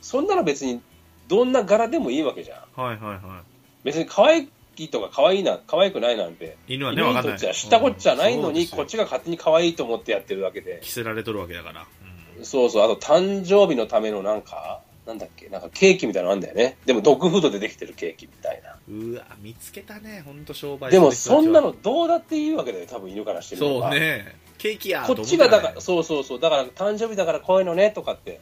A: そんなの別に、どんな柄でもいいわけじゃん。
C: はいはいは
A: 別に可愛いとか可愛いな、可愛くないなんて、
C: い。犬はね、
A: 犬
C: わ
A: に
C: かん
A: と
C: な
A: っ
C: い。
A: ちは知ったこっちゃないの
C: うん
A: に、こっ。ちが勝手に可愛いと思ってやってるわけで
C: 着。せられとるわけだから。うん
A: そうそう、あと誕生日のためのなんか、なんだっけ、なんかケーキみたいなのあるんだよね。でもドッグフードでできてるケーキみたいな。
C: うわ、見つけたね。ほんと商売
A: でも
C: す
A: そ
C: る人たちは
A: んなのどうだっていいわけだよ、多分犬からしてるの
C: そ
A: は
C: う。ね。ケーキや
A: こっちがだから、
C: と
A: そうそうそう、だから誕生日だからこういうのね、とかって。
C: 思
A: 今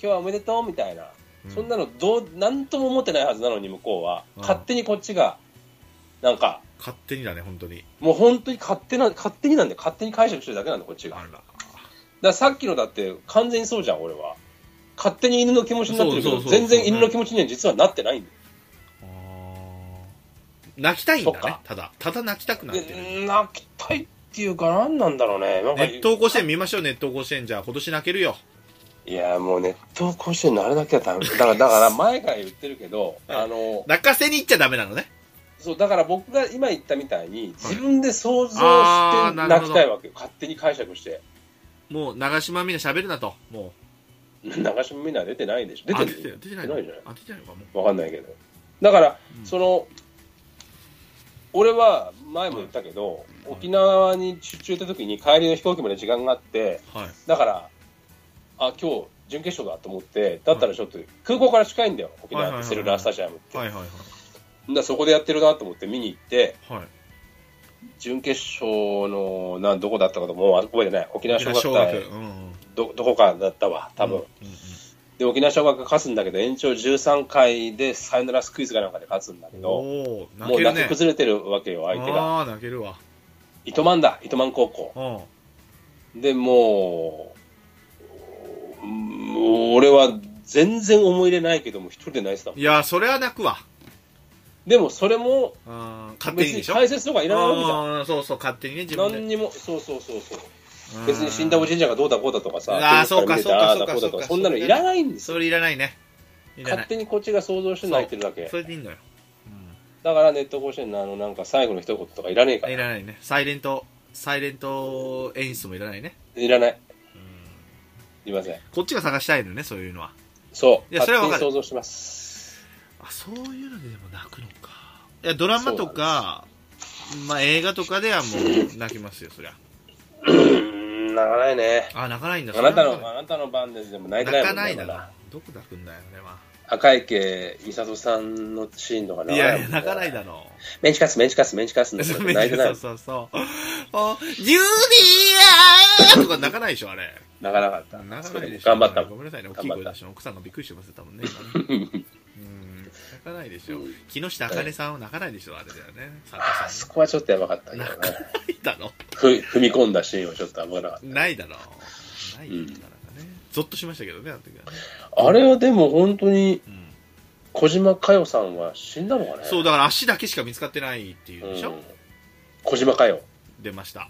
A: 日はおめでとうみたいな、
C: う
A: そんなのどう何とも思ってないはずなのに向こうは、
C: うん
A: 勝手にこっちがなんか
C: 勝手にだね、本当に。
A: もう本当に勝手な勝手になんで勝手に解釈してるだけなんだこっちが
C: あ。
A: だかららさっきのだって完全にそうじゃん俺は勝手に犬の気持ちになってるけ
C: そ
A: ど
C: うそうそう
A: 全然犬の気持ちには実はなってないんだよ
C: あー泣きたいん
A: そ
C: だ
A: っ
C: ね
A: か。
C: ただ、ただ泣きたくなってる。
A: で泣きたいっていうか何なんだろうねなんか
C: 熱湯甲子園見ましょう、熱湯甲子園。じゃあ、今年泣けるよ。
A: いやもうネット甲子園なれなきゃダメだ からだから前から言ってるけど
C: はい
A: あの
C: 泣かせに行っちゃダメなのね。
A: そう、だから僕が今言ったみたいに、自分で想像
C: あ
A: し
C: ー
A: て
C: なるほ
A: 泣
C: ど
A: きたいわけよ。勝手に解釈して。
C: もう、長島みんな喋るなと。も
A: 長島みんな出てないでしょ。
C: う。
A: 出て
C: あ
A: る
C: 出てる出てない
A: 出てな
C: の
A: いじゃない
C: あ、出てないのか、もう。
A: わかんないけど。だから、
C: うん
A: その、俺は前も言ったけど、
C: うん
A: 沖縄に出張行った時に帰りの飛行機まで時間があって、
C: はい。
A: だから、あ、今日準決勝だと思って、だったらちょっと空港から近いんだよ。沖
C: はい
A: 縄
C: は
A: っ
C: いは
A: て
C: い
A: セルラースタジアムって。
C: はいはいはい。
A: だそこでやってるなと思って見に行って、
C: はい。
A: 準決勝の、な、どこだったかともう覚えてない。沖縄
C: 沖
A: 小
C: 縄
A: 学
C: 小学。
A: 校
C: うんうん。
A: ど、どこかだったわ、多分。
C: うんうん
A: で、沖縄小学が勝つんだけど、延長13回でサヨナラスクイズかなんかで勝つんだけ
C: うん。
A: ど、
C: おー、泣
A: もう
C: ける
A: 泣き
C: ね。
A: 崩れてるわけよ、相手が。
C: ああー、泣けるわ。
A: 糸満だ、糸満高校。
C: うん。
A: で、もう、うん俺は全然思い入れないけども、一人で泣いてたもん
C: いや、それは泣くわ。
A: でも、それも、
C: うん勝手
A: 別
C: に
A: に
C: でしょ
A: 解説とかいらないわけじゃん。
C: うんそうそう、勝手にね、自分で
A: 何。にも、そうそうそうそう。
C: うん
A: 別に死んだお神社がどうだこうだとかさ、
C: あーそうか
A: 天国ら見
C: そ
A: てあーだ
C: うか
A: こうだ
C: そう
A: と
C: かそうか
A: か、そんなのいらないんですよ。
C: それいらないね。いらな
A: 勝
C: い。
A: 手にこっちが想像して泣いてるだけ
C: そ。れでいいのよ。
A: だから、ネット甲子園のあの、なんか最後の一言とかいらねえか
C: い
A: ら。
C: らないね。サイレント、サイレント演出もいらないね。
A: いらない。
C: うん
A: いりません。
C: こっちが探したいのね、そういうのは。
A: そう。
C: いやそれはわか
A: 勝
C: る
A: 手に想像してます。
C: あ、そういうのででも泣くのか。いや、ドラマとか、まあ映画とかではもう泣きますよ、そりゃ。
A: うーん、泣かないね。
C: あ、泣かないんだ、
A: あなた
C: それ
A: の、
C: は
A: あなたの番ですでも泣いて
C: 泣
A: ないも
C: か
A: ん
C: ないだ
A: ま
C: ろ
A: だ。
C: どこ泣くんだよ、ねは。
A: 赤池美里さんのシーンとか
C: いやいや、泣かない
A: だ。
C: だろう。
A: メンチカツ、メンチカツ、メンチカツのと
C: そ
A: こ
C: う
A: 泣いてない。
C: そうそう そう。あジューディーとか泣かないでしょ、あれ。
A: 泣かなかった。
C: 泣かないでしょ。
A: 頑張ったも
C: ご
A: ん。
C: めんなさいね、
A: 頑
C: 大
A: 張った
C: きい声出したの。奥さんがびっくりしてますよ、多分ね。今ねうん。泣かないでしょ
A: うん
C: 木下茜さんは泣かないでしょあれだよねサン
A: あ
C: タさ
A: そこはちょっとやばかったけどね
C: 泣。かないだろ
A: ふ踏み込んだシーンはちょっと危なかった。
C: ないだろないなかなかねゾッとしましたけどねあの時はね
A: あれはでも本当に、
C: うん
A: 小島佳代さんは死んだのかね
C: そうだから足だけしか見つかってないっていう
A: うん
C: でしょ
A: 小島佳代。
C: 出ました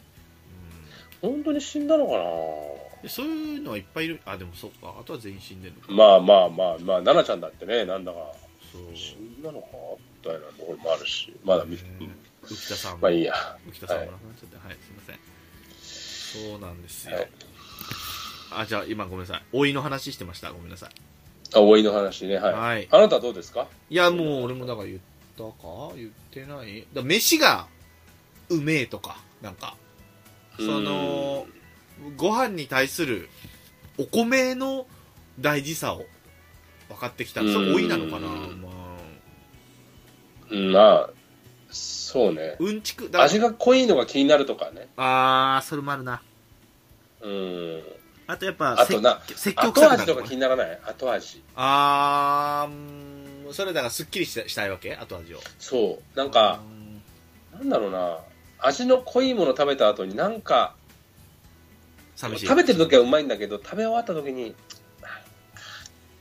A: 本当に死んだのかな
C: うんでそういうのはいっぱいいるあでもそっかあとは全員死んでるのか
A: まあまあまあまあ、奈々ちゃんだってね、なんだか、
C: そう
A: 死んだのかみたいなところもあるし、まだ見、
C: ね浮田さんも
A: まあいいや。
C: 浮田さんも亡くなっちゃってはい、すいませんそうなんですよ、
A: はい
C: あじゃあ今ごめんなさい老いの話してましたごめんなさい
A: あ、おいの話ね、はい。
C: はい
A: あなたはどうですか
C: いやもう俺もだから言ったか言ってないだから飯がうめえとかなんかそのご飯に対するお米の大事さを分かってきたそれ
A: うん
C: 老いなのかなまあ
A: うん、まあ、そうね。
C: うんちくだ
A: 味が濃いのが気になるとかね。
C: ああそれもあるな
A: うん。
C: あとやっぱ
A: あとな
C: せ積極
A: 後
C: さ
A: 味とか気にならない後味。
C: あーうんそれだからすっきりしたしたいわけ後味を
A: そう。なんか、なんだろうな。味の濃いもの食べた後になんか、
C: 寂しい
A: 食べてる時はうまいんだけど、食べ終わった時に、あ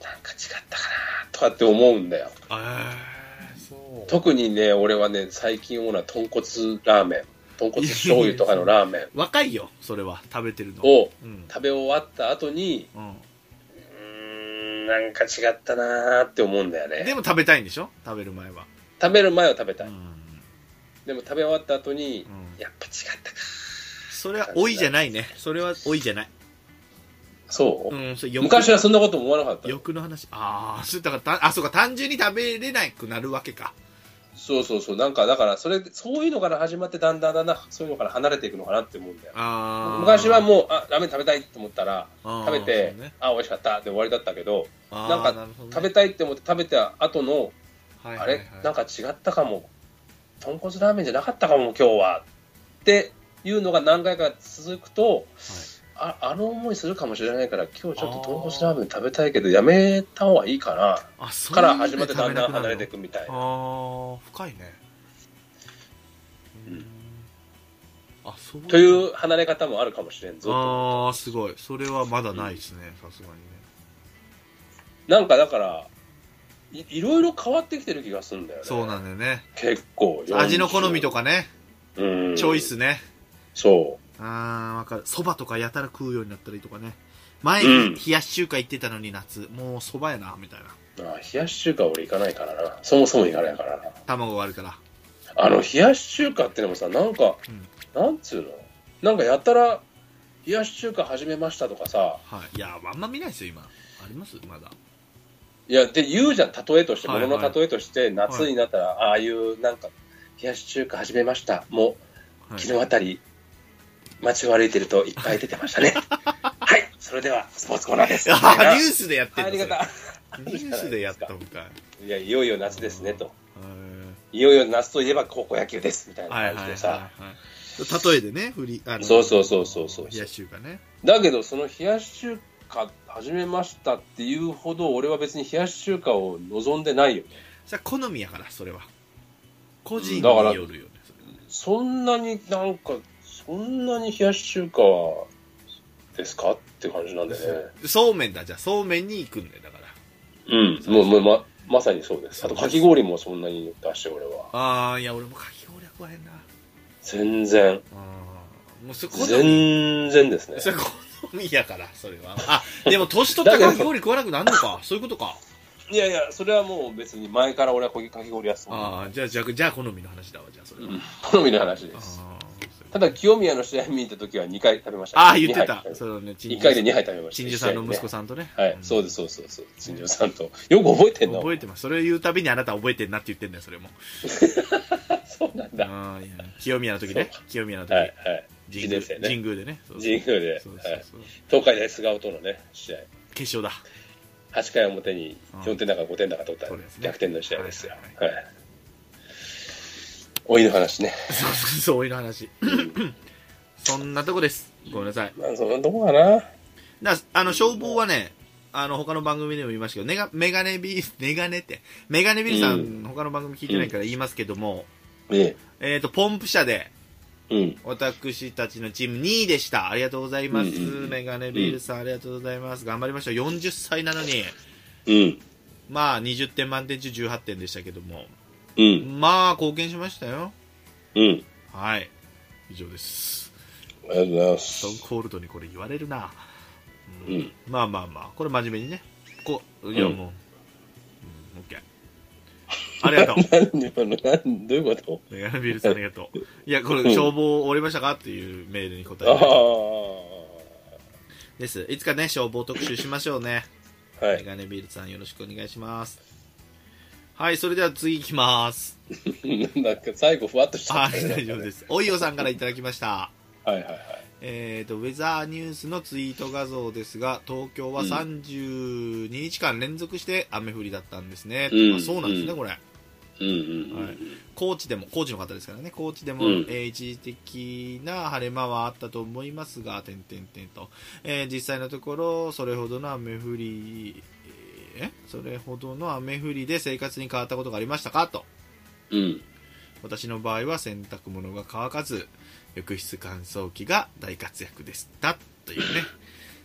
A: なんか違ったかなとかって思うんだよ。
C: あーそう
A: 特にね、俺はね、最近思うのは豚骨ラーメン。豚骨醤油とかのラーメン
C: 若いよそれは食べてるの
A: を
C: うん
A: 食べ終わった後に、
C: う
A: うーん、なんか違ったなーって思うんだよ
C: ん、で
A: ね。
C: も食べたいんでしょ食べる前は、
A: 食べる前は食べた
C: う
A: い。
C: ん
A: でも食べ終わった後に
C: う、ん、
A: やっぱ違ったか。
C: それは老いじゃないねそれは老いじゃない、
A: そうう、
C: ん、それ欲
A: 昔はそんなこと思わなかった。
C: 欲の話ああそうだからたあそうか単純に食べれなくなるわけか
A: そうそうそう。なんか、だから、それ、そういうのから始まって、だんだんだんだん、そういうのから離れていくのかなって思うんだよ。
C: ああ
A: 昔はもう、あ、ラーメン食べたいって思ったら、
C: 食
A: 食べて、あ、美味しかったで終わりだったけど、なんか食べ
C: て
A: たいって思って食べた後の、
C: あ
A: あれなんか違ったかも。豚骨ラーメンじゃなかったかも、今日は。っていうのが何回か続くと、ああの思いするかもしれないから、今日ちょっと豚骨ラーメン食べたいけど、やめた方がいいかな。
C: あそう
A: から始まってだんだん
C: 食べなくなる
A: 離れていくみたいな。
C: ああ深いね
A: うん
C: うんあそう
A: という離れ方もあるかもしれんぞと。
C: ああすごいそれはまだないですねさすがにね
A: なんかだから、いいろいろ変わってきてる気がするんだよね。
C: そうなんだよね
A: 結構。
C: 味の好みと
A: か、
C: かね、
A: うん、
C: チョイ。スね
A: そ
C: あーわかるそばとかやたら食うようになったりとかね前、
A: うん
C: 冷やし中華行ってたのに夏もうそばやなみたいな
A: う。あ冷やし中華俺行かないからな。そもそも行かないからな。
C: 卵があるから
A: あの、冷やし中華ってのもさ、なんか、
C: うん
A: なんつうのなんかやたら、冷やし中華始めましたとかさ、
C: はいいやあんま見ないですよ今ありますまだ
A: いや、で、言うじゃん、例えとして、も
C: はいはい
A: のの例えとして、夏になったら、ああいう、なんか、冷やし中華始めました。もう、
C: はい
A: 昨日あたり、街を歩いてるといっぱい出てました ね。はい、それではスポーツコーナーです。
C: あーニュースでやって
A: 入り
C: るの
A: 方。
C: ニュースでやったんかい
A: いや、いよいよ夏ですねと。
C: はい
A: よいよ夏といえば高校野球です、みたいない感
C: は
A: じ
C: い
A: で
C: は
A: さ。
C: い例えでね振りあの
A: そうそうそうそうそう
C: 冷やし中華ね
A: だけど、その冷やし中華始めましたっていうほど、俺は別に冷やし中華を望んでないよね。
C: さ好みやからそれは個人に
A: だから
C: よるよねそ
A: そ
C: れは
A: んなになんか、そんなに冷やし中華は、ですかって感じなんだよね。
C: そうめんだじゃあそうめんに行くんだよだから
A: うん、もう、もうま、まさにそうです。あと、かき氷もそんなに出して、俺は。
C: ああいや俺もかき氷は食わへんな
A: 全然。
C: あーもうそこ
A: 全然ですね。
C: それ好みやからそれはあでも年取ったらかき氷食わなくなるのかそういうことか
A: いやいや、それはもう別に前から俺はこぎかき氷屋さん。
C: ああじゃあじゃあじゃあ好みの話だわじゃあそれは、
A: うん好みの話
C: あ
A: です。
C: ー
A: ただ、清宮の試合見に行った時は2回食べました。
C: あー言ってた
A: 2
C: そのね陳
A: 回で2杯食べました。
C: 陳寿さんの息子さんとね
A: ん。はい、そうです、そうですそうです。陳寿さんと。よく覚えてんの
C: 覚えてますそれを言うたびにあなた覚えてんなって言ってんだよそれも
A: そうなんだ。は
C: あーいや清宮の時ね清宮の時、
A: い、はい。
C: 神
A: 一年
C: 宮
A: 生ね
C: 神宮でねそう
A: 神宮で、
C: そう
A: は
C: そう
A: い、
C: そう
A: 東海大菅生とのね、試合。
C: 決勝だ
A: 8回表に
C: うん
A: 4点だか5点だか取った
C: そうですね
A: 逆転の試合ですよ。
C: は
A: はい。おいの話ね。
C: そうそうそうおいの話そんなとこですごめんなさい
A: まあ、そのどこかな
C: だからあの消防はねあの、他の番組でも言いましたけど、ネガメガネビー、メガネって、メガネビーさん、
A: う
C: 他の番組聞いてないから言いますけども、
A: え
C: えっ、と、ポンプ車で、
A: え。うん。
C: 私たちのチーム2位でした。ありがとうございます。
A: うんうんうん
C: メガネビールさん、ありがとうございます。頑張りました。40歳なのに、
A: うん。
C: まあ、20点満点中18点でしたけども、
A: うん。
C: まあ、貢献しましたよ。
A: うん。
C: はい。以上です。
A: ありがとうございま
C: ス トーン
A: す。
C: コールドにこれ言われるな。
A: う
C: うん
A: ん。
C: まあまあまあ、これ真面目にね。こう、いや
A: うん
C: もう、うん、オッケー。ありが とう。
A: なんで今の、なんどういうこと
C: メガネビールさんありがとう。いや、これ、
A: うん
C: 消防終わりましたかっていうメールに答
A: あ
C: えて
A: あ。
C: です。いつかね、消防特集しましょうね。
A: は
C: メガネビールさんよろしくお願いします。はい、それでは次行きます。
A: い。なんか最後ふわっとしちゃ
C: は
A: った
C: い、
A: ね、
C: 大丈夫です。おいおさんからいただきました。
A: はいはいはい。
C: えーと、ウェザーニュースのツイート画像ですが、東京は
A: うん
C: 32日間連続して雨降りだったんですね。
A: うん
C: あそうなんですね、
A: うん
C: これ。
A: うんうんうん。
C: はい高知でも、高知の方ですからね、高知でも、
A: うん
C: えー一時的な晴れ間はあったと思いますが、点々点と、えー実際のところ、それほどの雨降り、えーそれほどの雨降りで生活に変わったことがありましたかと。
A: うん。
C: 私の場合は洗濯物が乾かず、浴室乾燥機が大活躍でした。というね、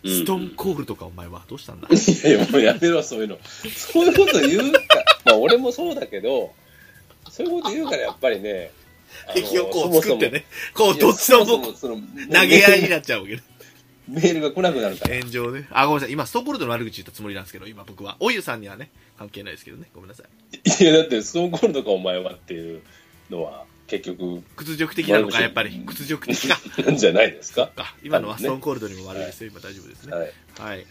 A: うん
C: ストーンコールとかお前はどうしたんだ
A: いやいや、もうやめろ、そういうの。そういうこと言う か。まあ、俺もそうだけど、そういうこと言うから、やっぱりね。あの
C: 敵をこう作って。ね、こ
A: そうも
C: どっちの
A: そも
C: も
A: いやそもそも
C: 投げ合いになっちゃうわけど。
A: メールが来なくなるから。
C: 炎上ね。 あ、ごめんなさい。今、ストーンコールドの悪口言ったつもりなんですけど、今僕は。おゆさんにはね、関係ないですけどね。ごめんなさい。
A: いや、だって、ストーンコールドかお前はっていうのは、結 局、
C: 屈辱的なのか、
A: 悪口
C: やっぱり。 屈辱的か。
A: なんじゃないですか。
C: か今のは
A: ね
C: ストーンコールドにも悪いですよ。今大丈夫ですね。
A: はい。
C: はい。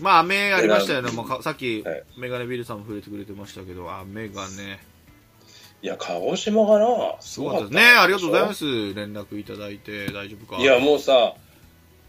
C: まあ、雨ありましたよね。もうかさっき
A: はい、
C: メガネビルさんも触れてくれてましたけど、雨がね、
A: いや、鹿児島がな、す
C: すご
A: ご
C: か
A: か
C: っ
A: ったた
C: ですね。ありがとうございま。す。連絡いただいて、大丈夫か。
A: いや、もうさ、っ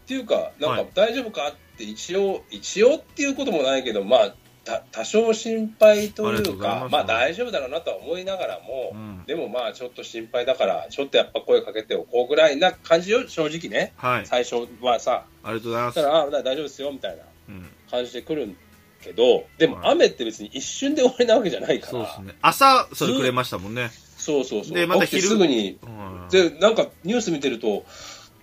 A: ていうか、なん
C: は
A: か
C: い、
A: 大丈夫かって、一応、一応っていうこともないけど、まあ、た多少心配と
C: あり
A: い
C: がとう
A: う
C: ござい
A: か、
C: ま
A: ますあ、大丈夫だろうなとは思いながらも、
C: うん。
A: でもまあ、ちょっと心配だから、ちょっとやっぱ声かけておこうぐらいな感じよ、正直ね。
C: はい。
A: 最初はさ、
C: ありがとうござい
A: だ
C: ま
A: か
C: す。
A: ら、ああ、大丈夫ですよ、みたいな。
C: うん。
A: 感じで来るんけど、でも
C: はい
A: 雨って別に一瞬で終わりなわけじゃないか
C: そう
A: ら、
C: ですね。朝、それくれましたもんね。
A: そうそうそう
C: でまた
A: 起きて
C: 昼
A: すぐに、
C: うん。
A: で、なんかニュース見てると、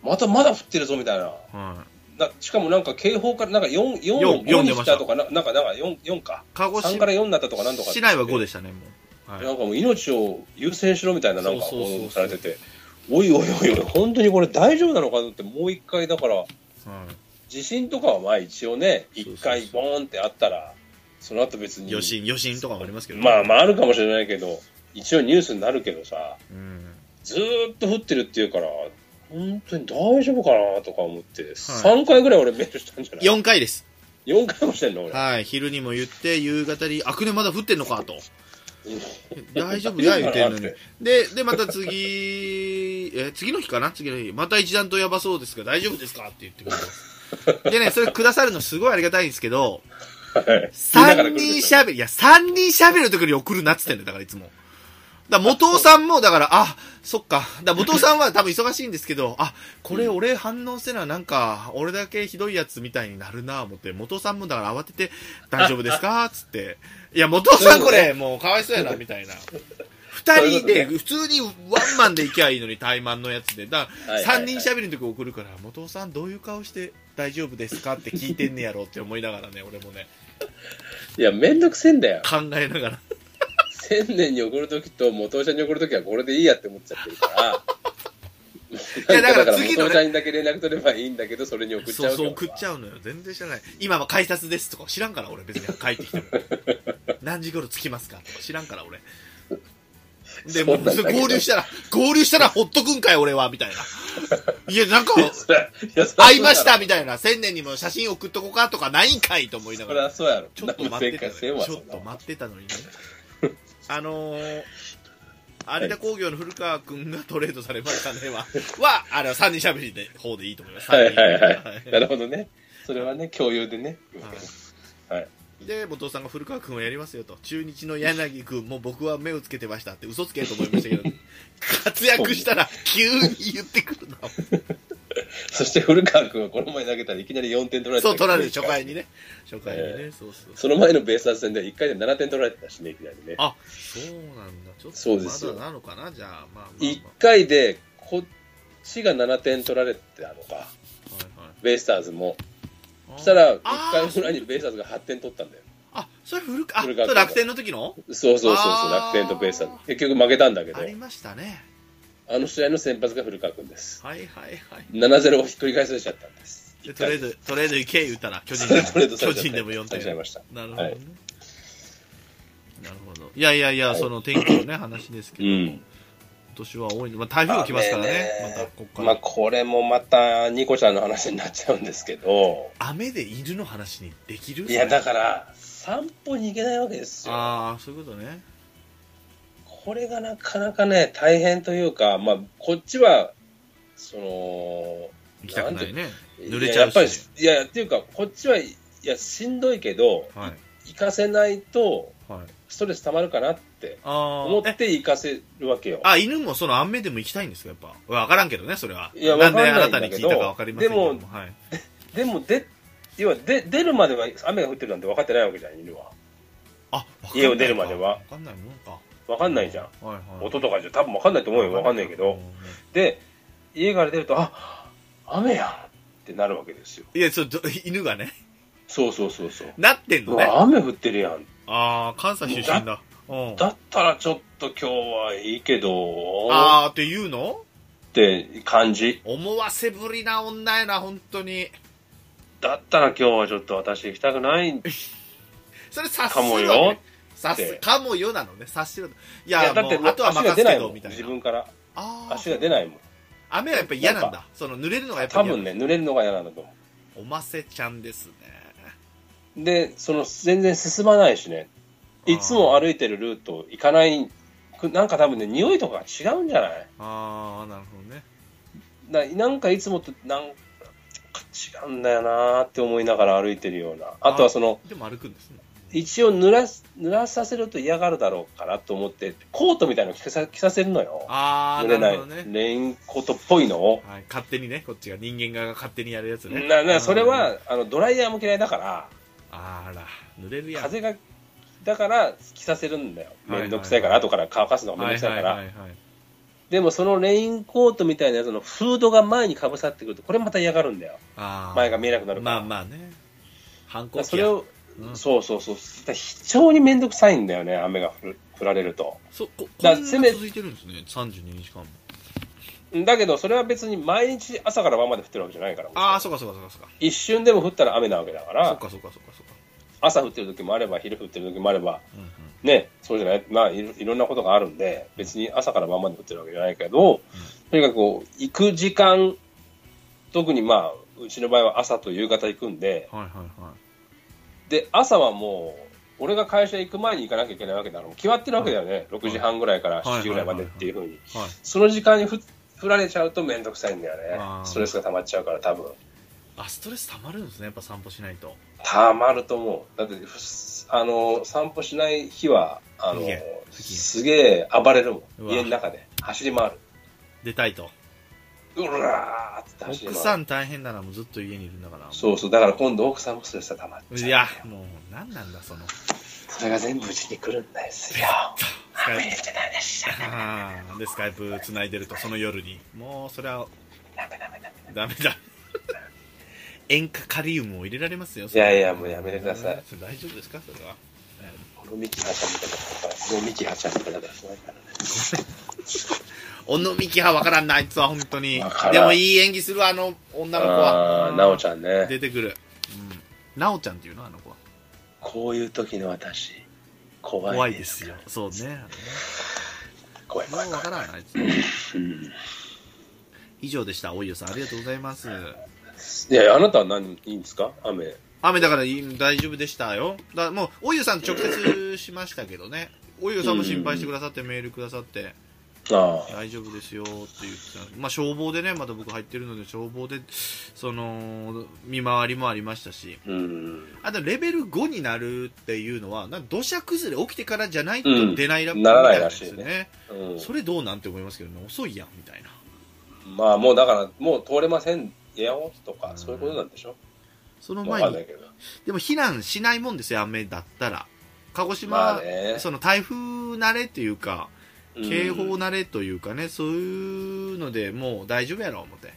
A: またまだ降ってるぞみたいな、
C: はい。
A: なしかもなんか警報からなんか 4, 4,
C: 四
A: 4
C: 四
A: に
C: 出ま
A: 来
C: した
A: たとか、ななんかなんか 4, 四か、
C: 鹿児
A: 3から
C: 島、
A: 4になったとかなんとか、
C: 市内は5でしたね、もう。はい
A: なんかもう命を優先しろみたいな、なんか
C: そうそうそうそう
A: 報道されてて、おいおいおいおい、本当にこれ大丈夫なのかなって、もう一回、だから、
C: はい
A: 地震とかはまあ一応ね、一回、
C: そうそう
A: ボーンってあったら、その後別に。
C: 余震、余震とかもありますけど、
A: まあまああるかもしれないけど、一応ニュースになるけどさ、
C: うん、
A: ずーっと降ってるっていうから、本当に大丈夫かなとか思って、3回ぐらい俺メールしたんじゃない
C: 4回です。
A: ?4 回もしてんの俺。
C: はい、昼にも言って、夕方に、あくねまだ降ってんのかと。大丈夫
A: だ
C: だ よ、言
A: よ
C: ってんのに。で、で、また次、 えー次の日かな次の日。また一段とやばそうですが、大丈夫ですかって言ってくれます。 でね、それくださるのすごいありがたいんですけど、3人
A: ゃ
C: 喋る、いや、3人喋るときに送るなっつってんだよ、だからいつも。だから元尾さんも、だから、あ、そっか。だから元尾さんは 多分忙しいんですけど、あ、これ俺反応せな、なんか、俺だけひどいやつみたいになるなぁ思って、元尾さんもだから慌てて、大丈夫ですかつって。いや、元尾さんこれ、 もうかわいそうやな、みたいな。二人で、普通にワンマンで行きゃいいのに、対マンのやつで。だから、三人喋るとき送るから、元尾さんどういう顔して大丈夫ですかって聞いてんねやろって思いながらね、俺もね。
A: いや、めんどくせえんだよ。
C: 考えながら。
A: 千年に送るときと元社に送るときはこれでいいやって思っちゃってるから。
C: いやだから
A: なん
C: 次のね
A: 元社にだけ連絡取ればいいんだけど、それに送っち
C: そ
A: ゃ
C: う
A: う
C: そう、送っち
A: ゃ
C: ゃうのよ。全然知らない。今は改札ですとか知ら んから、俺別に帰ってきても。何時頃着きますかとか知らんから、俺。で、もう、
A: そうなんだけど
C: 合流したら、合流したらほっとくんかい、俺は、みたい な。いや、なんか、
A: う。
C: 会いました、みたいな。千年にも写真送っとこうかとかないんかいと思いな
A: そ
C: が
A: り
C: ら。
A: ゃそうやろ。
C: ちょっと待って
A: 何もせん
C: たのに、
A: かせんわ
C: ちょっと待ってたのにね。あのー、有田工業の古川君がトレードされましたねは、は、あれは3人喋りの方でいいと思います。
A: はいはいは
C: はい
A: い。なるほどね。それはね、共有でね。はい。
C: で元尾さんが古川君をやりますよと中日の柳君も僕は目をつけてましたって嘘つけと思いましたけど活躍したら急に言ってくるな
A: そして古川君はこの前投げたらいきなり4点取られてた
C: そう、取られる、初回にね。初回にね、
A: え
C: そうそう。
A: その前のベイスターズ戦で1回で7点取られてたしね、いきなりね。
C: あ、そうなんだ。ちょっ
A: そうですよ
C: とまだなのかな、じゃあ、まあまあ、まあ。
A: 1回でこっちが7点取られてたのか、
C: はいはい
A: ベイスターズも。
C: あー
A: そしたら、1
C: あ
A: 回
C: ー
A: 裏にベイスターズが8点取ったんだよ。
C: あ、それ古川、あ、そ
A: 古
C: れ
A: 川君
C: 楽天の時の
A: そうそうそうそう、
C: あ
A: 楽
C: ー
A: 天とベイスターズ。結局負けたんだけど
C: あ、りましたね。
A: あの試合の先発が古川君です。
C: はいはいはい。
A: 7-0をひっくり返されちゃったんです。
C: で、トレード、トレード行け言ったら、巨人
A: 1回
C: で
A: で トレー
C: も、
A: ドされち
C: 巨
A: ゃった
C: 人でも4
A: されちゃい
C: 点。
A: ました。
C: なるほど
A: は
C: ね。
A: い
C: なるほど。いやいやいや、その天気のね、話ですけ
A: う
C: ど、
A: ん。
C: 今年は多いの。まあ、台風が来ますからね。
A: 雨
C: また、ここか
A: まあ、
C: ら。
A: これもまた、ニコちゃんの話になっちゃうんですけど、
C: 雨で犬の話にできる
A: いや、だ
C: ら。
A: から、散歩に行けないわけですよ。
C: ああ、そういうことね。
A: これがなかなかね、大変というか、まあ、こっちは、その、
C: 行きたくないね。濡れ
A: いや
C: ちゃ
A: や
C: う
A: っぱり
C: し。、
A: いや、っていうか、こっちは、いや、しんどいけど、
C: はい。
A: 行かせないと、
C: はい。
A: ストレス溜まるかなって
C: ああ
A: 思
C: ー。
A: って行かせるわけよ。
C: あ、犬もその雨でも行きたいんですか、やっぱ。わからんけどね、それは。
A: いや
C: なんで
A: わかんな
C: あ
A: い
C: なん
A: だ
C: た
A: け
C: に
A: ど
C: 聞いたかわかりませんけど
A: でも
C: はい。
A: でも、で、要は、で、出るまでは雨が降ってるなんて分かってないわけじゃん、犬は。
C: あ、わかんないか
A: 家を出るまでは
C: わかんないもんか。
A: 分かんないじゃん。
C: はいはい。
A: 音とかじゃ多分分かんないと思うよ、分かんないけど。。で、家から出ると、あ雨やんってなるわけですよ。
C: いや、ちょっと、犬がね、
A: そうそうそうそう。
C: なってん
A: う
C: のね。
A: わ雨降ってるやん
C: ああ、関西出身だ。うん。
A: だったらちょっと今日はいいけどっ
C: あーって言うの
A: て感じ
C: 思わせぶりな女やな、本当に。
A: だったら今日はちょっと私行きたくない
C: それ察
A: かも
C: する
A: よ
C: わ。察す、かもよなのね、察しろ。い
A: い
C: や、もう、あとは
A: 足が
C: 任
A: 出
C: せ
A: な
C: て
A: いも
C: ど、
A: ん
C: みたい
A: 自
C: な。
A: 分から
C: あ
A: 足が
C: あ、
A: 出ないもん
C: 雨はやっぱり嫌なん
A: な
C: だ。その、濡れるのがやっぱ
A: 多
C: り嫌
A: 分ね濡れるのが嫌なんだと思
C: おませちゃんですね。
A: うでその全然進まないしねいつも歩いてるルート行かないくなんか多分ね匂いとか違うんじゃない
C: ああ、なるほどね。
A: ななんかいつもとなんか違うんだよなーって思いながら歩いてるようなあとはその
C: でも歩くんですね。
A: 一応濡らす濡らさせると嫌がるだろうからと思ってコートみたいなの着さ着させるのよ
C: ああ、
A: 濡れ
C: な
A: ない
C: るほどね。
A: レインコートっぽいのを、
C: はい、勝手にね、こっちが人間側が勝手にやるやつね。
A: ななそれ
C: うん。
A: はあのドライヤーも嫌いだから
C: あら、濡れるやん。
A: 風がだから着させるんだよ
C: はいは
A: 面
C: い
A: 倒くさいから、後から乾かすのが面倒くさいから、
C: はいはいはいはい
A: でもそのレインコートみたいなやつのフードが前にかぶさってくるとこれまた嫌がるんだよ
C: あー
A: 前が見えなくなるか
C: ま
A: ら,、
C: あまあね。反抗期や
A: それを、
C: うん
A: そうそうそうだから非常に面倒くさいんだよね雨が降る降られると
C: そうここ
A: だから
C: ん
A: せ
C: な
A: め
C: 続いてるんですね、32日間も。
A: だけどそれは別に毎日朝から晩まで降ってるわけじゃないから
C: ああ、そうかそうかそうかそうか。
A: 一瞬でも降ったら雨なわけだか
C: そう
A: ら、
C: かそうかそうかそうか。
A: 朝降ってる時もあれば、昼降ってる時もあれば、
C: うんうん
A: ね、そうじゃない、まあいろ、いろんなことがあるんで、別に朝から晩まで降ってるわけじゃないけど、とにかくこう、行く時間、特にまあ、うちの場合は朝と夕方行くんで、
C: はいはいはい。
A: で、朝はもう、俺が会社行く前に行かなきゃいけないわけだから、もう決まってるわけだよね、6時半ぐらいから7時ぐらいまでっていうふうに。
C: はい、
A: その時間に降降られちゃうとめんどくさいんだよね
C: あ。ー
A: ストレスが溜まっちゃうから、多分。
C: あストレス溜まるんですねやっぱ散歩しないと
A: たまると思う。だって、ふあの、散歩しない日は、あの
C: すげえ、
A: すげえ暴れるも。
C: うんわ
A: 家の中で走り回る。
C: 出たいと
A: うらーって走り
C: 奥
A: 回
C: さ
A: る。
C: ん大変だなもうずっと家にいるんだから
A: そうそう、だから今度奥さんもストレスが溜まっちゃう。
C: いやもう何なんだその
A: それが全部うちに来るんですよ。
C: 疲れ
A: 雨ってないでしょ。
C: あーでスカイプ繋いでるとその夜にもうそれは
A: ダメダメダメ。
C: ダメだ塩化カリウムを入れられますよ
A: いやいやもうやめてください
C: それ大丈夫ですかそれは
A: このミキハちゃんみたいなことだから、このミキハちゃんみたいなことしないからね。
C: 尾道派わからんなあいつは本当に
A: わからん
C: でもいい演技するわあの女の子
A: あ
C: は
A: ー、なお
C: ゃ
A: ちゃんね。
C: 出てくる、うん、なおちゃんっていうのあの子は
A: こういう時の私、怖い。
C: 怖いですよ。そうね
A: 怖い
C: も
A: 怖いう怖
C: わ
A: い。
C: からんあいつ
A: うん
C: 以上でしたおいよさんありがとうございます
A: いやいや、あなたは何、いいんですか雨。
C: 雨だからいい大丈夫でしたよだからもうおいよさん直接しましたけどねおいよさんも心配してくださってメールくださって
A: ああ。
C: 大丈夫ですよって言ってたまあ消防でねまだ僕入ってるので消防でその見回りもありましたし
A: うん。
C: あとレベル5になるっていうのはなんか土砂崩れ起きてからじゃないと
A: うん
C: 出ないら
A: ならないらしいね
C: みたですね
A: うん
C: それどうなんて思いますけどね遅いやんみたいな
A: まあもうだから、もう通れません出会おうとか、そういうことなんでしょ
C: その
A: わ
C: 前
A: かんな
C: に
A: いけど。
C: でも避難しないもんですよ雨だったら鹿児島、
A: まあね。
C: その台風慣れというか
A: うん
C: 警報慣れというかね、そういうのでもう大丈夫やろ思って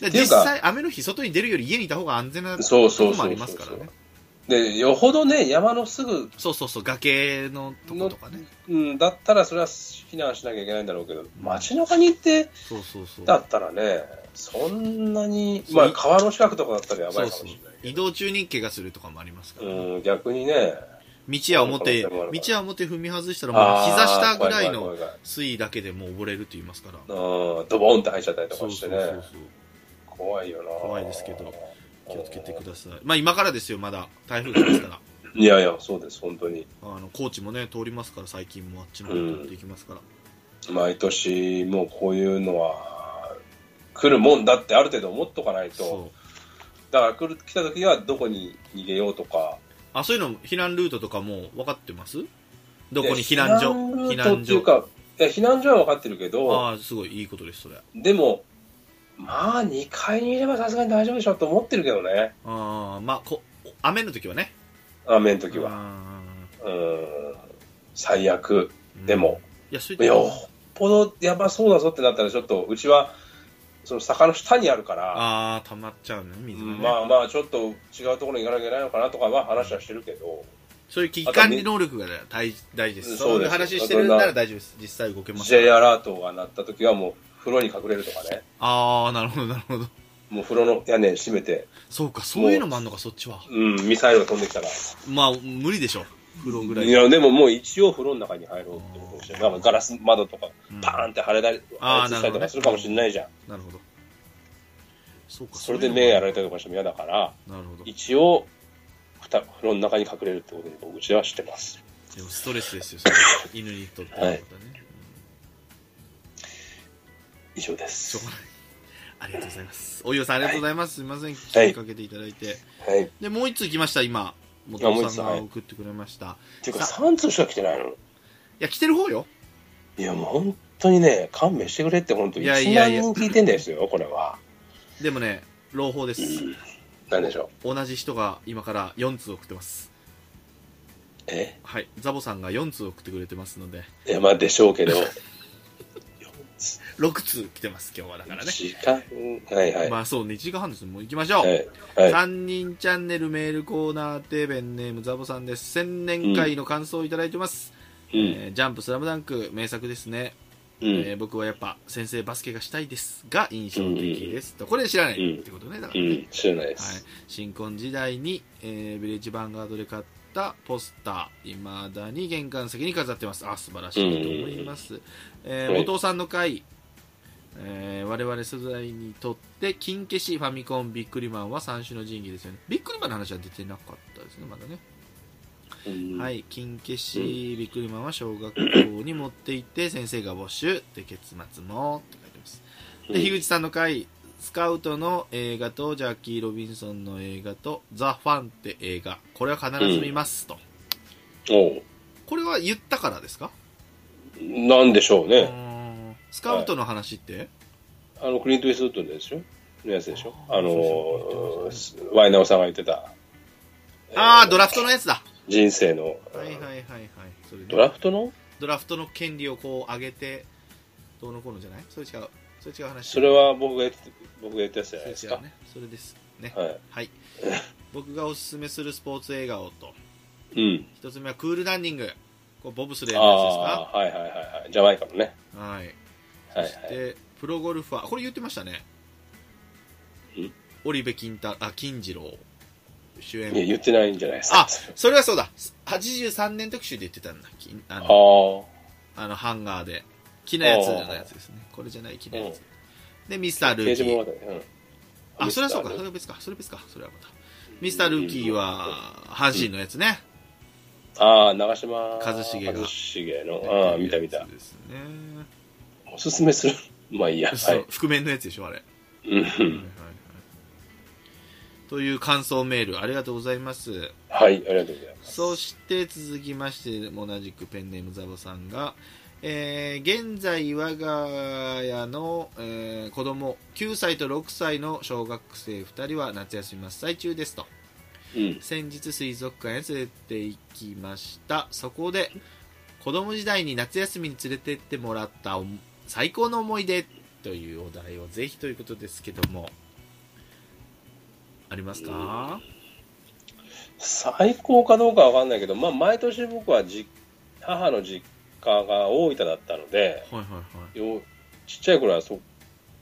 C: で
A: てい
C: 実
A: うか
C: 際雨の日外に出るより家にいた方が安全なと
A: そう
C: こ
A: そうそう
C: ろも
A: そう
C: ありますからね
A: で、よほどね、山のすぐ、
C: そうそうそう崖のとことかね
A: うん、だったらそれは避難しなきゃいけないんだろうけど、街中に行って、
C: そうそうそう
A: だったらね、そんなに、
C: そう
A: まあ、川の近くとかだったらやば
C: そ
A: いうかもし
C: そう
A: れないけ
C: 移
A: ど。
C: 動中に怪我するとかもありますから、
A: うん、逆にね、
C: 道や表
A: そうそうそう
C: 道や表踏み外したらも
A: あ
C: う
A: ー
C: 膝下ぐらい
A: 怖
C: の
A: 怖い
C: 水位だけでもう溺れると言いますから
A: 怖いうん、ドボンって入っちゃったりと
C: そ
A: か
C: う
A: し
C: そ
A: て
C: う
A: ね、
C: そうそう
A: 怖いよな。
C: 怖いですけど気をつけてくださいまあ今からですよまだ台風ですから
A: いやいや、そうです、本当に。
C: あの高知もね通りますから最近もあっちの方通っていきますから、
A: 毎年、もうこういうのは、来るもんだってある程度思っとかないと、
C: そう
A: だから来る来た時はどこに逃げようとか、
C: あそういうの避難ルートとかもう分かってますどこに避難所
A: 避
C: 避
A: 難所っ
C: 難
A: ていう
C: 所
A: か、いや避難所は分かってるけど、
C: ああすごいいいことですそれあ
A: でも、まあ、2階にいればさすがに大丈夫でしょと思ってるけどね、
C: あまあこ雨の時はね
A: 雨の時は。
C: は
A: うん、最悪。でも、
C: いやそういう
A: よっぽどやばそうだぞってなったら、ちょっと、うちは、その坂の下にあるから、
C: ああ溜まっちゃうね水がね、
A: まあまあ、ちょっと違うところに行かなきゃいけないのかなとかは話はしてるけど、
C: そういう危機管理能力が大大事です
A: そ
C: そうう
A: です
C: いう話してるなら大丈夫です実際動けます
A: J アラートが鳴った時はもう、風呂に隠れるとかね、
C: ああなるほどなるほど
A: もう風呂の屋根閉めて、
C: そうかそういうのもあんのかそっちは
A: うん、ミサイルが飛んできたら、
C: まあ無理でしょ風呂ぐらい
A: いや、でももう一応風呂の中に入ろうってことして、なんかガラス窓とか、
C: うん
A: パーンって腫れたり、
C: あ
A: 破
C: ー
A: 裂したりとかするかもしれないじゃん。
C: なるほど。そうか、
A: それで目やら
C: れ
A: れたりとかしても嫌だから、
C: なるほど。で
A: 一応、ふた風呂の中に隠れるってことに僕うちはしてます。
C: もストレスですよ、それ犬にとっては
A: はい
C: ね。
A: 以上で
C: しょう
A: す
C: が。ない。ありがとうございます。おゆうさん、ありがとうございます。すみません、聞
A: はい
C: きかけていただいて。
A: はい。っ
C: で、もう一通来ました、今。元尾さんが送ってくれました。
A: ていうか、3通しか来てないの
C: いや、来てる方よ。
A: いや、もう本当にね、勘弁してくれって、本当
C: い
A: 一
C: やいやい
A: 万
C: や
A: 人聞いてんですよ、これは。
C: でもね、朗報です。
A: なんでしょ
C: 同じ人が今から4通送ってます。
A: う。え
C: はい、ザボさんが4通送ってくれてますので、
A: いや、まあでしょうけど。
C: 6通来てます、今日はだからね。
A: 時間、はいはい。
C: まあそうね、1時間半ですね。もう行きましょう。
A: はい。はい。
C: 三人チャンネルメールコーナーてベンネームザボさんです千年会の感想をいただいてます、
A: うん。
C: えージャンプスラムダンク名作ですね、
A: う
C: え
A: ん。
C: ー僕はやっぱ先生バスケがしたいですが印象的です、とこれ知らないってことねだか
A: う
C: らね、
A: ん。知らないで
C: はい
A: す。、
C: 新婚時代に、えービレッジヴァンガードで買ったポスターいまだに玄関先に飾ってますあ素晴らしいと思います、えー
A: はい
C: 元尾さんの回、えー我々世代にとって金消しファミコンビックリマンは三種の神器ですよねビックリマンの話は出てなかったですねまだね
A: うん
C: はい、金消し、ビックリマンは小学校に持っていって、先生が募集、で、結末も、って書いてます。
A: う
C: で、
A: ん
C: 樋口さんの回、スカウトの映画と、ジャッキー・ロビンソンの映画と、ザ・ファンって映画、これは必ず見ます、と。
A: おう
C: これは言ったからですか
A: なんでしょう
C: う
A: ね。
C: ーんスカウトの話って、
A: あの、クリント・イーストウッドのやつでしょのやつでしょ
C: あ
A: あ
C: ー
A: の
C: そうそ
A: ー、ワイナオさんが言ってた。
C: ああ、
A: えー
C: ドラフトのやつだ。
A: 人生の。
C: はいはいはいはい。それね
A: ドラフトの
C: ドラフトの権利をこう上げて、どうのこうのじゃないそれ違う。それ違う話。
A: それは僕が言って、僕が言ったやつじゃないです
C: それ違
A: か
C: う。ね。それです。ね。
A: はい。
C: はい。僕がおすすめするスポーツ映画をと。
A: うん。
C: 一つ目はクールランニング。こうボブスレー
A: あ
C: のやつです
A: あー、はいはいはいはい。ジャマイカのね。
C: かはい。
A: はいは
C: そして、
A: い。
C: プロゴルファー。これ言ってましたね
A: ん。
C: 織部金太、あ、金次郎。主
A: いや、
C: 演。
A: 言ってないんじゃないですか。
C: あ、それはそうだ。83年特集で言ってたんだ。金あ
A: あ
C: の、
A: ー。
C: あのハンガーで。木のやつのやつですね。これじゃない木のやつ。で、ミスタール
A: 刑
C: ー
A: 事
C: キ
A: 物
C: ー。
A: 語。うん。
C: あ、それはそうか。
A: ミスター
C: それ
A: ルー
C: は別か。それ別か。それはまた。ミスタールーキーは、阪神のやつね。
A: ああ、長嶋
C: 一茂が
A: 一茂の、ああ、見た見た。
C: ですね。
A: おすすめする。まあいいや。は
C: そう
A: い。
C: 覆面のやつでしょ、あれ。
A: うん。
C: という感想メール、ありがとうございます。
A: はい、ありがとうございます。
C: そして続きまして、同じくペンネームザボさんが、えー現在我が家の、えー子供9歳と6歳の小学生2人は夏休み真っ最中ですと
A: うん。
C: 先日水族館へ連れて行きましたそこで子供時代に夏休みに連れてってもらったお最高の思い出というお題をぜひということですけどもありますか、
A: 最高かどうかわかんないけど、まあ、毎年僕はじ母の実家が大分だったので、
C: はいはいは
A: よちっちゃい頃はそ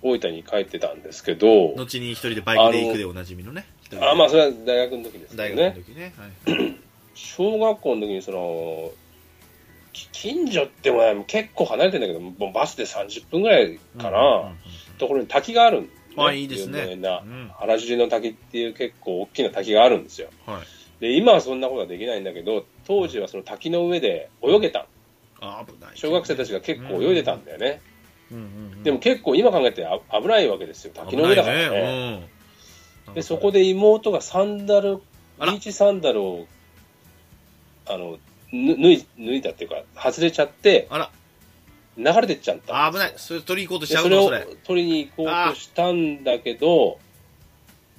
A: 大分に帰ってたんですけど
C: い、後に一人でバイクで行くでおなじみのね
A: あまあ、それは大学の時です
C: 大
A: け
C: 学
A: どね。
C: の時ねはいはい
A: 小学校の時にその、き近所ってもね結構離れてんだけど、もうバスで30分ぐらいかな、
C: うんうんうん
A: ところに滝があるんです、
C: あいいですね
A: 有名な
C: うん
A: 原尻の滝っていう結構大きな滝があるんですよ。
C: はい、
A: で、今はそんなことはできないんだけど、当時はその滝の上で泳げた。
C: あ危ない
A: 小学生たちが結構泳いでたんだよね。
C: うんうんうん
A: でも結構今考えてあ危ないわけですよ。滝の上だから
C: 危な
A: ね
C: いねうん
A: でそこで妹がサンダル、
C: あ
A: ビ
C: ら
A: ーチサンダルを、あの、ぬ脱い脱いだっていうか、外れちゃって、
C: あら
A: 流れてっちゃった
C: あ
A: ん
C: 危
A: ですよ。
C: ないそれ取り行こうとしち
A: で
C: ゃ
A: そうれ
C: のそ
A: を
C: れ
A: 取りに行こうとしたんだけど、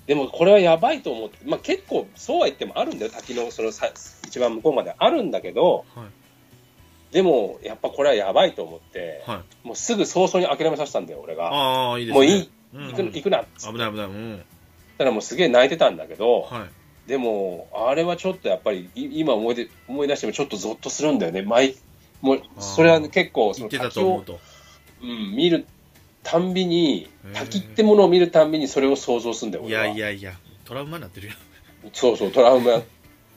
A: でもこれはやばいと思って、まあ、結構そうは言ってもあるんだよ、滝のそのさ一番向こうまであるんだけど、
C: は
A: でもやっぱこれはやばいと思って、
C: はい
A: もうすぐ早々に諦めさせたんだよ、俺が。
C: ああいいですね
A: もういい、
C: うん
A: 行く行くなっつって
C: 危ない危ないうん
A: たらもうすげえ泣いてたんだけど、
C: はい
A: でも、あれはちょっとやっぱり、い今思い出思い出してもちょっとゾッとするんだよね。毎もう
C: あー
A: それはね結構、そ
C: 行
A: の
C: ってた
A: 滝
C: と思
A: を
C: う、と
A: うん、見るたんびに
C: へー、
A: 滝ってものを見るたんびにそれを想像するんだよ、
C: い
A: 俺は。
C: やいやいやトラウマになってるよ
A: そうそう、トラウマ。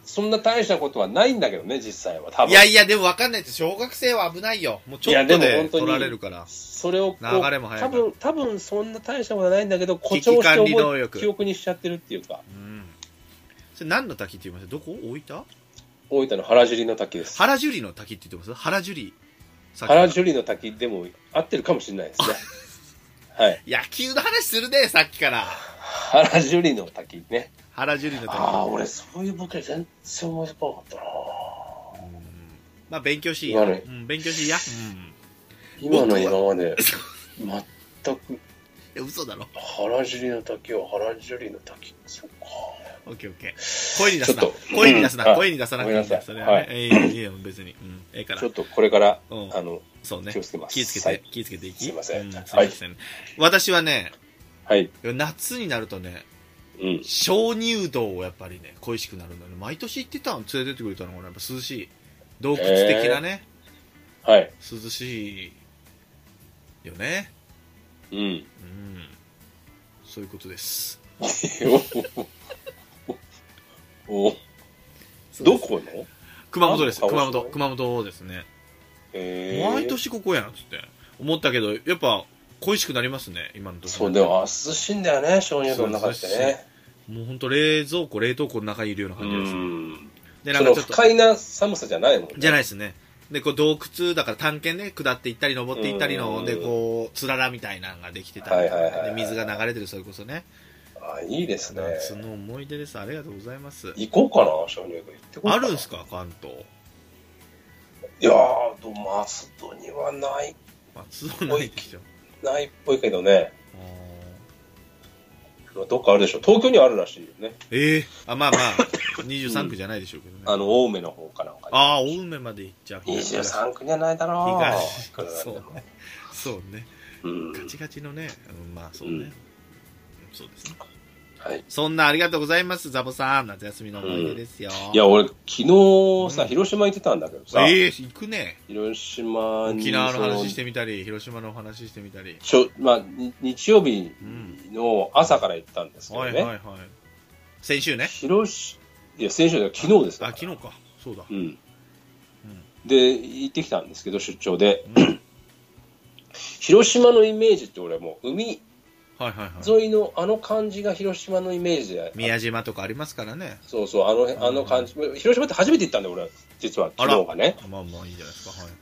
A: そんな大したことはないんだけどね、実際は。多分
C: いやいやでも分かんないって小学生は危ないよもうちょっと
A: いやでも
C: で
A: 本当に
C: 取られるから
A: それをこう
C: 流れも速い
A: 多分、多分そんな大したことはないんだけど、誇
C: 危機
A: 張して
C: 管理能
A: 覚え
C: 力
A: 記憶にしちゃってるっていうか、
C: うんそれ何の滝って言いますどこ大分
A: 大分の原尻の滝です。
C: 原樹里の滝って言ってます原樹里さっきから
A: 原樹里の滝でも合ってるかもしれないですね。 はい。
C: 野球の話するねさっきから
A: 原樹里の滝ね。
C: 原樹里の滝
A: ああ、俺、そういうボケ全然思いつかなかったな。
C: うんまあ勉強しいや、
A: 悪い
C: うん、勉強しいや、
A: 今の今ま で、全く、
C: うん、嘘だろ
A: 原樹里の滝は原樹里の滝。そっか。
C: オッケーオッケー声に出すな
A: ちょっと
C: 声に出すな、
A: うん
C: 声に出さなくていいんだよそ
A: ごめ
C: れ
A: んな
C: は
A: さい
C: ね、ええいいよ別に、うん、ええから
A: ちょっとこれから、
C: うん
A: あの、
C: そうね
A: 気をつけます
C: 気をつけて、
A: はい
C: 気をつけていき
A: すいません
C: うん、すい
A: は
C: ま
A: い
C: せん、私はね
A: はい。
C: 夏になるとね
A: うん。
C: 鍾乳洞をやっぱりね恋しくなるんだよね毎年行ってたの連れてってくれたのがやっぱ涼しい洞窟的なね、
A: はい。
C: 涼しいよね
A: うん。
C: うんそういうことです
A: おおどこの
C: 熊本です
A: あ鹿児
C: 熊
A: 島
C: 本熊本ですね
A: えー
C: 毎年ここやんっつって思ったけどやっぱ恋しくなりますね今のところ
A: そう、でも、あ涼しいんだよね、鍾乳洞の中ってね。
C: もう本当冷蔵庫冷凍庫の中にいるような
A: う
C: 感じです、
A: ん。
C: でな
A: そ
C: んか
A: の
C: ちょっ
A: 不
C: と
A: 快な寒さじゃないもんね。
C: じゃない
A: い。
C: ですねでこう洞窟だから探検で下って行ったり登って行ったり
A: う
C: の
A: ん
C: でこうつららみたいなのができてたりと
A: はいはいはい
C: か
A: はい
C: で水が流れてるそれこそね
A: あ、いいですね。
C: 夏の思い出ですありがとうございます
A: 行こうかな、鍾乳洞行ってこう
C: あ
A: かな。
C: るんすか関東
A: いやー、どマスドにはない、
C: 松戸ないでしょ
A: ないっぽいけどね。
C: あー
A: どっかあるでしょ。東京にはあるらしいよね。
C: ええあまあまあ23区じゃないでしょうけどね、
A: あの、青梅の方かなんかに。
C: ああ青梅まで行っちゃう
A: 23区じゃないだろ
C: 東
A: いくらなんでも
C: そうねそうね
A: うん
C: ガチガチのね、うんまあそうね、
A: うん
C: そうですね
A: はい。
C: そんなありがとうございますザボさん夏休みの思い出ですよ、
A: いや、俺、昨日
C: う
A: さ、
C: ん
A: 広島行ってたんだけどさ、
C: ええ行くね
A: 広島に、
C: 沖縄の話し
A: その
C: てみたり広島の話してみたり
A: ちょ、まあ、に日曜日
C: うん
A: の朝から行ったんですけど
C: はい
A: ね。
C: はいはい先週ね
A: 広し、いや、先週だよ昨日です
C: あ
A: から
C: 昨日かそうだ、
A: うん。で、行ってきたんですけど、出張で。
C: うんはい
A: 広島のイメージって俺はもう、海、
C: はいはい
A: 沿いのあの感じが広島のイメージで、
C: 宮島とかありますからね
A: そうそう、あのあの感じ、広島って初めて行ったんだよ、俺は、実は、
C: あ
A: 昨
C: ら
A: 日がね、
C: まあまあいいじゃないですかはい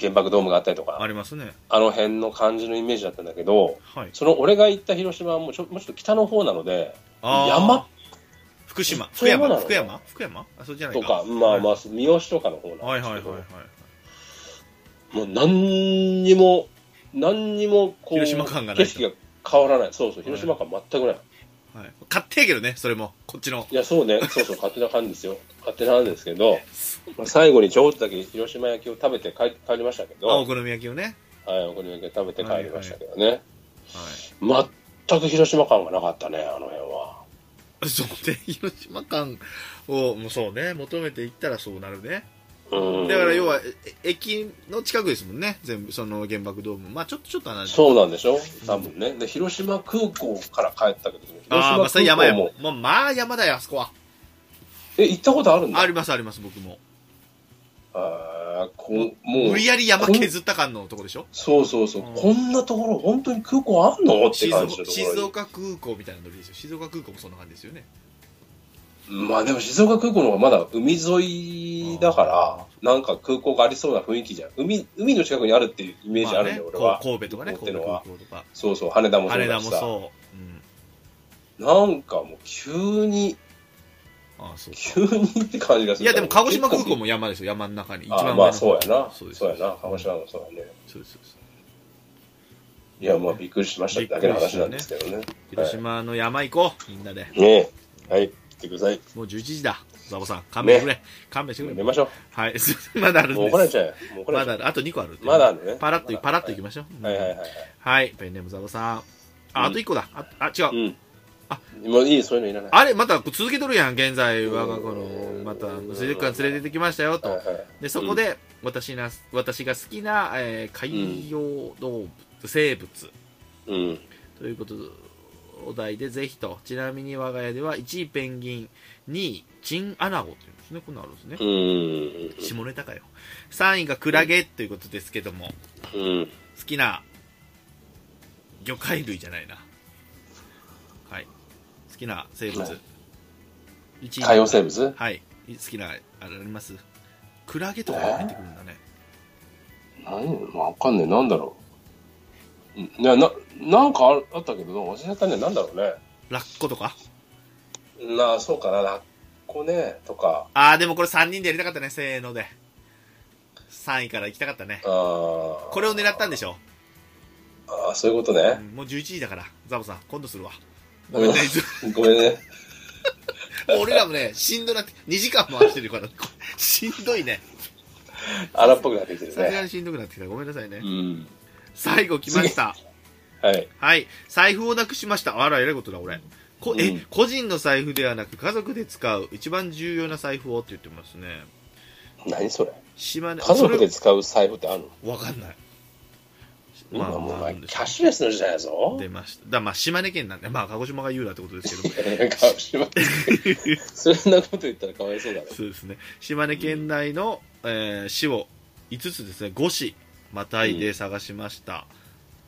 A: 原爆ドームがあったりと
C: あ
A: か、
C: りますね
A: あの辺の感じのイメージだったんだけど、
C: はい
A: その俺が行った広島はもうちょもうちょっと北の方なので、
C: あー
A: 山
C: 福島福
A: そういうもの
C: 山
A: なの
C: 福山福山あそれじゃない
A: と
C: か
A: か、まあま
C: は
A: あ、三好とかの方
C: いは
A: ないんで
C: はい
A: すけ
C: はい
A: ど、
C: はい
A: もう何にも、何にもこう、
C: 広島感がないと
A: 景色が変わらない。そうそう、広島感全くない。
C: はい、勝手やけどね、それも。こっちの。
A: いや、そうね、そうそう、勝手な感じですよ。 勝手なんですけど、まあ、最後にちょっとだけ広島焼きを食べて帰帰りましたけど、
C: あ
A: はい
C: お、好み焼きをね。
A: お好み焼きを食べて帰りましたけどね、
C: は
A: 全く広島感がなかったね、あの辺は。
C: い。 そうね、広島感を、もうそうね、求めていったらそうなるね。
A: うん、
C: だから要は、え駅の近くですもんね、全部、その原爆ドーム。まあちょっと、ちょっと離れて。
A: そうなんでしょ多分ね。で、広島空港から帰ったけど、広島
C: ああ、まあそれ
A: 空
C: 山
A: 港
C: や
A: も
C: も。。まあ、まあ山だよ、あそこは。
A: え、行ったことあるんだ
C: あります、あります、僕も。
A: あーこ
C: も
A: んもう
C: 無理、やり山削った感のとこでしょ
A: そうそうそう、
C: うん
A: こんなところ、本当に空港あんのって
C: 静
A: 感
C: 岡
A: じのとこ
C: 静
A: ろに。
C: 岡空港みたいなノリですよ。静岡空港もそんな感じですよね。
A: まあでも静岡空港の方がまだ海沿いだから、なんか空港がありそうな雰囲気じゃん。海、海の近くにあるっていうイメージあるんだよ、
C: まあね
A: 俺は。
C: こう神戸とかね、
A: って
C: 神
A: の
C: 戸
A: は
C: 空港とか。
A: そうそう、羽田もそう
C: 羽田
A: だ
C: も
A: しさ。
C: そう。うん。
A: なんかもう急に、
C: ああ、そう。
A: 急にって感じがする
C: いや、
A: から。
C: でも鹿児島空港
A: も
C: も山ですよ、山の中に。一
A: あ
C: 番
A: ー
C: 上
A: まあ
C: の
A: そうやな。
C: そ
A: そうう
C: です
A: やな。鹿児島もそうやね。
C: そうですそうです
A: いや、まあびっくりしましたってだけの話なんですけどね。
C: 広島の山行こう、みんなで。
A: ねえ。はい。来てください。
C: もう11時だ。ザボさん、勘弁してくれ。勘弁してく
A: 寝
C: れ。
A: ましょ
C: はい、 すいませんまだある
A: う。
C: ん
A: もう
C: で
A: 怒られ
C: す。
A: ちゃうよ。もう怒ら
C: ま
A: れちゃ
C: だある。あと2個ある。
A: う。まだあるね。
C: パラッと、パラッといき
A: ま
C: ましょう。
A: はいはいはい
C: い。
A: はい。
C: はい、ペンネームザボさん。あ、あと1個だ。あ、あ違
A: う
C: う。
A: ん。
C: あ
A: もういい、そういうのいらない。
C: あれ、また続けとるやん、現在、我が子の、また、
A: うん
C: 水族館連れてってきましたよ、と。
A: はいはい
C: で、そこで、私な、私が好きな、えー海洋動物、生物、
A: うん。
C: ということお題でぜひとちなみに我が家では1位ペンギン2位チンアナゴというんですねこんなのあるんですね
A: う、ん。
C: 下ネタかよ3位がクラゲということですけども
A: うん。
C: 好きな魚介類じゃないなはい好きな生
A: は
C: 物
A: い
C: 一
A: 海洋生物
C: はい好きなあれありますクラゲとかが入ってくるんだね
A: 何わかんねえ、なんだろう。うんいや、な、なんかあるあったけど、忘れちゃったね、なんだろうね。
C: ラッコとか
A: なあ、そうかな、ラッコね、とか。
C: ああでもこれ3人でやりたかったねせーので3位から行きたかったね
A: あー
C: これを狙ったんでしょ
A: あーそういうこと
C: う
A: ね。
C: んもう11時だから、ザボさん、今度するわ。
A: う
C: ご
A: ん
C: めんね、いつ
A: ごめんね。
C: も俺ら もね、しんどなって、2時間回してるから、こ しんどいね。
A: 荒っぽくなってきてる
C: さすが
A: ね。
C: にしんどくなってきた。ごめんなさいね
A: う。ん。
C: 最後来ました。
A: はい。
C: はい。財布をなくしました。あら、えらいことだ、俺。こえ、
A: うん
C: 個人の財布ではなく、家族で使う、一番重要な財布をって言ってますね。
A: 何それ。
C: 島根、
A: 家族で
C: そ
A: 使う財布ってあるの
C: れわかんない。
A: 今もうお
C: あ
A: 前
C: るんで
A: キ
C: し
A: ャ
C: ょ
A: ッシュレスの時代やぞ。
C: 出ました。だまあ、島根県なんで、まあ、鹿児島が言うなってことですけ ども。
A: えー、かもしれませんそんなこと言ったらかわいそうだね。
C: そうですね。島根県内の、えー市を5つですね、5市、またいで探しました。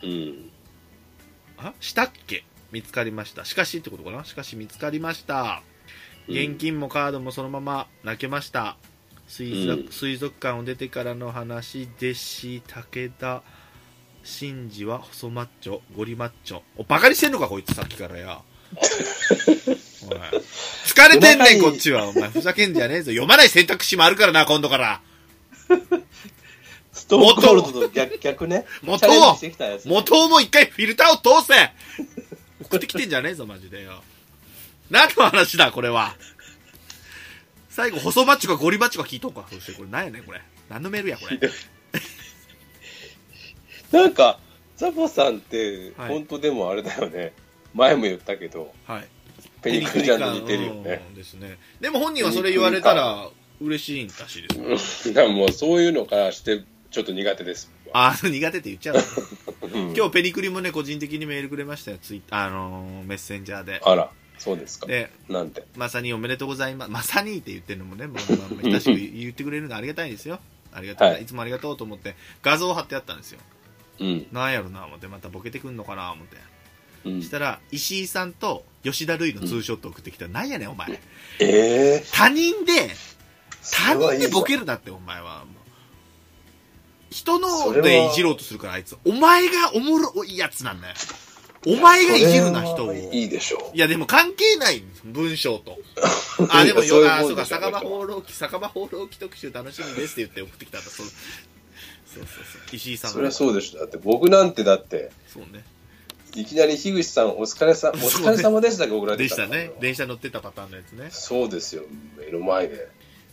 A: うん。
C: あしたっけ見つかりました。しかしってことかなしかし見つかりました。現金もカードもそのまま泣けました。水族,、
A: うん
C: 水族館を出てからの話でしたけど、真治は細マッチョ、ゴリマッチョ。お、バカにしてんのか、こいつ、さっきから や。おい疲れてんねん、こっちは。お前、ふざけんじゃねえぞ。読まない選択肢もあるからな、今度から。
A: ストーンコールドと逆 逆ね。
C: 元
A: チャレンジしてきたやつ。
C: 元をもう一回フィルターを通せ送ってきてんじゃねえぞ、マジでよ。何の話だ、これは。最後、細マッチョかゴリマッチョか聞いとこうか。そして、これ何やねん、これ。何のメールや、これ。
A: なんか、ザボさんって、
C: はい
A: 本当でもあれだよね。前も言ったけど、
C: はい。
A: ペニックちゃんと似てるよね。
C: うんですね。でも本人はそれ言われたら、嬉しいんだしいですよ。
A: いや、もうそういうのからして、ちょっと苦手です。
C: あー、苦手って言っちゃう。
A: 今
C: 今日、ペニクリもね、個人的にメールくれましたよ。ツイッあのーメッセンジャーで。
A: あら、そうですか。
C: で、
A: なんて。
C: まさにおめでとうございます。まさにって言ってるのもね、もう、まあまあ、親しく言ってくれるのありがたいですよ。ありがたい。
A: はい
C: い、つもありがとうと思って、画像を貼ってあったんですよ。
A: うん。
C: なんやろな、思って、またボケてくんのかな、思って。
A: うん
C: したら、石井さんと吉田類のツーショット送ってきたら、なんやねん、お前。
A: ええー。
C: 他人で、他
A: それはい
C: 人
A: い
C: で
A: ぞ
C: ボケるなって、お前は。もう人
A: そ
C: の
A: れは
C: でいじろうとするから、あいつ。お前がおもろいやつなんだよ。お前がいじるな、
A: そ
C: 人
A: れ
C: を。
A: はいいでしょ
C: いや、でも関係ないんです文章と。あ、で も
A: そういう
C: よ、
A: もん
C: あ、
A: でしょ
C: そうか、酒場
A: こっちは
C: 放浪記、酒場放浪記特集楽しみですって言って送ってきたんだ、その。そうそうそう。石井さん。
A: そりゃそうでしょ。だって僕なんてだって、
C: そうね。
A: いきなり樋口さんお疲れさん、お疲れ様でしたけ送られ
C: で
A: て
C: した
A: から
C: ね。電車乗ってたパターンのやつね。
A: そうですよ。目の前で。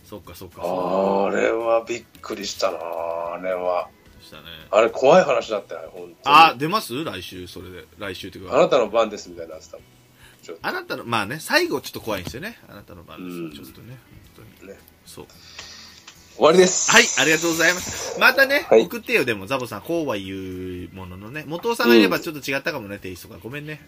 C: そっかそっか。
A: あれはびっくりしたなあれは。
C: そうでしたね。
A: あれ怖い話だったよ、本当に。
C: あ、出ます来週、それで。来週っていう
A: あな
C: か。
A: たの番ですみたいになってたもん
C: あなたの、まあね、最後ちょっと怖いんですよね。あなたの番です。
A: うん
C: ちょっとね。本当に
A: ね。
C: そう。
A: 終わりです。
C: はい、ありがとうございます。またね、
A: はい
C: 送ってよ、でも、ザボさん、こうは言うもののね、元尾さんがいればちょっと違ったかもね、テイストが。ごめんね。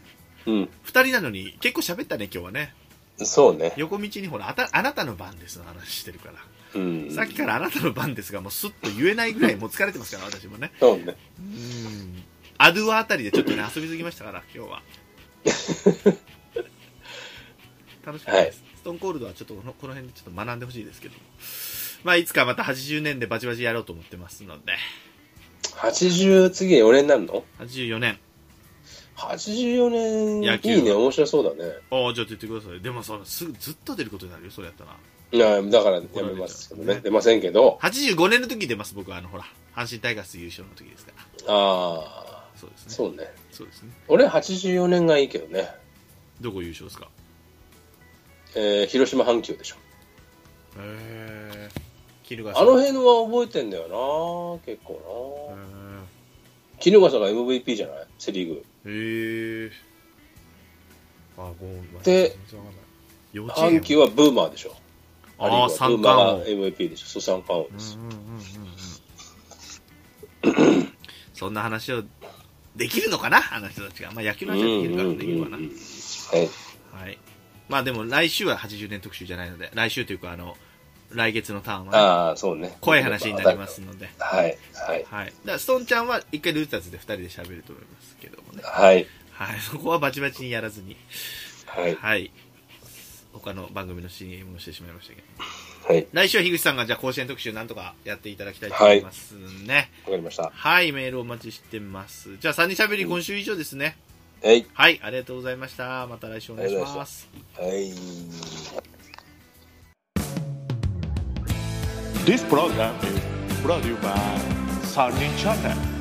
A: うん。
C: 二人なのに、結構喋ったね、今日はね。
A: そうね。
C: 横道にほら、あた、あなたの番ですの話してるから。
A: うん。
C: さっきからあなたの番ですが、もうスッと言えないぐらい、もう疲れてますから、私もね。
A: そうね。
C: うーん。アドゥアあたりでちょっとね、遊びすぎましたから、今日は。楽しかったです。ストーンコールドはちょっとこのこの辺でちょっと学んでほしいですけども。まあ、いつかまた80年でバチバチやろうと思ってますので。
A: 80、次4年になるの
C: 84年。野
A: 84
C: 球
A: 年、いいね、面白そうだね。
C: ああ、じゃあ出てください。でもそのすぐずっと出ることになるよ、それやったら。
A: いや、だからやめますけどね。出ませんけど。
C: 85年の時に出ます、僕は。あの、ほら、阪神タイガース優勝の時ですから。
A: ああ、
C: そうですね。そう
A: そうね。
C: ですね。
A: 俺84年がいいけどね。
C: どこ優勝ですか
A: えー広島阪急でしょ。
C: へえ。キルガ
A: あの辺は覚えてんだよな結構な衣笠が MVP じゃないセリーグ。
C: へえ。あ、ごめん。
A: で
C: 全然わかんない、幼稚園
A: 阪急はブーマーでしょ。アリーグ
C: あ
A: は
C: あ、三
A: ブーマ
C: 冠
A: ーが
C: 王。
A: MVP でしょ。そう、三冠王
C: う
A: で
C: ん
A: す。
C: うんうんうんうんそんな話をできるのかなあの人たちが。まあ野球の話はできるからできるかな
A: うんうんうんう。んはい。
C: はい。まあでも来週は80年特集じゃないので、来週というかあの、来月のターンは、ね、
A: ああ、そうね。
C: 怖い話になりま。すので。
A: はい。はい。
C: はい。だからストーンちゃんは一回ルーターズで二人で喋ると思いますけどもね。
A: はい。
C: はい。 そこはバチバチにやらずに。
A: はい。
C: はい。他の番組の CM をしてしまいましたけど。
A: はい。
C: 来週は樋口さんがじゃあ甲子園特集なんとかやっていただきたいと思いますね。
A: わかりました。
C: はい、メールお待ちしてます。じゃあ3人喋り今週以上ですね。
A: はい。
C: はい、ありがとうございました。また来週お願いし
A: ありがとうございま
C: ま。
A: すはい。
B: This program is brought to you by Sunny Channel.